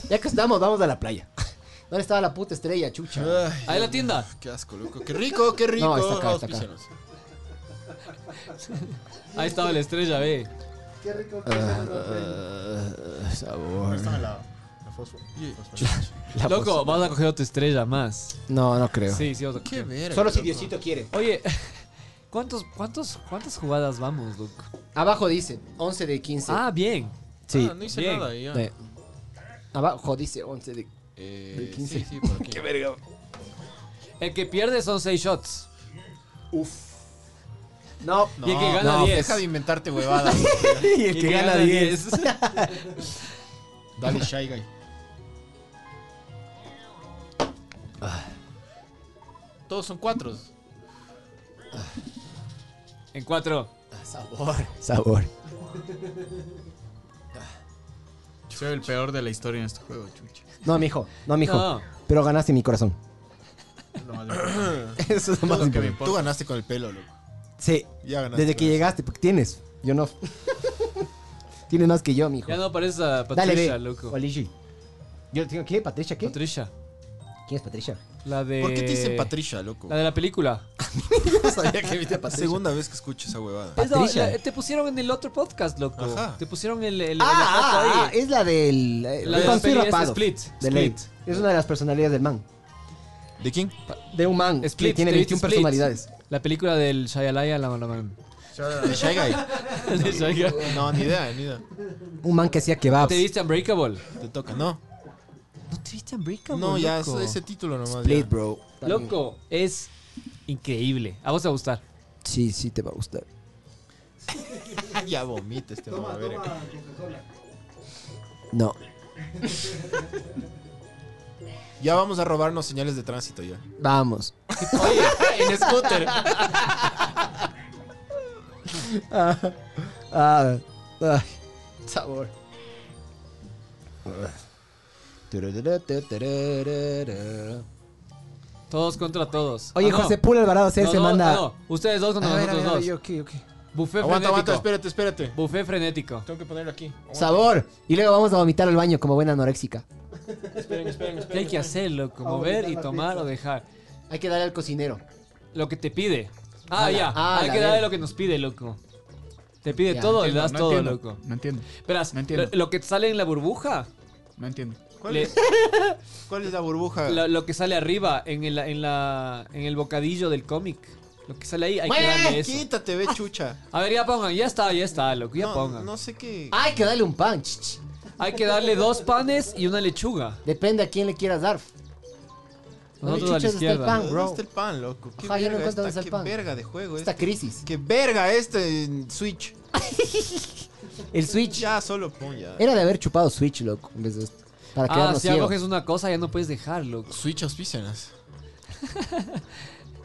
Ya que estamos, vamos a la playa. ¿Dónde estaba la puta estrella, chucha?
Ay,
Ahí la tienda.
qué asco, loco. Qué rico, qué rico.
No, está acá,
Ah,
está acá.
auspícianos.
Ahí estaba la estrella, ve.
Qué rico que es el hotel.
sabor.
Loco, vas a coger otra estrella más.
No, no creo.
Sí, sí, vas a coger.
Solo si Diosito quiere.
Oye, ¿cuántos, cuántos, ¿cuántas jugadas vamos, loco?
Abajo dice 11 de 15.
Ah, bien.
sí.
Ah, no hice
Bien.
nada. Ya.
Eh, Abajo dice 11 de
Eh,
quince.
sí, sí, por aquí.
El que pierde son 6 shots.
No.
y el que gana
no,
10.
deja de inventarte huevadas.
y el que gana 10.
Dale, Shy Guy. Todos son cuatro.
en 4.
Sabor. Sabor.
Soy el peor de la historia en este juego, chucha.
No, mijo. No, mijo.
No.
Pero ganaste mi corazón.
Lo más importante.
Eso es lo más
Todo lo que me
importante.
Tú
importa.
ganaste con el pelo, loco.
Sí.
Ya ganaste.
Desde que llegaste, porque tienes. Yo no. tienes más que yo, mijo.
Ya no apareces a Patricia,
Dale, ve.
loco.
O Ligi. Yo tengo ¿qué? ¿Patricia qué?
Patricia.
¿Quién es Patricia?
La de.
¿Por qué te dicen Patricia, loco?
La de la película.
No sabía que viste a
La segunda vez que escucho esa huevada.
Es la-
Patricia.
la- te pusieron en el otro podcast, loco.
Ajá.
Te pusieron el. el-
Ah,
la
ah,
foto
ah,
ahí.
es la del.
La de la peli es Split.
De ley.
Split.
Es una de las personalidades del man.
¿De quién?
De un man.
Split,
que ah. tiene
¿te viste
21
Split?
personalidades.
La película del Shayalaya la Malaman.
Ah. ¿De Shy Guy?
De Shaya.
No, ni idea, ni idea.
Un man que hacía kebabs.
¿Te viste Unbreakable?
Te toca, ¿no?
No te viste Unbreakable.
No, ya,
loco.
ese, ese título nomás.
Split,
ya.
bro. También.
Loco, es increíble. A vos te va a gustar.
Sí, sí, te va a gustar.
Ya vomita este
Toma,
mamavere.
toma Coca-Cola.
No.
Ya vamos a robarnos señales de tránsito ya.
Vamos.
en scooter.
Ah, ah.
Sabor.
Todos contra todos.
Oye,
Ah, no.
José Pula Alvarado César
No,
se
no,
manda.
ah, no. Ustedes dos contra
A ver, a
nosotros
ver,
dos.
yo, ok, ok.
Buffet
Aguanta,
frenético.
aguanta, espérate, espérate.
Buffet frenético.
Tengo que ponerlo aquí.
Sabor. Y luego vamos a vomitar al baño como buena anoréxica.
Esperen, esperen, esperen.
¿Qué hay que hacerlo?
Ah,
Como
Ahorita
ver y
la
tomar
pizza.
o dejar.
Hay que darle al cocinero.
Lo que te pide. Ah,
Ah, la-
ya.
ah,
hay
la
que darle
verga.
lo que nos pide, loco. Te pide
Ya,
todo y le
Entiendo,
das
no
todo,
entiendo,
loco.
No entiendo,
Verás,
No entiendo.
lo, lo que sale en la burbuja,
no entiendo.
¿Cuál,
le-
es, cuál es la burbuja?
lo, lo que sale arriba en el, en la, en el bocadillo del cómic. Lo que sale ahí, hay que darle eso.
Quítate, ve chucha.
A ver, ya pongan, ya está, ya está, loco, ya
No,
pongan.
no sé qué.
Ah, Hay que darle un pan. ch, ch.
Hay que darle dos panes y una lechuga.
Depende a quién le quieras dar. ¿Dónde
Nosotros a la
chuchas está el
izquierda.
pan,
¿Dónde
bro?
está el pan, loco? ¿Qué,
Ajá, yo no
verga,
encuentro
esta-
dónde está el
qué
pan.
verga de juego
Esta
este.
crisis.
Qué verga este en Switch.
El Switch.
Ya, solo pon ya.
Era de haber chupado Switch, loco, en vez de esto. Para
Ah,
quedarnos
si
ciegos.
coges una cosa ya no puedes dejar, loco.
Switch auspicianas.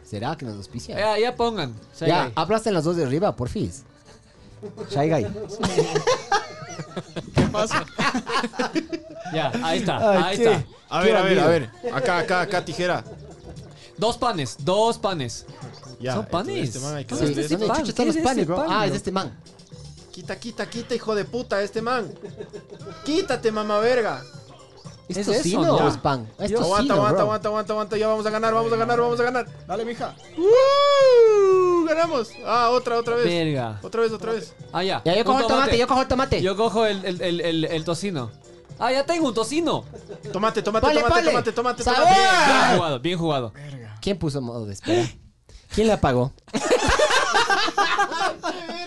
¿Será que nos auspicia?
Ya, ya pongan. Shy
ya,
Guy.
aplasten las dos de arriba, porfis. Shy Guy.
Ya, ahí está, ahí está.
A
Qué
ver, a ver,
bandido.
a ver. Acá, acá, acá, tijera.
Dos panes, dos panes.
Ya,
Son
entonces,
panes.
Este man hay que
Entonces,
darle
este
esto.
¿Dónde
pan?
chucha están
¿Qué
los
es
panes,
ese
bro?
pan,
ah, es
bro?
de este man.
Quita, quita, quita, hijo de puta, este man. Quítate, mamá verga.
¿Es,
¿Es eso,
tocino
no?
o es pan? Es tocino,
Aguanta, aguanta,
bro.
aguanta, aguanta, aguanta. Ya vamos a ganar, vamos a ganar, vamos a ganar.
Dale, mija.
¡Uh! Ganamos. Ah, otra, otra vez.
Verga.
Otra vez, otra vez.
Ah, ya.
Ya, yo
Un
cojo el tomate, yo cojo el tomate.
Yo cojo el, el, el, el, el tocino. Ah, ya tengo un tocino.
Tomate, tomate, tomate,
Ponle, ponle.
tomate, tomate,
Sabor.
tomate.
Bien jugado, bien jugado.
¿Quién puso modo de espera? ¿Quién la apagó?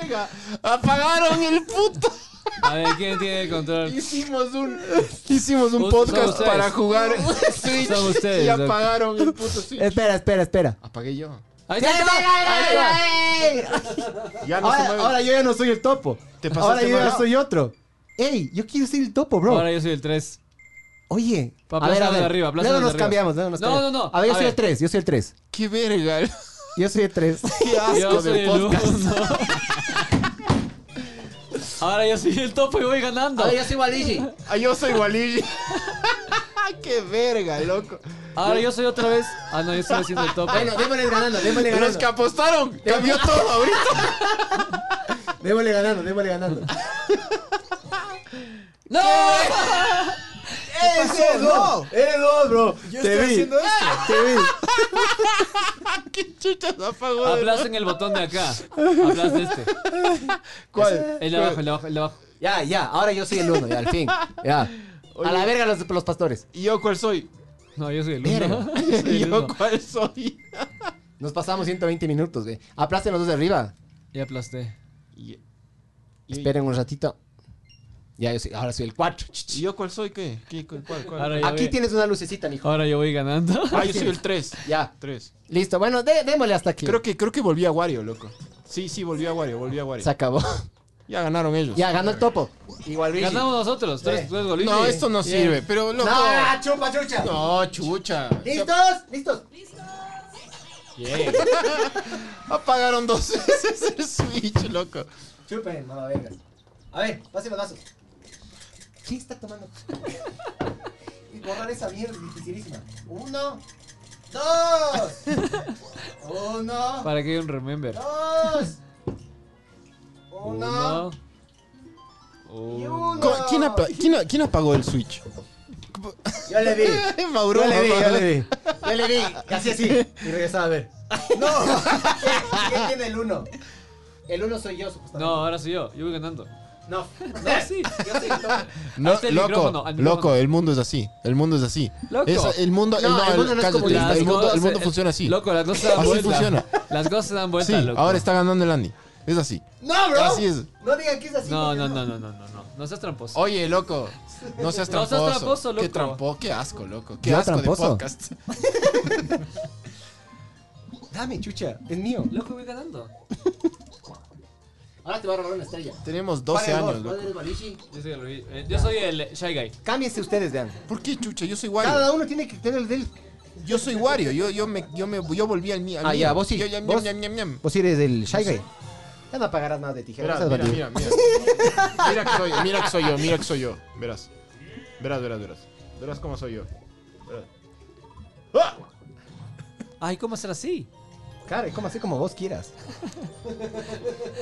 Verga. Apagaron el puto.
A ver, ¿quién tiene el control?
Hicimos un hicimos un
Ustedes,
podcast
ustedes.
para jugar Switch
Son ustedes,
y
loco.
apagaron el puto Switch.
espera, espera, espera.
Apagué yo.
Ahí está, ahí está, ahí está.
Ya no se
Ahora,
mueve.
ahora yo ya no soy el topo.
Te pasaste
Ahora yo ya
mal.
soy otro. Ey, yo quiero ser el topo, bro.
Ahora yo soy el 3.
Oye,
Pa-
a ver, a
aplázalo de
ver.
arriba,
luego
aplázalo de
nos
arriba.
cambiamos, luego nos
No,
cambiamos.
no, no,
A ver, yo
a
soy el
ver.
3, yo soy el 3.
Qué verga.
Yo soy el 3.
Qué asco
Yo soy
de
el
podcast.
uno. Ahora yo soy el topo y voy ganando.
yo soy Waligi.
Ah, yo soy Waligi. Qué verga, loco.
Ahora yo soy otra vez. Ah, no, yo estoy haciendo el topo.
démosle ganando, démosle
Los que apostaron cambió todo ahorita.
Démosle ganando, démosle ganando.
¡No!
¡Ese no!
¡Eres dos, bro!
Yo estoy haciendo esto.
Qué chuchas apagó. de nuevo?
Aplacen el botón de acá. Aplacen este.
¿Cuál?
El de abajo, el de abajo, el de abajo.
Ya, ya, ahora yo soy el uno, ya, al fin. Ya.
Oye.
A la verga los, los pastores.
¿Y yo cuál soy?
No, yo soy el
Verga.
uno. Yo soy
¿Y
el
yo
uno.
cuál soy?
Nos pasamos 120 minutos, güey. Aplasten los dos de arriba.
Y aplasté.
¿Y
Esperen un ratito. Ya, yo soy, ahora soy el 4.
y yo cuál soy? ¿Qué? ¿Qué? ¿Cuál? ¿Cuál? cuál?
Ahora yo,
Aquí
voy,
tienes una lucecita, mijo.
ahora yo voy ganando.
Ah, yo soy el 3.
Ya,
3.
listo. Bueno, dé- démosle hasta aquí.
Creo que, creo que volví a Wario, loco. Sí, sí, volví a Wario, volví a Wario.
Se acabó.
Ya ganaron ellos.
Ya, ganó el topo. Igual
Ganamos nosotros. Tú eres, tú eres Golini.
Eh, No, esto no sirve, pero loco.
¡No, chupa, chucha!
No, chucha.
¿Listos? ¿Listos?
Apagaron dos veces el Switch, loco.
Chupen, mamá vergas. A ver, pasen los vasos. ¿Quién está tomando? y borrar esa mierda es dificilísima. Uno, dos, uno,
Para que haya un remember.
dos,
Uno.
y uno.
Co- ¿Quién, apa- quién a- quién apagó el Switch?
Yo le vi.
Mauro.
Yo le vi,
mamá.
yo le vi. Yo le vi. Y hacía así. Y regresaba a ver. ¡No! ¿Quién tiene el uno? El uno soy yo,
No,
supuestamente.
ahora soy yo. Yo voy ganando.
No.
No, sí.
Yo soy el topo.
No,
Ahí está el
loco,
micrófono, al micrófono.
loco, el mundo es así. El mundo es así.
Loco.
Es- el mundo,
No, el mundo no es
cállate,
como las
el mundo, el
cosas-
mundo funciona así.
Loco, las cosas se dan
Así
vuelta.
funciona.
Las cosas se dan
sí,
vuelta, loco.
ahora está ganando el Andy. Es así.
No, bro.
Así es.
No digan que es así.
No,
porque
no, no, no, no, no, no. No seas tramposo.
Oye, loco, no seas
No seas
tramposo.
tramposo, loco.
Qué trampo, qué asco, loco. Qué
Yo
asco
tramposo.
de podcast.
Dame, chucha. Es mío.
Loco, voy ganando.
Ahora te va a robar una estrella.
Tenemos 12
Paren vos,
años,
vos
loco.
eres Balichi.
Yo soy el, Luis- eh, yo soy el Shy Guy.
Cámbiense ustedes, vean.
¿Por qué, chucha? Yo soy Wario.
Cada uno tiene que tener el del.
Yo soy Wario. Yo, yo, me, yo, me, yo volví al mío. al
Ah,
mío.
ya, vos sí.
Yo, ya,
Vos-
ñam, ñam, ñam.
Vos eres del Shy Guy. Ya no pagarás nada de
Verás,
tijeras.
mira, mira, mira. Mira que soy yo, mira que soy yo, mira que soy yo. Verás. Verás, verás, verás. Verás cómo soy yo. Verás. ¡Ah!
Ay, ¿cómo será así?
Cara, ¿cómo así como vos quieras?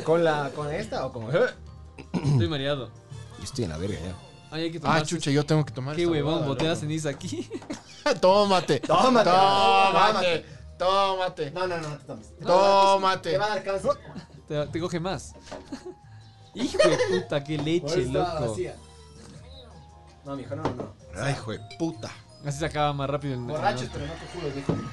¿Con la con esta o con.? Yo
Estoy mareado.
estoy en la verga ya.
Ay, hay que tomar.
Ah, chucha, yo tengo que tomar
Qué
esta
huevón,
huevada,
botea
loco.
ceniza aquí.
Tómate.
Tómate.
Tómate. Tómate.
No, no, no, no te tomes.
Tómate.
Te va a dar cáncer.
Te, te coge más. Hijo de puta, qué leche, loco.
No, mijo, no, no.
Ay, hijo de puta.
Así se acaba más rápido el
Borrachos, pero no te juro, mijo.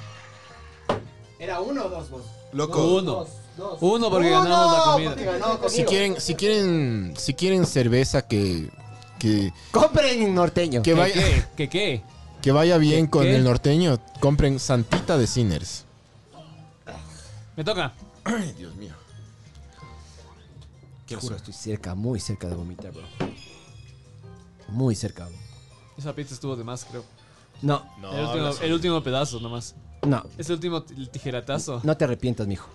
¿Era uno o dos vos?
Loco.
Uno.
dos.
Uno porque ganamos la comida.
porque ganó
Si
conmigo.
quieren, si quieren, si quieren cerveza que que,
Compren norteño.
que vaya
¿Qué, qué? ¿Qué, qué?
que vaya bien
¿Qué,
con
qué?
el norteño, compren Santita de Sinners.
Me toca.
Ay, Dios mío.
Te juro, estoy cerca, muy cerca de vomitar, bro. Muy cerca, bro.
Esa pizza estuvo de más, creo.
No,
No,
el, último,
habla así.
el último pedazo nomás.
no.
Ese último t- el tijeratazo.
No te arrepientas, mijo.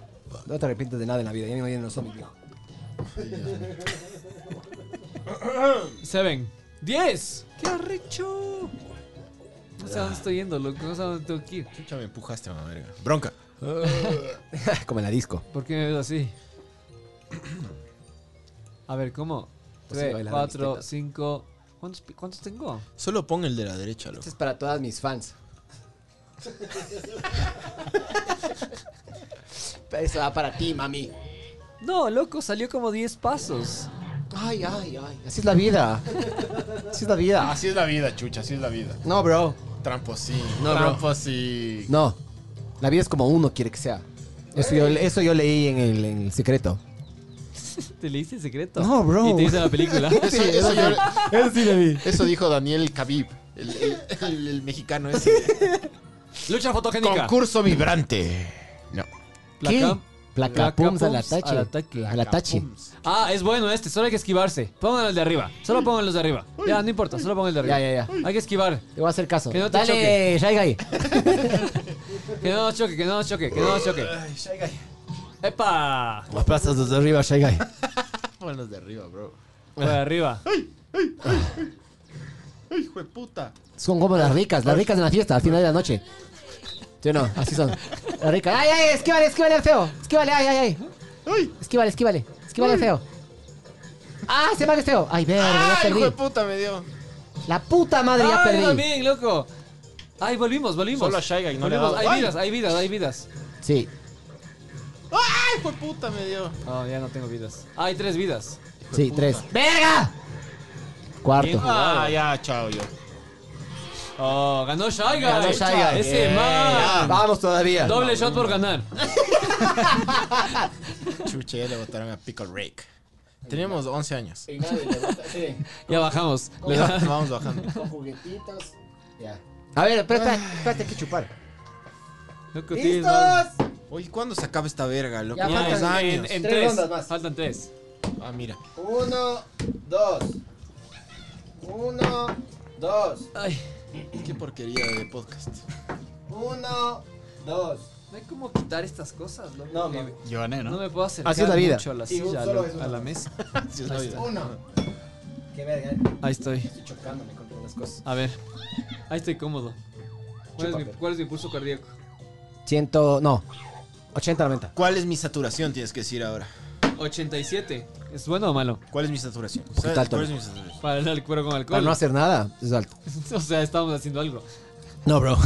No te arrepientas de nada en la vida. Ya me vienen los zombies, mijo.
Seven. ¡Diez! ¡Qué arrecho! No sé a dónde estoy yendo, loco. No sé a dónde tengo que ir.
Chucha, me empujaste a la verga. Bronca.
Como en la disco.
¿Por qué me veo así? A ver, ¿cómo?
Pues sí,
Tres,
bailar mis
cuatro,
tetas.
cinco... ¿Cuántos, pi- ¿Cuántos tengo?
Solo pon el de la derecha, loco.
Este es para todas mis fans. Eso va para ti, mami.
No, loco, salió como 10 pasos.
Ay, ay, ay. Así es la vida. Así es la vida.
Así es la vida, chucha, así es la vida.
No, bro.
Trampo sí,
No, bro.
trampo sí.
No. La vida es como uno quiere que sea. Eso yo, eso yo leí en el, en el secreto.
Te leíste el secreto.
No, bro.
Y te hice la película.
Eso, eso yo-
Eso sí le vi.
eso dijo Daniel Khabib, el, el- el- el mexicano ese.
Lucha fotogénica.
Concurso vibrante. No.
Placa-
Placapums al
Placapums
ataque.
al ataque.
Al ataque.
Ah, es bueno este, solo hay que esquivarse. Pongan el de arriba. Solo pongan los de arriba. Ya, no importa, solo pongan el de arriba.
Ya, ya,
Hay que esquivar.
Te voy a hacer caso.
Que no te
Dale,
choque.
Shaigai.
Que no nos choque, que no nos choque, que no nos choque. ¡Epa!
Aplastas desde arriba, Shaigai.
Pon los de arriba, bro.
Por
Ah.
arriba.
Hijo de puta.
Son como las ricas, las ricas en la fiesta, al final de la noche. Yo no, así son. Las ricas. ¡Ay, ay! Esquívale, esquívale al feo. Esquívale, ay, ay, ay. Esquívale, esquívale. Esquívale al feo. ¡Ah! Se va el feo. ¡Ay, verga! Ya
Ay,
perdí.
hijo de puta me dio.
La puta madre, ya
¡Ay,
perdí.
también, loco! ¡Ay, volvimos, volvimos!
Solo a Shy Guy no le ha
Volvimos.
dado.
Hay
¡Ay!
vidas, hay vidas, hay vidas.
Sí.
Ay, hijo de puta me dio.
No, Oh, ya no tengo vidas. Ah, Hay tres vidas.
Sí, tres. ¡Verga!
Bien
Cuarto.
jugado.
Ah, ya, chao yo.
Oh, ganó Shy Guy.
Ganó Shy Guy.
Ese man.
Vamos todavía.
Doble shot por ganar.
Chucha, ya le botaron a Pickle Rick. Teníamos 11 años.
Ya bajamos.
Le da- Vamos bajando.
Con juguetitos. Ya. Ah. A ver, pero espérate, espérate, hay que chupar.
Loco, tienes más.
¡Listos!
Oye, ¿cuándo se acaba esta verga, loco?
Ya
Ya, eh.
Dos
faltan-
años.
en, en
Tres
tres.
rondas más.
Faltan tres.
Ah, mira.
Uno, dos. Uno, dos.
Ay,
Qué porquería de podcast.
Uno, dos.
no hay como quitar estas cosas, loco.
No,
que
mami.
Yo gané,
no
¿no?
me puedo acercar
Así es la vida.
mucho a la
Y un
silla, a
solo
la-
es
a
uno.
la mesa.
Dios mío.
Uno. Qué verga, eh.
Ahí estoy.
estoy chocándome contra las cosas.
A ver. Ahí estoy cómodo. ¿Cuál, es mi,
Chúpame.
cuál es mi pulso cardíaco?
Ciento, no. 80, 90.
¿Cuál es mi saturación? Tienes que decir ahora.
87. ¿Es bueno o malo?
¿Cuál es mi saturación?
poquito
¿Sabes
alto,
¿Cuál es mi saturación?
Para el alcohol con alcohol.
Para no hacer nada, es alto.
o sea, estamos haciendo algo.
No, bro.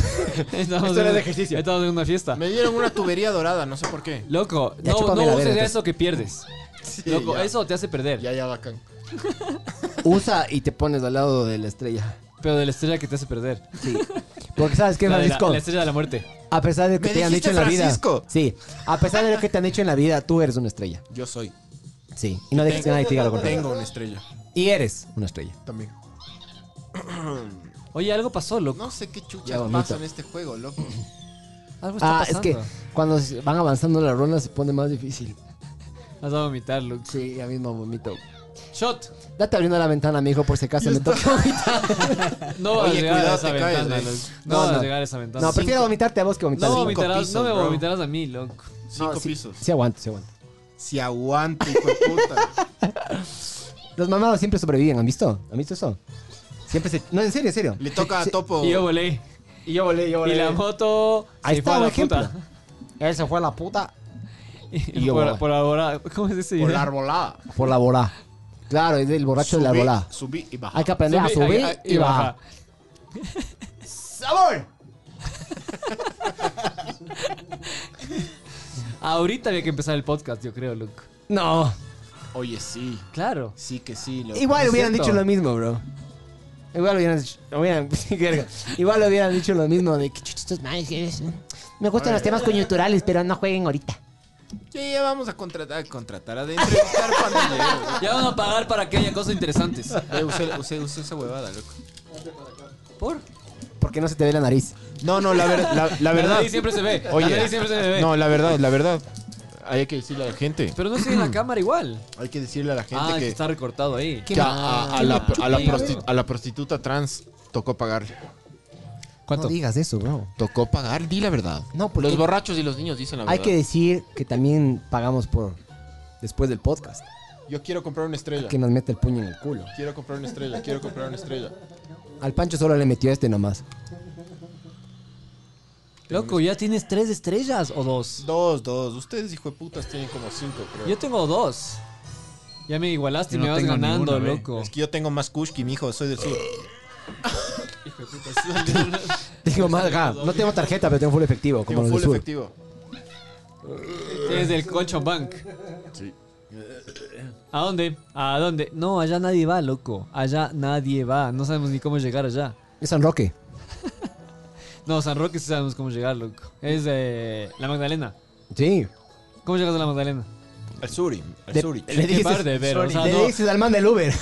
Estamos
Esto era
en-
de ejercicio.
Estamos en una fiesta.
Me dieron una tubería dorada, no sé por qué.
Loco,
Ya,
no,
chúpame la
no uses
verga,
eso que pierdes. Loco, eso te hace perder.
Ya, ya, bacán.
Usa y te pones al lado de la estrella.
Pero de la estrella que te hace perder.
Sí. Porque sabes que
La de la,
Francisco,
la estrella de la muerte.
a pesar de lo que
¿Me
te han
dijiste
dicho en la
Francisco?
vida, sí, a pesar de lo que te han dicho en la vida, tú eres una estrella,
Yo soy.
sí, y no dejes que nadie te diga lo contrario.
Tengo una estrella.
Y eres una estrella.
También.
Oye, algo pasó, loco.
No sé qué
Ya,
chuchas
bonito.
pasa en este juego, loco.
Algo está
Ah, es
pasando.
que cuando se- van avanzando las rondas se pone más difícil.
Vas a vomitar, loco.
Sí, ya mismo vomito.
Shot.
Date abriendo la ventana, mijo, por si acaso me toca vomitar.
No vas a
Oye,
llegar a
cuidado, te
esa
caes,
ventana,
eh.
loco. No,
No,
vas
no.
a llegar a esa ventana.
No, prefiero
Cinco-
vomitarte a vos que vomitar.
No
Sí,
vomitarás,
pisos,
no me
bro.
vomitarás a mí, loco.
Cinco
sí,
pisos.
Sí aguanto, sí aguanto.
Si aguante, hijo de puta.
Los mamados siempre sobreviven, ¿han visto? ¿Han visto eso? Siempre se... No, en serio, en serio.
Le toca a Topo.
Y yo volé.
Y yo volé, yo
Y la moto.
Ahí
se
está
fue a
un
la
ejemplo.
puta.
Él se fue a la puta
Y
Y yo volé.
por, por ahora. ¿Cómo es ese?
Por la
video?
arbolada.
por la volá. Claro, es el borracho de la
Subí,
volá.
Subí y bajé.
Hay que aprender a subir
a-
y bajar.
¡Sabor!
Ahorita había que empezar el podcast, yo creo, loco.
No.
Oye, sí.
Claro.
Sí que sí, loco.
Igual
es
hubieran
cierto.
dicho lo mismo, bro. Igual hubieran dicho, hubieran- sí, verga. igual hubieran dicho lo mismo de que chuchitos madres que eres, ¿no? Me gustan los temas coyunturales, pero no jueguen ahorita.
Sí, ya vamos a contratar, contratar a de entrevistar pandilleros.
Ya van a pagar para que haya cosas interesantes.
Eh, usé, usé- usé esa huevada, loco.
¿Por?
Porque no se te ve la nariz.
No, no, la, ver- la, la verdad.
nariz siempre se ve. La
Oye,
nariz siempre se me ve.
No, la verdad, la verdad. Hay que decirle a la gente.
Pero no estoy en la cámara igual.
Hay que decirle a la gente
Ah, que
que,
está recortado ahí.
que a, a- a la, a, la prosti- a la prostituta trans tocó pagarle.
No digas eso, bro.
Tocó pagar, di la verdad.
No, porque-
Los borrachos y los niños dicen la
Hay
verdad.
que decir que también pagamos por después del podcast.
Yo quiero comprar una estrella.
Que nos mete el puño en el culo.
Quiero comprar una estrella, quiero comprar una estrella.
Al Pancho solo le metió este nomás.
Loco, ya tienes tres estrellas o dos.
Dos, dos. Ustedes, hijo de putas, tienen como cinco, creo.
Yo tengo dos. Ya me igualaste y
Yo
me
no
vas
tengo
ganando,
ninguna, ve.
loco.
Es que yo tengo más kushki, mijo, soy del sur.
Digo, más, ja, no tengo tarjeta, pero tengo full efectivo, como
Tengo
los del
full
sur.
efectivo.
Tienes del Colchon Bank. Sí. ¿A dónde? ¿A dónde? No, allá nadie va, loco. Allá nadie va. No sabemos ni cómo llegar allá.
Es San Roque.
No, San Roque sí sabemos cómo llegar, loco. Es eh, la Magdalena.
Sí.
¿Cómo llegas a la Magdalena?
Al suri, al
De-
suri.
le dices,
par de veros,
sorry,
o sea,
le
no.
dices al man del Uber.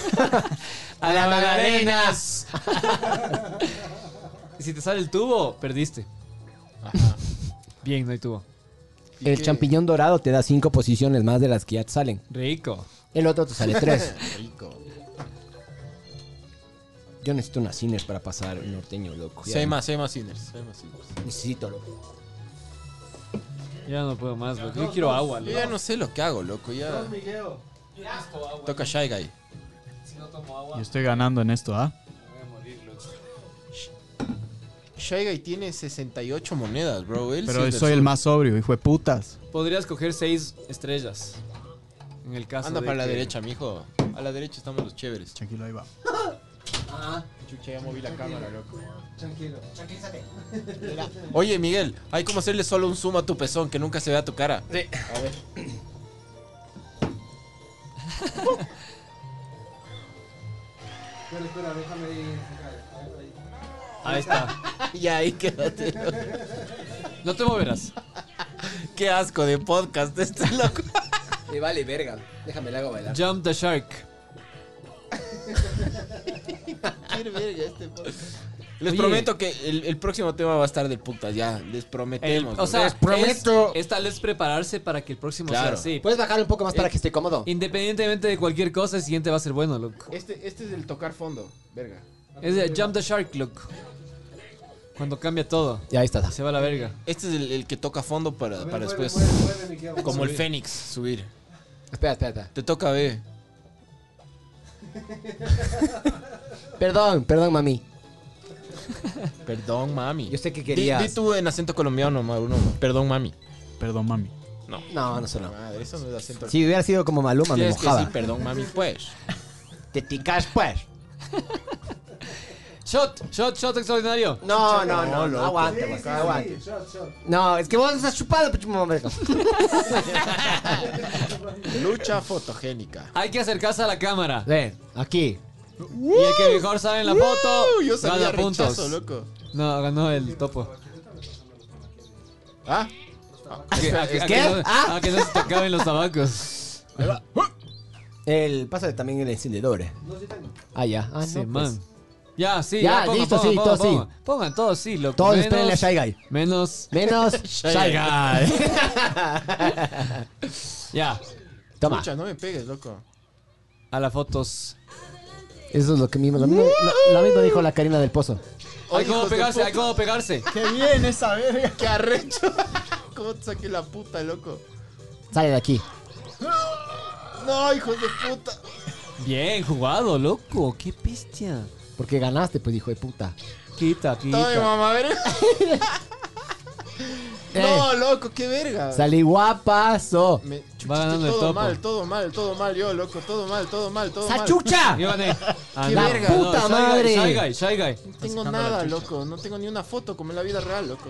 ¡A la Magdalena! Y si te sale el tubo, perdiste. Bien, no hay tubo.
El champiñón dorado te da cinco posiciones más de las que ya te salen.
Rico.
El otro te sale tres. Yo necesito unas cines para pasar el norteño, loco.
Sí, hay más, sí hay más sinners. sí hay más sinners.
Necesito, loco.
Ya no puedo más, loco. Yo quiero agua,
Yo ya
loco.
no sé lo que hago, loco. Ya
Miguel.
toca Shy Guy.
Yo estoy ganando en esto, ¿ah?
Shy Guy tiene 68 monedas, bro. Él sí
Pero
es del
soy el
sur.
más sobrio, hijo de putas.
Podrías coger seis estrellas. En el caso
Anda
de
para la
que-
derecha, mijo. A la derecha estamos los chéveres.
Tranquilo, ahí va.
Chucha, ya moví la cámara, loco.
Tranquilo.
Oye, Miguel, hay como hacerle solo un zoom a tu pezón que nunca se vea tu cara.
Espera, espera, déjame ir. sacar. A ver, ahí.
Ahí está.
Y ahí quédate. loco.
No te moverás.
Qué asco de podcast este, loco.
Me vale verga. Déjame le hago bailar.
Jump the shark.
Les
Oye.
prometo que el, el próximo tema va a estar del putas, ya. Les prometemos.
o
loco.
sea,
Es-
prometo. Es, tal vez prepararse para que el próximo
Claro. Pues-
sea así.
¿Puedes bajar un poco más para que esté cómodo?
Independientemente de cualquier cosa, el siguiente va a ser bueno, loco.
este, este es el tocar fondo, verga.
Es de Jump the Shark, loco. Cuando cambia todo,
Ya, ahí está.
se va a la verga.
Este es el, el que toca fondo para,
A ver,
para
mueve,
después.
mueve, mueve, Miguel.
Como el Fénix, subir.
Espera, espera, espera.
Te toca, ve.
Perdón, perdón, mami.
Perdón, mami.
Yo sé que
Di-
querías.
Di, tú en acento colombiano, Maruno. Perdón, mami.
Perdón, mami.
No, no solo.
Madre, eso no es acento.
Si hubiera sido como Maluma, me
Tienes que decir
mojaba.
perdón, mami, pues.
Te ticas, pues.
Shot, shot, shot extraordinario.
No, no, no, no, aguante,
pues,
Sí, sí,
aguante,
sí,
aguante.
shot, shot.
No, es que vos estás chupado, pichu mambergo.
Lucha fotogénica.
Hay que acercarse a la cámara.
Ven, aquí.
Y el que mejor sale en la foto,
Uh, yo sabía
gana puntos.
rechazo, loco.
No, ganó el topo.
¿Ah?
¿A que, a que no, a que no se te acaben los tabacos.
El, pásale también el encendedor. Ah, ya. Ah,
Sí,
no, pues.
man. Ya, sí,
Ya,
pongan,
listo,
pongan,
sí, todo
pongan,
sí.
pongan. Pongan todo sí, loco.
Todos
menos-
esperen la Shy Guy.
Menos.
Menos Shy Guy.
Ya,
Toma.
Pucha, no me pegues, loco.
a las fotos.
Eso es lo que mismo. Lo mismo, lo- lo mismo dijo la Karina del Pozo.
Hay cómo pegarse, hay cómo pegarse.
¡Qué bien esa verga!
¡Qué arrecho! ¿Cómo te saqué la puta, loco?
Sale de aquí.
No, hijos de puta.
Bien, jugado, loco. Qué bestia.
Porque ganaste, pues, hijo de puta.
Quita,
Tome,
quita.
mamá, verga.
Eh.
No, loco, qué verga.
Eh, Salí guapazo.
Me chuchiste
Va ganando el
todo
topo.
mal, todo mal, todo mal, yo, loco, todo mal, todo mal, todo mal.
¡Sachucha!
Yo gané. Ah,
Qué
no.
verga,
No,
puta
Shy Guy,
madre.
Shy guy, shy guy.
No tengo nada, loco, no tengo ni una foto como en la vida real, loco.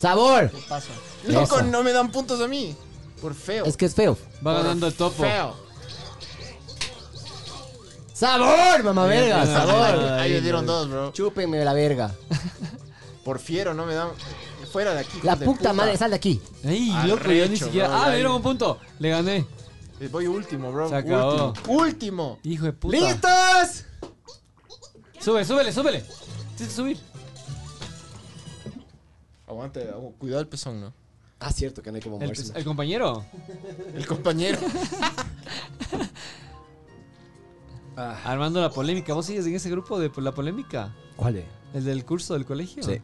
¡Sabor!
Loco,
Eso.
no me dan puntos a mí. Por feo.
Es que es feo.
Va ganando el topo.
Feo.
¡Sabor, mamá verga!
Ay,
¡Sabor!
Ahí me dieron dos, bro.
Chúpenme la verga.
Por fiero, no me dan. Fuera de aquí.
La
hijos de
puta madre, sal de aquí.
Ey, loco, yo ni
Arrecho,
siquiera.
bro,
ah,
ya
me dieron
vi.
un punto. Le gané.
Eh, Voy último, bro.
Se acabó.
Último. Último.
Hijo de puta.
¡Listos!
Sube, súbele, súbele. Tienes que subir.
Aguante, agu- cuidado el pezón, ¿no?
Ah, cierto, que no hay como
El, el compañero.
El compañero. Ah.
Armando la polémica. ¿Vos sigues en ese grupo de la polémica?
¿Cuál es?
¿El del curso del colegio? Oh.
Sí.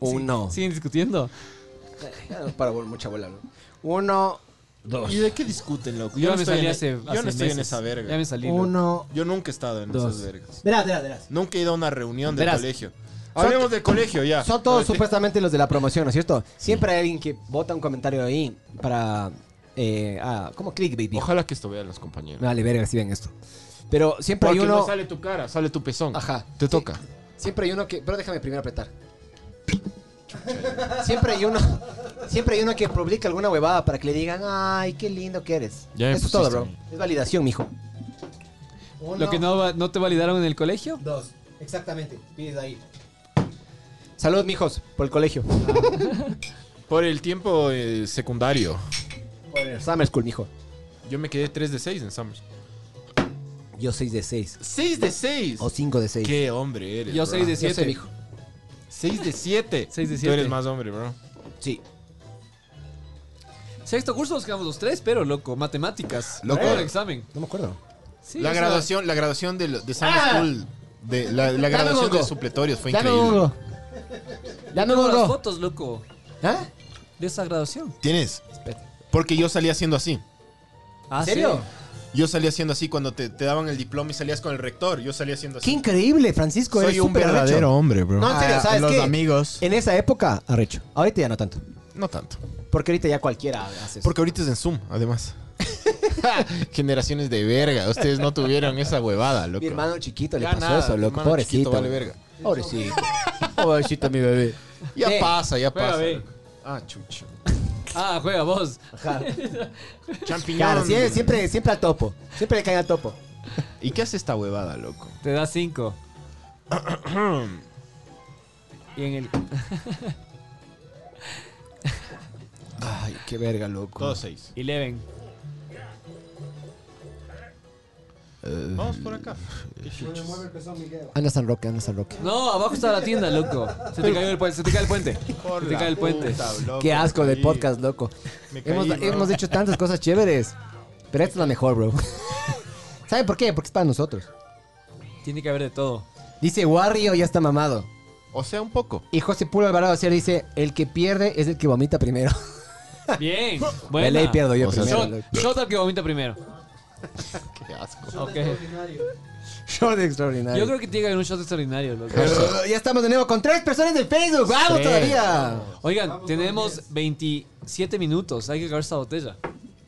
Uno.
¿Siguen discutiendo?
Para mucha bola, ¿no? Uno.
¿Y de qué discuten, loco?
Yo, me
estoy
salí
en-
hace,
Yo
hace
no estoy en
meses.
esa verga.
Ya me salí. loco.
Uno.
Yo nunca he estado en
Dos.
esas vergas.
Verás, verás, verás.
Nunca he ido a una reunión del
Verás.
colegio. Hablemos del colegio ya.
Son todos supuestamente los de la promoción, ¿no es cierto? Siempre hay alguien que bota un comentario ahí para. Eh, ah, como clickbait, viejo.
Ojalá que esto vean los compañeros.
Me vale verga si ven esto. Pero siempre
Porque
hay uno.
no sale tu cara, sale tu pezón.
Ajá.
Te
Sí.
toca.
Siempre hay uno que. Pero déjame primero apretar. Siempre hay uno. Siempre hay uno que publica alguna huevada para que le digan, ay, qué lindo que eres.
Ya me
Eso es todo,
pusiste
bro. Es validación, mijo.
¿Lo que no, va- no te validaron en el colegio?
Dos. Exactamente. Pides ahí. Salud, mijos, por el colegio.
Por el tiempo eh, secundario.
Por el Summer School, mijo.
Yo me quedé 3 de 6 en Summers.
Yo 6 de 6.
¿6 de 6?
O 5 de 6.
¿Qué hombre eres?
Yo
bro?
soy de
Yo sé,
7.
mijo.
6 de 7.
Seis de
Tú
siete.
eres más hombre, bro.
Sí.
Sexto curso nos quedamos los tres, pero loco, matemáticas.
Loco.
Todo el examen.
No me acuerdo.
Sí,
la
o sea, Ah.
graduación, la graduación de, lo- de Summer School, de, la, la graduación de
Hugo.
supletorios fue
Dame
increíble.
Hugo. Dame
tengo las
Hugo.
fotos, loco,
¿Ah?
de esa graduación.
¿Tienes? Porque yo salía haciendo así.
¿Ah,
serio?
Yo salía haciendo así cuando te, te daban el diploma y salías con el rector. Yo salía haciendo
Qué
así.
increíble, Francisco.
Soy
eres
un
súper arrecho.
verdadero hombre, bro.
No, en serio,
Ah,
¿sabes
los
qué?
Eh,
amigos.
En esa época, arrecho. Ahorita ya no tanto.
No tanto.
Porque ahorita ya cualquiera hace eso.
Porque ahorita es en Zoom, además. Generaciones de verga. Ustedes no tuvieron esa huevada, loco.
Mi hermano chiquito le
Ya
pasó
nada,
eso,
mi
loco.
hermano
Pobrecito.
chiquito vale verga.
Pobrecito. Pobrecito mi bebé.
Ya
Eh,
pasa, ya
Juega,
pasa.
ve.
Ah, chucho.
Ah, juega vos.
Ajá.
Champiñón.
Claro, sie- siempre, siempre al topo. Siempre le caen al topo.
¿Y qué hace esta huevada, loco?
Te da cinco. y en el.
Ay, qué verga, loco.
Todos seis.
Eleven.
Vamos por acá.
Se mueve el pezón, Miguel.
Ana San Roque, Ana San Roque.
No, abajo está la tienda, loco. Se te cayó el puente. Se te cae el puente.
Por
Se te
la
cae el puente.
puta, loco,
Qué asco
me
de
caí.
podcast, loco.
Me caí,
Hemos,
bro.
hemos hecho tantas cosas chéveres. Pero esta es la mejor, bro. ¿Saben por qué? Porque es para nosotros.
Tiene que haber de todo.
Dice Warrio ya está mamado.
O sea, un poco.
Y José Pulo Alvarado Acier dice: El que pierde es el que vomita primero.
Bien.
De
Buena.
ley pierdo yo
O sea,
primero.
Shot,
loco.
shot al que vomita primero.
Qué asco.
Ok.
Extraordinario.
Shot extraordinario.
Yo creo que tiene que haber un shot extraordinario, loco.
Pero, ya estamos de nuevo con tres personas del Facebook. ¡Vamos
Sí.
todavía!
Oigan,
Vamos,
tenemos
vamos,
27 minutos. Hay que acabar esta botella.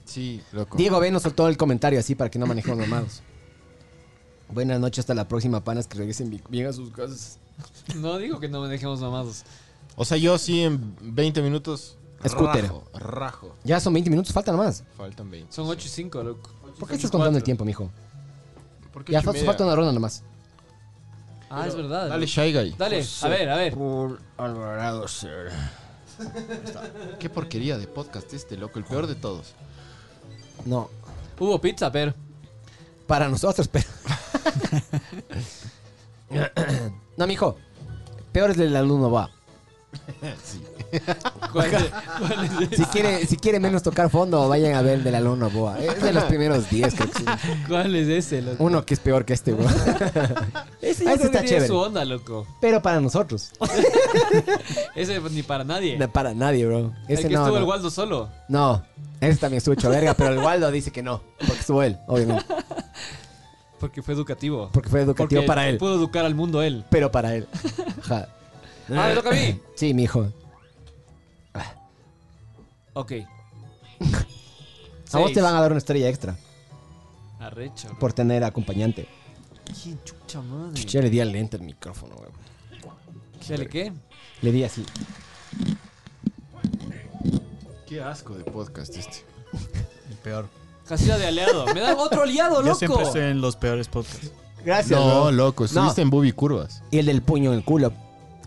Sí, loco.
Diego B nos soltó el comentario así para que no manejemos mamados. Buenas noches, hasta la próxima, panas. Que regresen bi- bien a sus casas.
No digo que no me dejemos mamados.
O sea, yo sí en 20 minutos.
Scooter.
Rajo, rajo.
Ya son 20 minutos, faltan más.
Faltan 20.
Son 8 y 5, loco.
¿Por qué estás contando el tiempo, mijo? Ya fa- falta una ronda nomás.
Ah, es verdad.
Dale, Shy Guy.
Dale, a ver, a ver.
Por Alvarado Ser. Qué porquería de podcast este, loco. El peor de todos.
No,
Hubo pizza, pero.
para nosotros, pero. no, mijo. Peor es el alumno va.
¿Cuál es- cuál es?
Si quiere, si quiere menos tocar fondo, vayan a ver el del alumno Boa. Es de los primeros 10, creo que sí.
¿Cuál es ese, loco?
Uno que es peor que este, weón.
Ese
Ah,
yo
ese está
creo que tiene
chévere.
su onda, loco.
Pero para nosotros.
Ese ni para nadie.
No, Para nadie, bro.
el
Ese
que
no.
estuvo
no.
el Waldo solo.
No, ese también estuvo hecho verga, pero el Waldo dice que no. Porque estuvo él, obviamente.
Porque fue educativo.
Porque fue educativo
Porque
para él.
Pudo educar al mundo él.
Pero para él. Ajá.
Ah, me toca a mí.
Sí, mijo.
Ok.
A vos te
Seis.
van a dar una estrella extra
Arrecho. loco.
por tener acompañante.
Qué chucha madre.
Chucha, le di al lente el micrófono, weón.
Chale, ¿qué?
Le di así.
Qué asco de podcast este.
El peor.
Casilla de aliado. Me dan otro aliado,
Yo
loco.
siempre estoy en los peores podcasts.
Gracias,
No,
bro.
loco. Estuviste
No.
en Booby Curvas.
Y el del puño en el culo,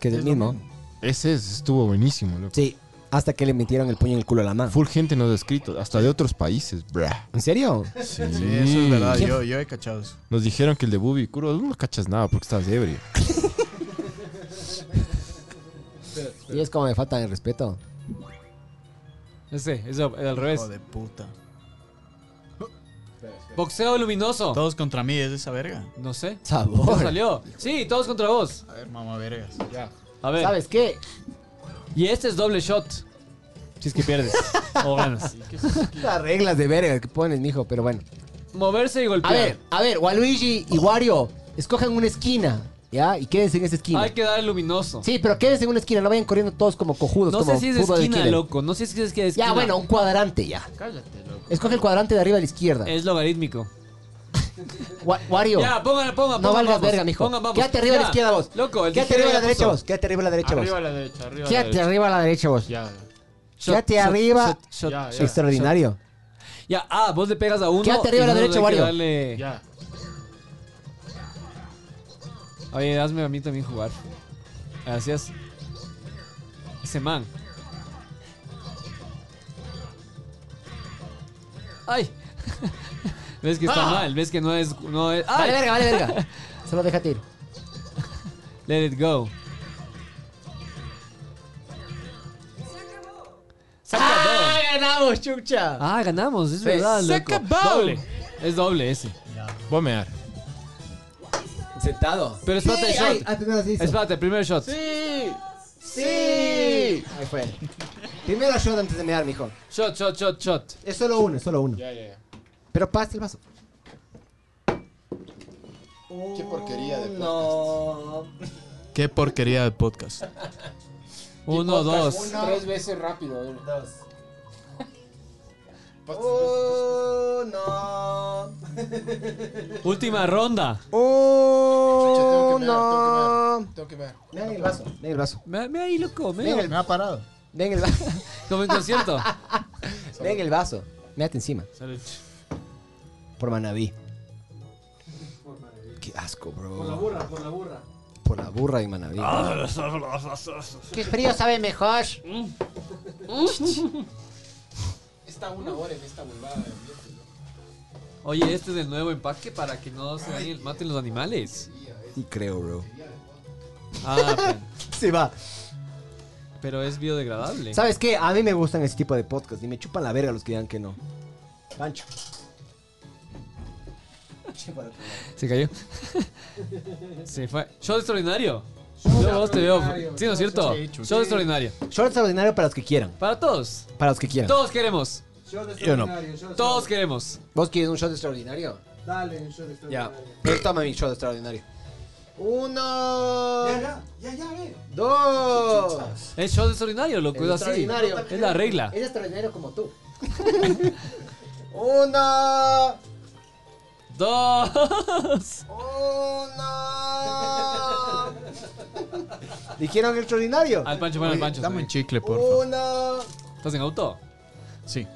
que es el
Es lo
mismo.
Ese es- estuvo buenísimo, loco.
Sí, hasta que le metieron el puño en el culo a la mano.
Full gente nos ha escrito, hasta de otros países, brah.
¿En serio?
Sí,
Sí, eso es verdad. Yo, yo he cachado eso.
Nos dijeron que el de Bubi Curvas no cachas nada porque estás ebrio.
Y es como me falta de respeto.
Ese, ese, al revés.
Hijo de puta.
Boxeo luminoso.
Todos contra mí, es de esa verga.
No sé. ¿Cómo
Sabor.
salió? Sí, todos contra vos.
A ver, mamá vergas.
A ver.
¿Sabes qué?
Y este es doble shot. Si es que pierdes. o ganas.
Las reglas de verga que pones, mijo, pero bueno.
Moverse y
A
golpear.
ver, a ver, Waluigi y Wario, escojan una esquina, ¿ya? Y quédense en esa esquina.
Hay que dar el luminoso.
Sí, pero quédense en una esquina, no vayan corriendo todos como cojudos,
No
como
sé si es de
fútbol de
esquina,
killer.
loco. No sé si es que es esquina.
Ya, bueno, un cuadrante ya. Escoge el cuadrante de arriba a la izquierda.
Es logarítmico.
Wa- Wario,
Ya, pongan, pongan,
no
pongan
valgas
vamos,
verga, mijo.
pongan vamos.
Quédate arriba a la
Ya,
izquierda vos.
Loco, el
Quédate
ligero
arriba a la
ya
derecha
puso.
vos. Quédate arriba a la derecha vos.
Arriba a la derecha, arriba a la
Quédate
derecha.
arriba a la derecha vos.
Ya,
Shot,
Quédate
shot,
arriba.
shot, shot,
Ya,
shot.
ya.
Extraordinario.
Ya, ah, vos le pegas a uno.
Quédate arriba
y
a la
no le
derecha,
hay que
Wario.
darle-
ya.
Oye, hazme a mí también jugar. Gracias. Ese man. Ay. ves que está mal, ves que no es, no es. ¡Ay!
Ah. Vale verga, vale verga. Solo déjate ir.
Let it go. Se acabó.
ganamos, chucha!
Ah, ganamos, es verdad,
se
loco.
acabó.
Doble. Es doble ese.
Bomear.
Sentado.
Pero espérate el shot. espérate, el primer shot.
¡Sí! ¡Sí! Ahí fue. Primero shot antes de mear, mijo.
Shot, shot, shot, shot.
Es solo uno, es solo uno. Pero pasa el vaso.
Qué porquería de
No.
Qué porquería de podcast.
Uno, dos.
Tres veces rápido. a ver.
Uno.
Última ronda.
Oh, Uno.
Tengo que ver.
Ven el vaso. Ven el vaso.
Me, me ahí, loco, me.
Me ha parado.
Ven el vaso.
Como en concierto.
Ven el vaso. Mírate encima.
Salud.
Por Manaví.
Por maravilla.
Qué asco,
Por la
bro.
burra, por la burra.
Por la burra y Manaví.
Qué frío sabe mejor.
Está una hora en esta huevada. de ambiente, ¿no?
Oye, este es el nuevo empaque para que no se dañen, maten los animales.
Sí, creo, bro.
Ah, pero,
Se va.
pero es biodegradable.
¿Sabes qué? A mí me gustan ese tipo de podcast y me chupan la verga los que digan que no. Pancho.
Se cayó. Se fue. Show extraordinario. Yo a vos te veo. Sí, ¿no es cierto? Show extraordinario.
Short extraordinario para los que quieran.
Para todos.
Para los que quieran.
Todos queremos.
Shot
Yo no.
extraordinario, shot
Todos
extraordinario.
queremos.
¿Vos quieres un shot extraordinario?
Dale, un shot
Ya.
extraordinario.
Pues toma mi shot extraordinario. Uno.
Ya, ya, ya, ya, ve.
Dos.
Es show extraordinario, loco.
Es
Es así.
extraordinario.
Es la regla.
Es extraordinario como tú. Uno.
Dos.
Uno. Dijeron extraordinario.
Al pancho,
Uh.
bueno, al pancho.
Dame un chicle, por favor.
Uno.
¿Estás en auto?
Sí.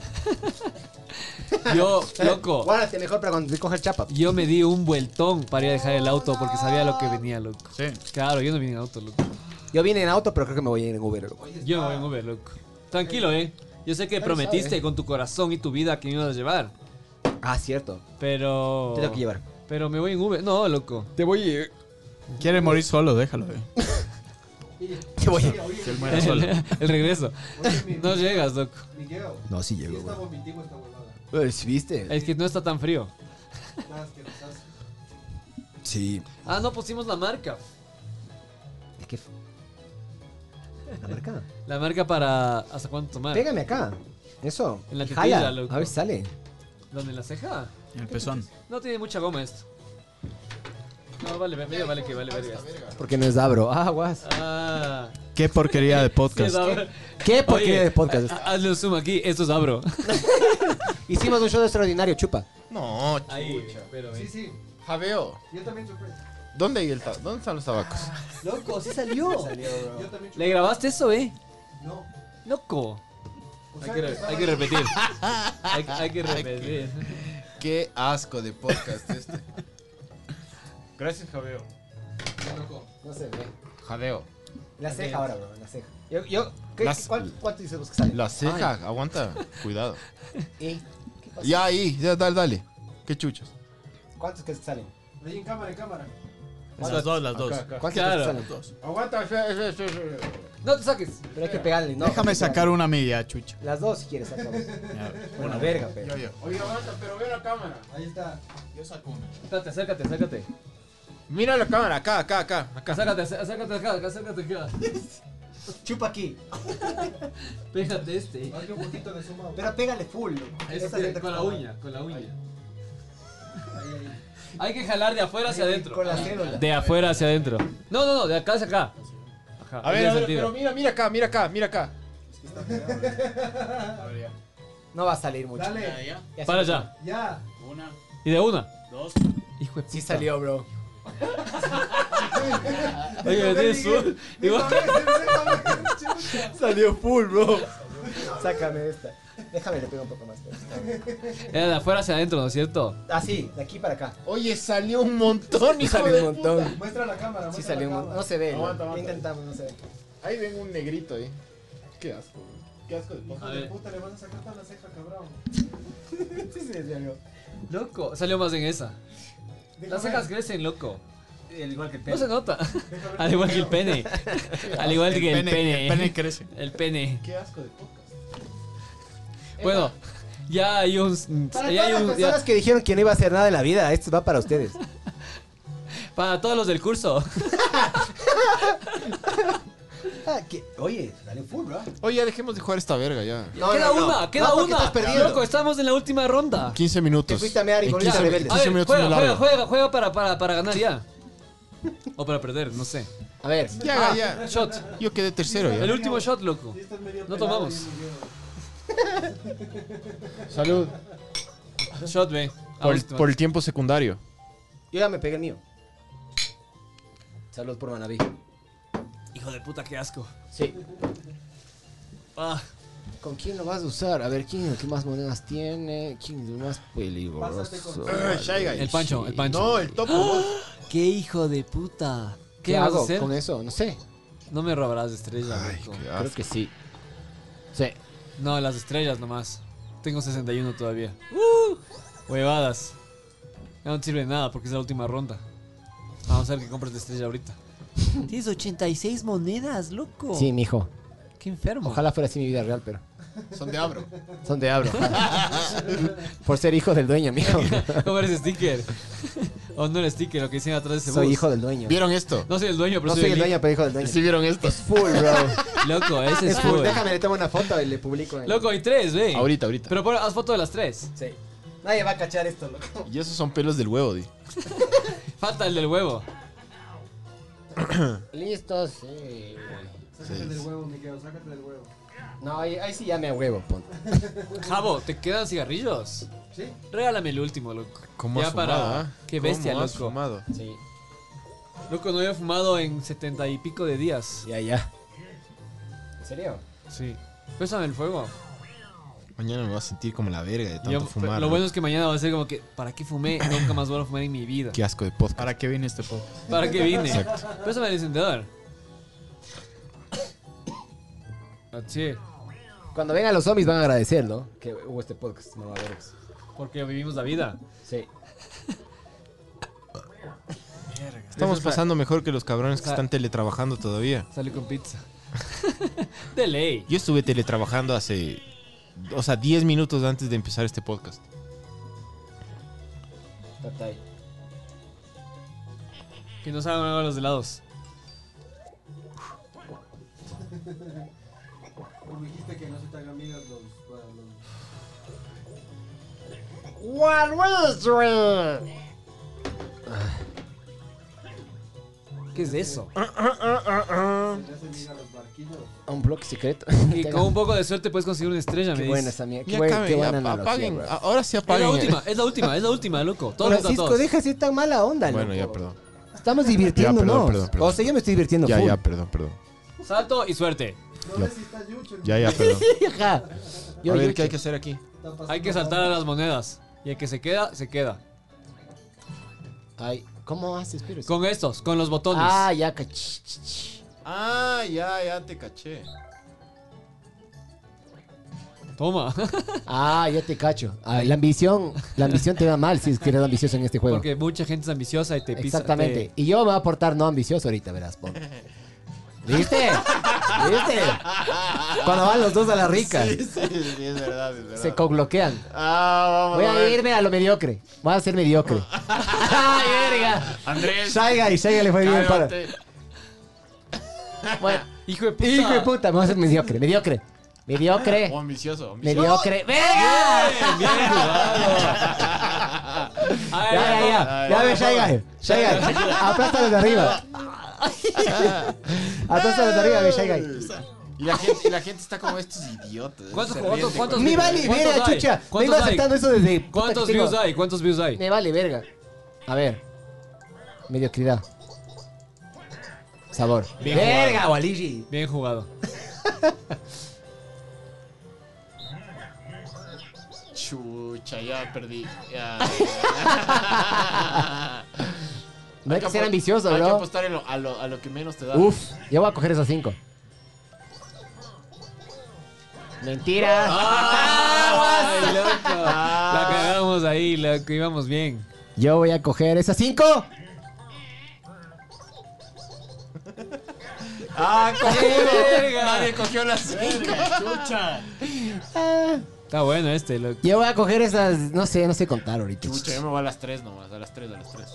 Yo, loco,
Guárdate mejor para cuando te coge el chapa.
yo me di un vueltón para ir a dejar el auto porque sabía lo que venía, loco.
Sí.
Claro, yo no vine en auto, loco.
Yo vine en auto, pero creo que me voy a ir en Uber. loco.
Yo me voy en Uber, loco. Tranquilo, eh. Yo sé que prometiste con tu corazón y tu vida que me ibas a llevar,
Ah, cierto.
pero...
Te tengo que llevar.
Pero me voy en Uber. No, loco.
Te voy. eh.
Quiere morir solo, déjalo. eh.
Te voy a...
Que él muera
El,
solo.
el regreso. No llegas, loco.
Miguel,
No, sí
si
llego,
está vomitivo esta huevada.
güey. Eh, ¿Viste?
Es que no está tan frío.
Nada, es que nos hace.
Sí.
Ah, no pusimos la marca.
Es que... La marca.
La marca para... ¿Hasta cuánto tomar?
Pégame acá. Eso.
En la
Y
tetilla,
jala.
loco.
A ver si sale.
¿Dónde la ceja?
En el pezón.
No tiene mucha goma esto. No, vale, medio vale que vale verga. esto.
Porque no es abro. Ah, guas.
Ah,
Qué porquería de
sí, es
podcast.
abro.
¿Qué porquería
Oye,
de podcast?
ha- Hazle un zoom aquí, esto es abro.
Hicimos un show extraordinario, chupa.
No,
Ahí, pero
Sí, sí,
Javeo.
yo también chupé.
¿Dónde, hay el ta- ¿Dónde están los tabacos?
Loco, sí salió.
Yo también chupé.
¿Le grabaste eso, eh?
No.
Loco.
O
Hay
sea,
que, re- hay que repetir. Hay, hay que repetir.
Qué asco de podcast este.
Gracias, Javeo.
No se ve.
Jadeo.
La ceja ahora, bro. La ceja. Yo, yo, ¿qué-
Las-
cuál- ¿Cuánto dices vos que sale?
La ceja, aguanta. Cuidado.
¿Eh? ¿Qué pasa?
Ya ahí, ya dale, dale. Qué chuchos.
¿Cuántos crees que salen?
Ahí en cámara, en cámara.
Las dos, las dos.
¿Cuántos
Claro.
crees que salen?
Aguanta,
No te saques.
Pero hay que pegarle. No,
Déjame
hay que
sacar una milla, chucha.
pegarle. Las dos si quieres sacar.
Ya,
Una verga, pero.
Oye, aguanta, pero ve la cámara.
Ahí está.
Yo saco una.
Acércate, acércate, acércate.
Mira la cámara, acá, acá, acá.
Acércate, acércate, acércate, acá, acércate acá.
Chupa aquí.
Pégate este.
Hazle un poquito de suma.
Pero pégale full. loco. Esa
Este,
gente
con
que
la
está-
uña, con la uña.
Ahí, ahí.
Hay que jalar de afuera hacia adentro.
Con la cédula.
De afuera hacia adentro. No, no, no, de acá hacia acá. Ajá,
A ver, a ver, pero mira, mira acá, mira acá, mira acá.
No va a salir mucho.
Dale.
Ya
Para
salió.
allá.
Ya.
Una,
Y de una.
dos.
Hijo de
Sí
puta.
salió, bro.
Oye, me tienes un- igual-
Salió full, bro.
Sácame esta. Déjame, le pego un poco más.
Era de afuera hacia adentro, ¿no es cierto?
Así, de aquí para acá.
Oye, salió un montón, hijo
Salió
de
un montón.
Muestra la cámara.
Sí
muestra
salió
la
un montón. No
cámara.
se ve. ¿no?
Aguanta, aguanta.
Intentamos, no se ve.
Ahí ven un negrito ahí. Qué asco, bro. Qué asco de podcast.
A
Hijo de
ver.
puta, le vas a sacar toda la ceja, cabrón.
Sí, sí, salió.
Loco, salió más en esa. Las cejas crecen, loco.
El igual que el
No
pelo.
se nota. Al igual que el pene. Al igual que el
El pene
pene.
crece.
El pene.
Qué asco de podcast.
Bueno, ya hay un.
Para
ya
todas
hay
las
un- ya-
personas que dijeron que no iba a hacer nada en la vida, esto va para ustedes.
para todos los del curso.
Ah, que- oye, dale full, bro.
Oye, ya dejemos de jugar esta verga ya.
queda una, queda
No, porque
una.
estás perdido.
Loco, estamos en la última ronda.
15 minutos.
Te fuiste a mear y
En
volviste
15
rebelde.
A
15
ver,
minutos
juega,
no
juega,
largo.
juega, juega para, para, para ganar ya. O para perder, no sé. Ah,
A ver,
Ya, ya.
Shot.
Yo quedé tercero
El
ya.
último shot, loco.
Sí, estás medio
No
pelado
tomamos.
ahí, Miguel.
Salud.
Shot, Ah, ve.
Por el, por el tiempo secundario.
yo ya me pegué el mío. Saludos por Manaví.
Hijo de puta, qué asco.
Sí.
Ah,
¿Con quién lo vas a usar? A ver, ¿quién qué más monedas tiene? ¿Quién es el más
Pásate
peligroso?
con-
Eh, Shy Guy.
el pancho, el pancho.
No, el topo.
Qué hijo de puta.
¿Qué
¿Qué, vas a
hago
hacer?
con eso? No sé.
No me robarás estrellas, loco.
Creo que sí. Sí.
No, las estrellas nomás. Tengo 61 todavía.
Uh.
Huevadas. Ya no te sirve de nada porque es la última ronda. Vamos a ver que compras de estrella ahorita. Tienes 86 monedas, loco.
Sí, mijo.
Qué enfermo.
Ojalá fuera así mi vida real, pero.
Son de abro.
Son de abro. por ser hijo del dueño, mijo.
¿Cómo eres sticker? o no eres sticker, lo que dicen atrás de ese
Soy
bus.
hijo del dueño.
¿Vieron esto?
No soy el dueño, pero
No
soy,
soy el
link.
dueño, pero hijo del dueño.
¿Sí vieron esto?
Full, bro.
Loco, ese es
Es full.
full.
Déjame, le tomo una foto y le publico. en-
Loco, hay tres, ve.
Ahorita, ahorita.
Pero pon- haz foto de las tres.
Sí. Nadie va a cachar esto, loco.
Y esos son pelos del huevo, di.
Falta el del huevo.
Listo, sí.
Sácate del huevo, Miguel, sácate del huevo.
No, ahí, ahí sí ya me huevo, ponte.
Javo, ¿te quedan cigarrillos?
Sí.
Regálame el último, loco.
¿Cómo
ya
has fumado?
para.
ah?
Qué bestia,
¿Cómo
loco.
has fumado?
Sí.
Loco, no había fumado en setenta y pico de días.
Ya, ya. ¿En serio?
Sí. Pésame el fuego.
Mañana me voy a sentir como la verga de tanto
Yo-
fumar.
lo
¿no?
bueno es que mañana va a ser como que, ¿para qué fumé? Nunca más voy a fumar en mi vida.
Qué asco de podcast.
¿Para qué viene este podcast?
¿Para qué vine?
Exacto.
Pésame el encendedor. Así,
Cuando vengan los zombies van a agradecer, ¿no? Que hubo este podcast, mamá vergas.
porque vivimos la vida.
Sí.
Estamos pasando mejor que los cabrones que
sea-
están teletrabajando todavía.
Sale con pizza. De ley.
Yo estuve teletrabajando hace. O sea, 10 minutos antes de empezar este podcast.
Tatay.
Que no salgan ahora los helados.
Como dijiste que no se te hagan migas los, para los-
¿Qué es eso?
Ah.
se le hacen migas a los barquillos.
Un blog secreto.
Y con un poco de suerte puedes conseguir una estrella,
Qué
me
buena
dices.
esa mierda. Qué,
Ya
buen-
cabe,
qué
ya,
buena analogía,
apaguen.
bro.
Ahora sí
Es la
apaguen.
última, es la última, es la última, loco. Todos contra
Francisco,
todos.
deja de ser tan mala onda,
Bueno,
loco.
ya, perdón.
Estamos divirtiéndonos.
Ya, perdón, perdón, perdón.
O sea, yo me estoy divirtiendo
Ya,
full.
ya, perdón, perdón.
Salto y suerte.
No sé si está Yucho. hermano.
Ya, ya, perdón.
Ajá. Yo,
A ver,
yo-
¿qué hay que hacer aquí?
Está pasando
Hay que saltar a las monedas. Y el que se queda, se queda.
Ay, ¿cómo haces, pero?
Con estos, con los botones.
Ah, ya, cach.
Ah, ya, ya te caché.
Toma.
Ah, ya te cacho. Ah, la ambición, la ambición te va mal si es que eres ambicioso en este juego.
Porque mucha gente es ambiciosa y te pisa. Eh,
Exactamente.
te-
Y yo me voy a portar no ambicioso ahorita, verás. po. ¿Viste? ¿Viste? Cuando van los dos a la rica,
es verdad, es verdad.
se cobloquean.
Ah,
Voy a irme a lo mediocre. Voy a ser mediocre. ¡Ay, verga!
Andrés,
Saiga y Saiga le fue bien para.
cállate.
Bueno,
Hijo de puta.
hijo de puta, me voy a ser mediocre, mediocre. Mediocre.
ambicioso, ambicioso.
Mediocre. ¡Verga!
Bien jugado. A ver,
Ya, ya, ya. Ya ves, Shaigai. Shaigai. Aplástalo de arriba. Aplástalo de arriba, ve, Shaigai.
Y la gente, y la gente está como estos idiotas.
¿Cuántos,
Se
cuántos,
ríen de-
cuántos
Me vale
cuántos
verga,
hay?
chucha. Vengo
¿Cuántos hay?
aceptando eso desde. puta
¿Cuántos
que tengo.
views hay? ¿Cuántos views hay?
Me vale verga. A ver. Mediocridad. Sabor.
Bien
verga, Waligi.
Bien jugado.
Chucha, ya perdí. Ya.
No hay que ser
apos-
ambicioso,
Hay que
bro.
apostar en lo- a, lo, a lo que menos te da.
Uf, yo voy a coger esos cinco. Mentira.
Ay, loco.
Ah.
La cagamos ahí, loco. Íbamos bien.
Yo voy a coger esas cinco.
Verga.
cogió las
Chucha.
Está bueno este, loco.
Yo voy a coger esas. No sé, no sé contar ahorita.
Chucha, yo me voy a las 3 nomás, a las 3, a las 3.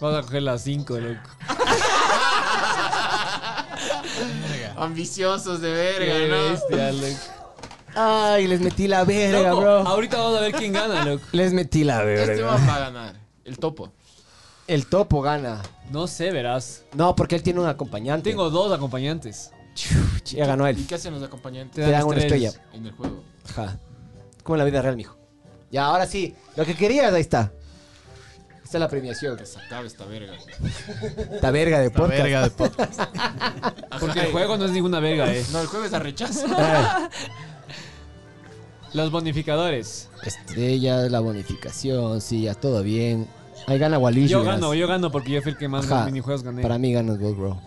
Vamos a coger las 5, loco.
Ambiciosos de
Qué
verga, ¿no?
bestia, loco.
Ay, les metí la verga,
Loco,
bro.
Ahorita vamos a ver quién gana, loco.
Les metí la
Este
verga.
va a ganar. El topo.
El topo gana.
No sé, verás.
No, porque él tiene un acompañante.
Tengo dos acompañantes.
Ya ganó él.
¿Y qué hacen los acompañantes
Te dan una
estrellas.
estrella.
en el juego?
Ajá. Como en la vida real, mijo. Ya, ahora sí. Lo que querías, ahí está. Esta es la premiación.
Que se acabe esta verga.
La verga de podcast.
de podcast.
Porque el juego no es ninguna verga, eh.
No, el juego es a rechazo.
Ah,
Los bonificadores.
estrella, la bonificación, sí, ya todo bien. Ahí gana Walillo.
Yo gano, yo gano porque yo fui el que más minijuegos gané.
Para mí ganas vos, bro.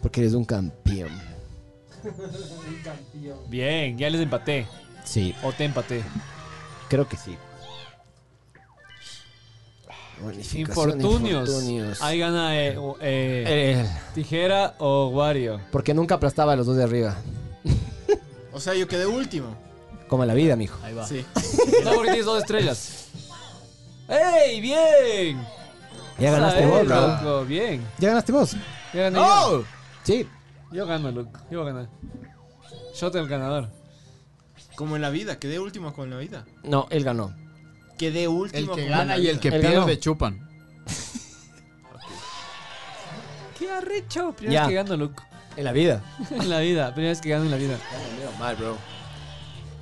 Porque eres un campeón.
Bien, ya les empaté.
Sí,
O te empaté.
creo que sí. Bonificación,
Infortunios.
infortunios.
Ahí gana eh, o- eh,
Eh,
tijera o Wario.
porque nunca aplastaba a los dos de arriba.
O sea, yo quedé último.
Como en la vida, mijo.
Ahí va.
Sí.
No, porque tienes dos estrellas. ¡Ey! ¡Bien!
Ya ganaste vos,
Sael,
bro.
loco, Bien.
Ya ganaste vos. ¡Oh!
Ya gané
Sí.
yo. Yo gano, loco. Yo voy a ganar. Shot el ganador.
Como en la vida, quedé último con la vida.
No, él ganó.
Quedé
El
último
que gana y el que
Él
pierde
ganó.
chupan.
¡Qué arrecho! Primera
Ya.
vez que gano, loco.
En la vida.
En la vida. Primera vez que gano en la vida.
Mal, bro.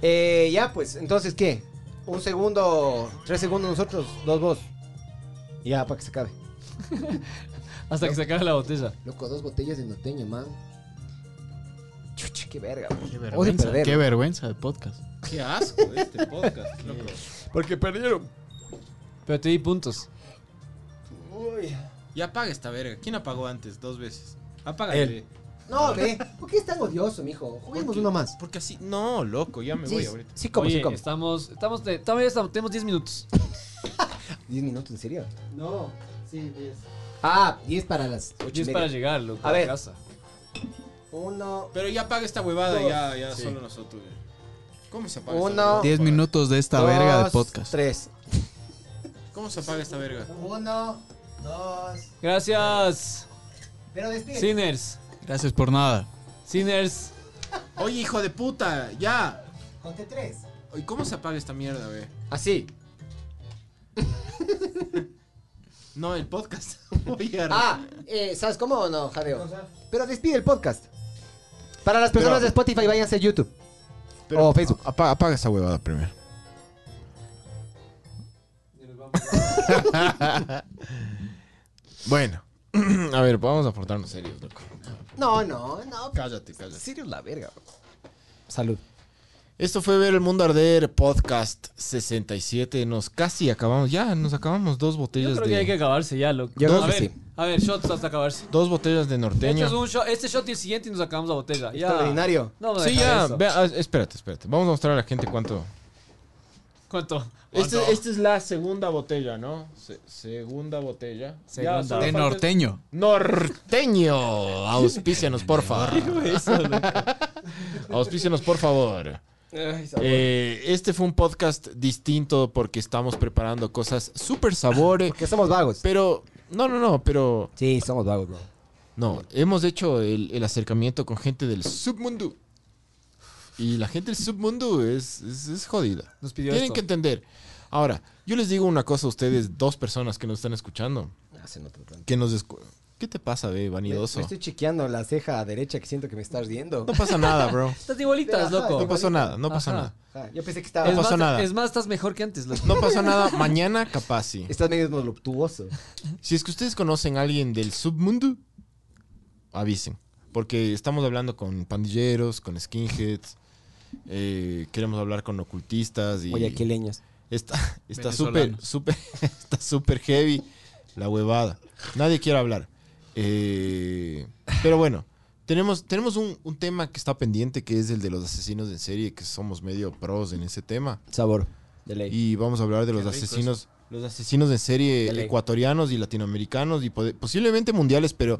Eh, ya, pues, entonces, ¿qué? Un segundo, tres segundos nosotros, dos vos. Ya, para que se acabe.
Hasta que se acabe la botella.
Loco, dos botellas de norteño, man. Chucha. qué verga.
Qué
Odio perder.
Qué vergüenza de podcast.
Qué asco de este podcast, loco.
Porque perdieron.
Pero te di puntos.
Ya apaga esta verga. ¿Quién apagó antes? Dos veces.
Él.
Apágale.
No, ve. ¿Por qué es tan odioso, mijo? Juguemos uno más.
Porque así. No, loco, ya me
Sí,
voy ahorita.
sí, como, sí,
Oye,
como.
estamos, estamos, de- todavía estamos- tenemos 10 minutos.
10 minutos, ¿en serio?
No, sí, 10.
Ah, 10 para las 8
10 para llegar, loco,
A
a
ver.
casa.
Uno.
Pero ya apaga esta huevada, ya, ya solo nosotros. ya. ¿Cómo se apaga
Uno.
esta verga?
Diez minutos de esta verga de podcast.
3.
¿Cómo se apaga esta verga?
Uno, dos.
Gracias,
Pero despide.
Sinners.
Gracias por nada.
Sinners.
Oye, hijo de puta, ya.
Conté 3.
Oye, ¿Cómo se apaga esta mierda, güey?
Así.
No, el podcast. Voy a-
Ah, eh, ¿sabes cómo o no, Jadeo? Pero despide el podcast. Para las personas de Spotify, váyanse a YouTube.
Oh,
o Facebook.
Apaga, apaga esa huevada primero.
Bueno. a ver, vamos a portarnos serios, loco.
No, no, no.
Cállate, cállate.
Serio la verga. Salud.
Esto fue Ver el Mundo Arder Podcast 67. Nos casi acabamos. Ya, nos acabamos dos
Yo
botellas
creo
de.
que hay que acabarse ya, loco.
Yo creo
a
que
ver,
sí.
a ver, shots hasta acabarse.
Dos botellas de
Este
norteña.
es un shot, este shot y el siguiente y nos acabamos la botella. Ya.
Extraordinario.
No, me
Sí,
deja
ya.
eso.
vea, ah, espérate, espérate. Vamos a mostrar a la gente cuánto.
¿Cuánto?
Este, Esta es la segunda botella, ¿no? segunda botella.
Segunda. solo
De norteño.
Norteño. Auspícianos, porfa. Auspícianos, por favor. Eh, este fue un podcast distinto porque estamos preparando cosas súper sabores.
Que somos vagos.
Pero, no, no, no, pero
Sí, somos vagos, bro.
No, hemos hecho el, el acercamiento con gente del submundo. Y la gente del submundo es, es, es jodida.
Nos pidió
Tienen
esto.
que entender. Ahora, yo les digo una cosa a ustedes, dos personas que nos están escuchando. Que nos escu- ¿Qué te pasa, be,
Me, me
vanidoso?
estoy chequeando la ceja derecha que siento que me está ardiendo.
No pasa nada, bro.
Estás igualitas,
Ajá,
loco.
No pasó nada, no pasó
Ajá.
nada.
Ah, yo pensé que estaba.
es
pasó
más,
nada.
Es más, estás mejor que antes, loco.
No pasó nada. Mañana, capaz sí.
Estás medio voluptuoso.
Si es que ustedes conocen a alguien del submundo, avisen. Porque estamos hablando con pandilleros, con skinheads. eh, queremos hablar con ocultistas y
Guayaquileños.
está está súper
Venezolanos.
súper está súper heavy la huevada. Nadie quiere hablar. Eh, pero bueno, tenemos tenemos un, un tema que está pendiente que es el de los asesinos en serie que somos medio pros en ese tema.
Sabor. De ley.
Y vamos a hablar de los
rico
asesinos, los asesinos en serie
De ley.
ecuatorianos y latinoamericanos y pode- posiblemente mundiales, pero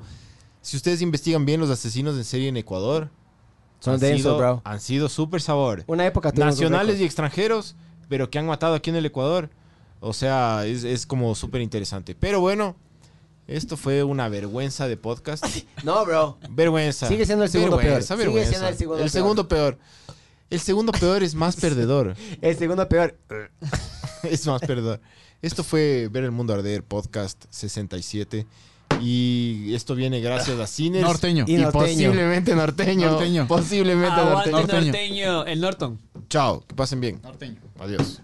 si ustedes investigan bien los asesinos en serie en Ecuador,
Son
han
densos,
sido,
bro.
han sido súper sabor.
Una época tuvimos un
Nacionales y
récord.
extranjeros, pero que han matado aquí en el Ecuador. O sea, es, es como súper interesante. Pero bueno, esto fue una vergüenza de podcast.
No, bro.
Vergüenza.
Sigue siendo el segundo
Vergüenza,
peor. Sigue
vergüenza.
siendo el segundo
segundo peor.
peor.
El segundo peor es más perdedor.
El segundo peor.
Es más, perdón. Esto fue Ver el Mundo Arder Podcast 67. Y esto viene gracias a Cines.
Norteño.
Y,
Y norteño.
posiblemente norteño.
Norteño.
Posiblemente
Aguante
norteño.
norteño. El Norton.
Chao. Que pasen bien.
Norteño.
Adiós.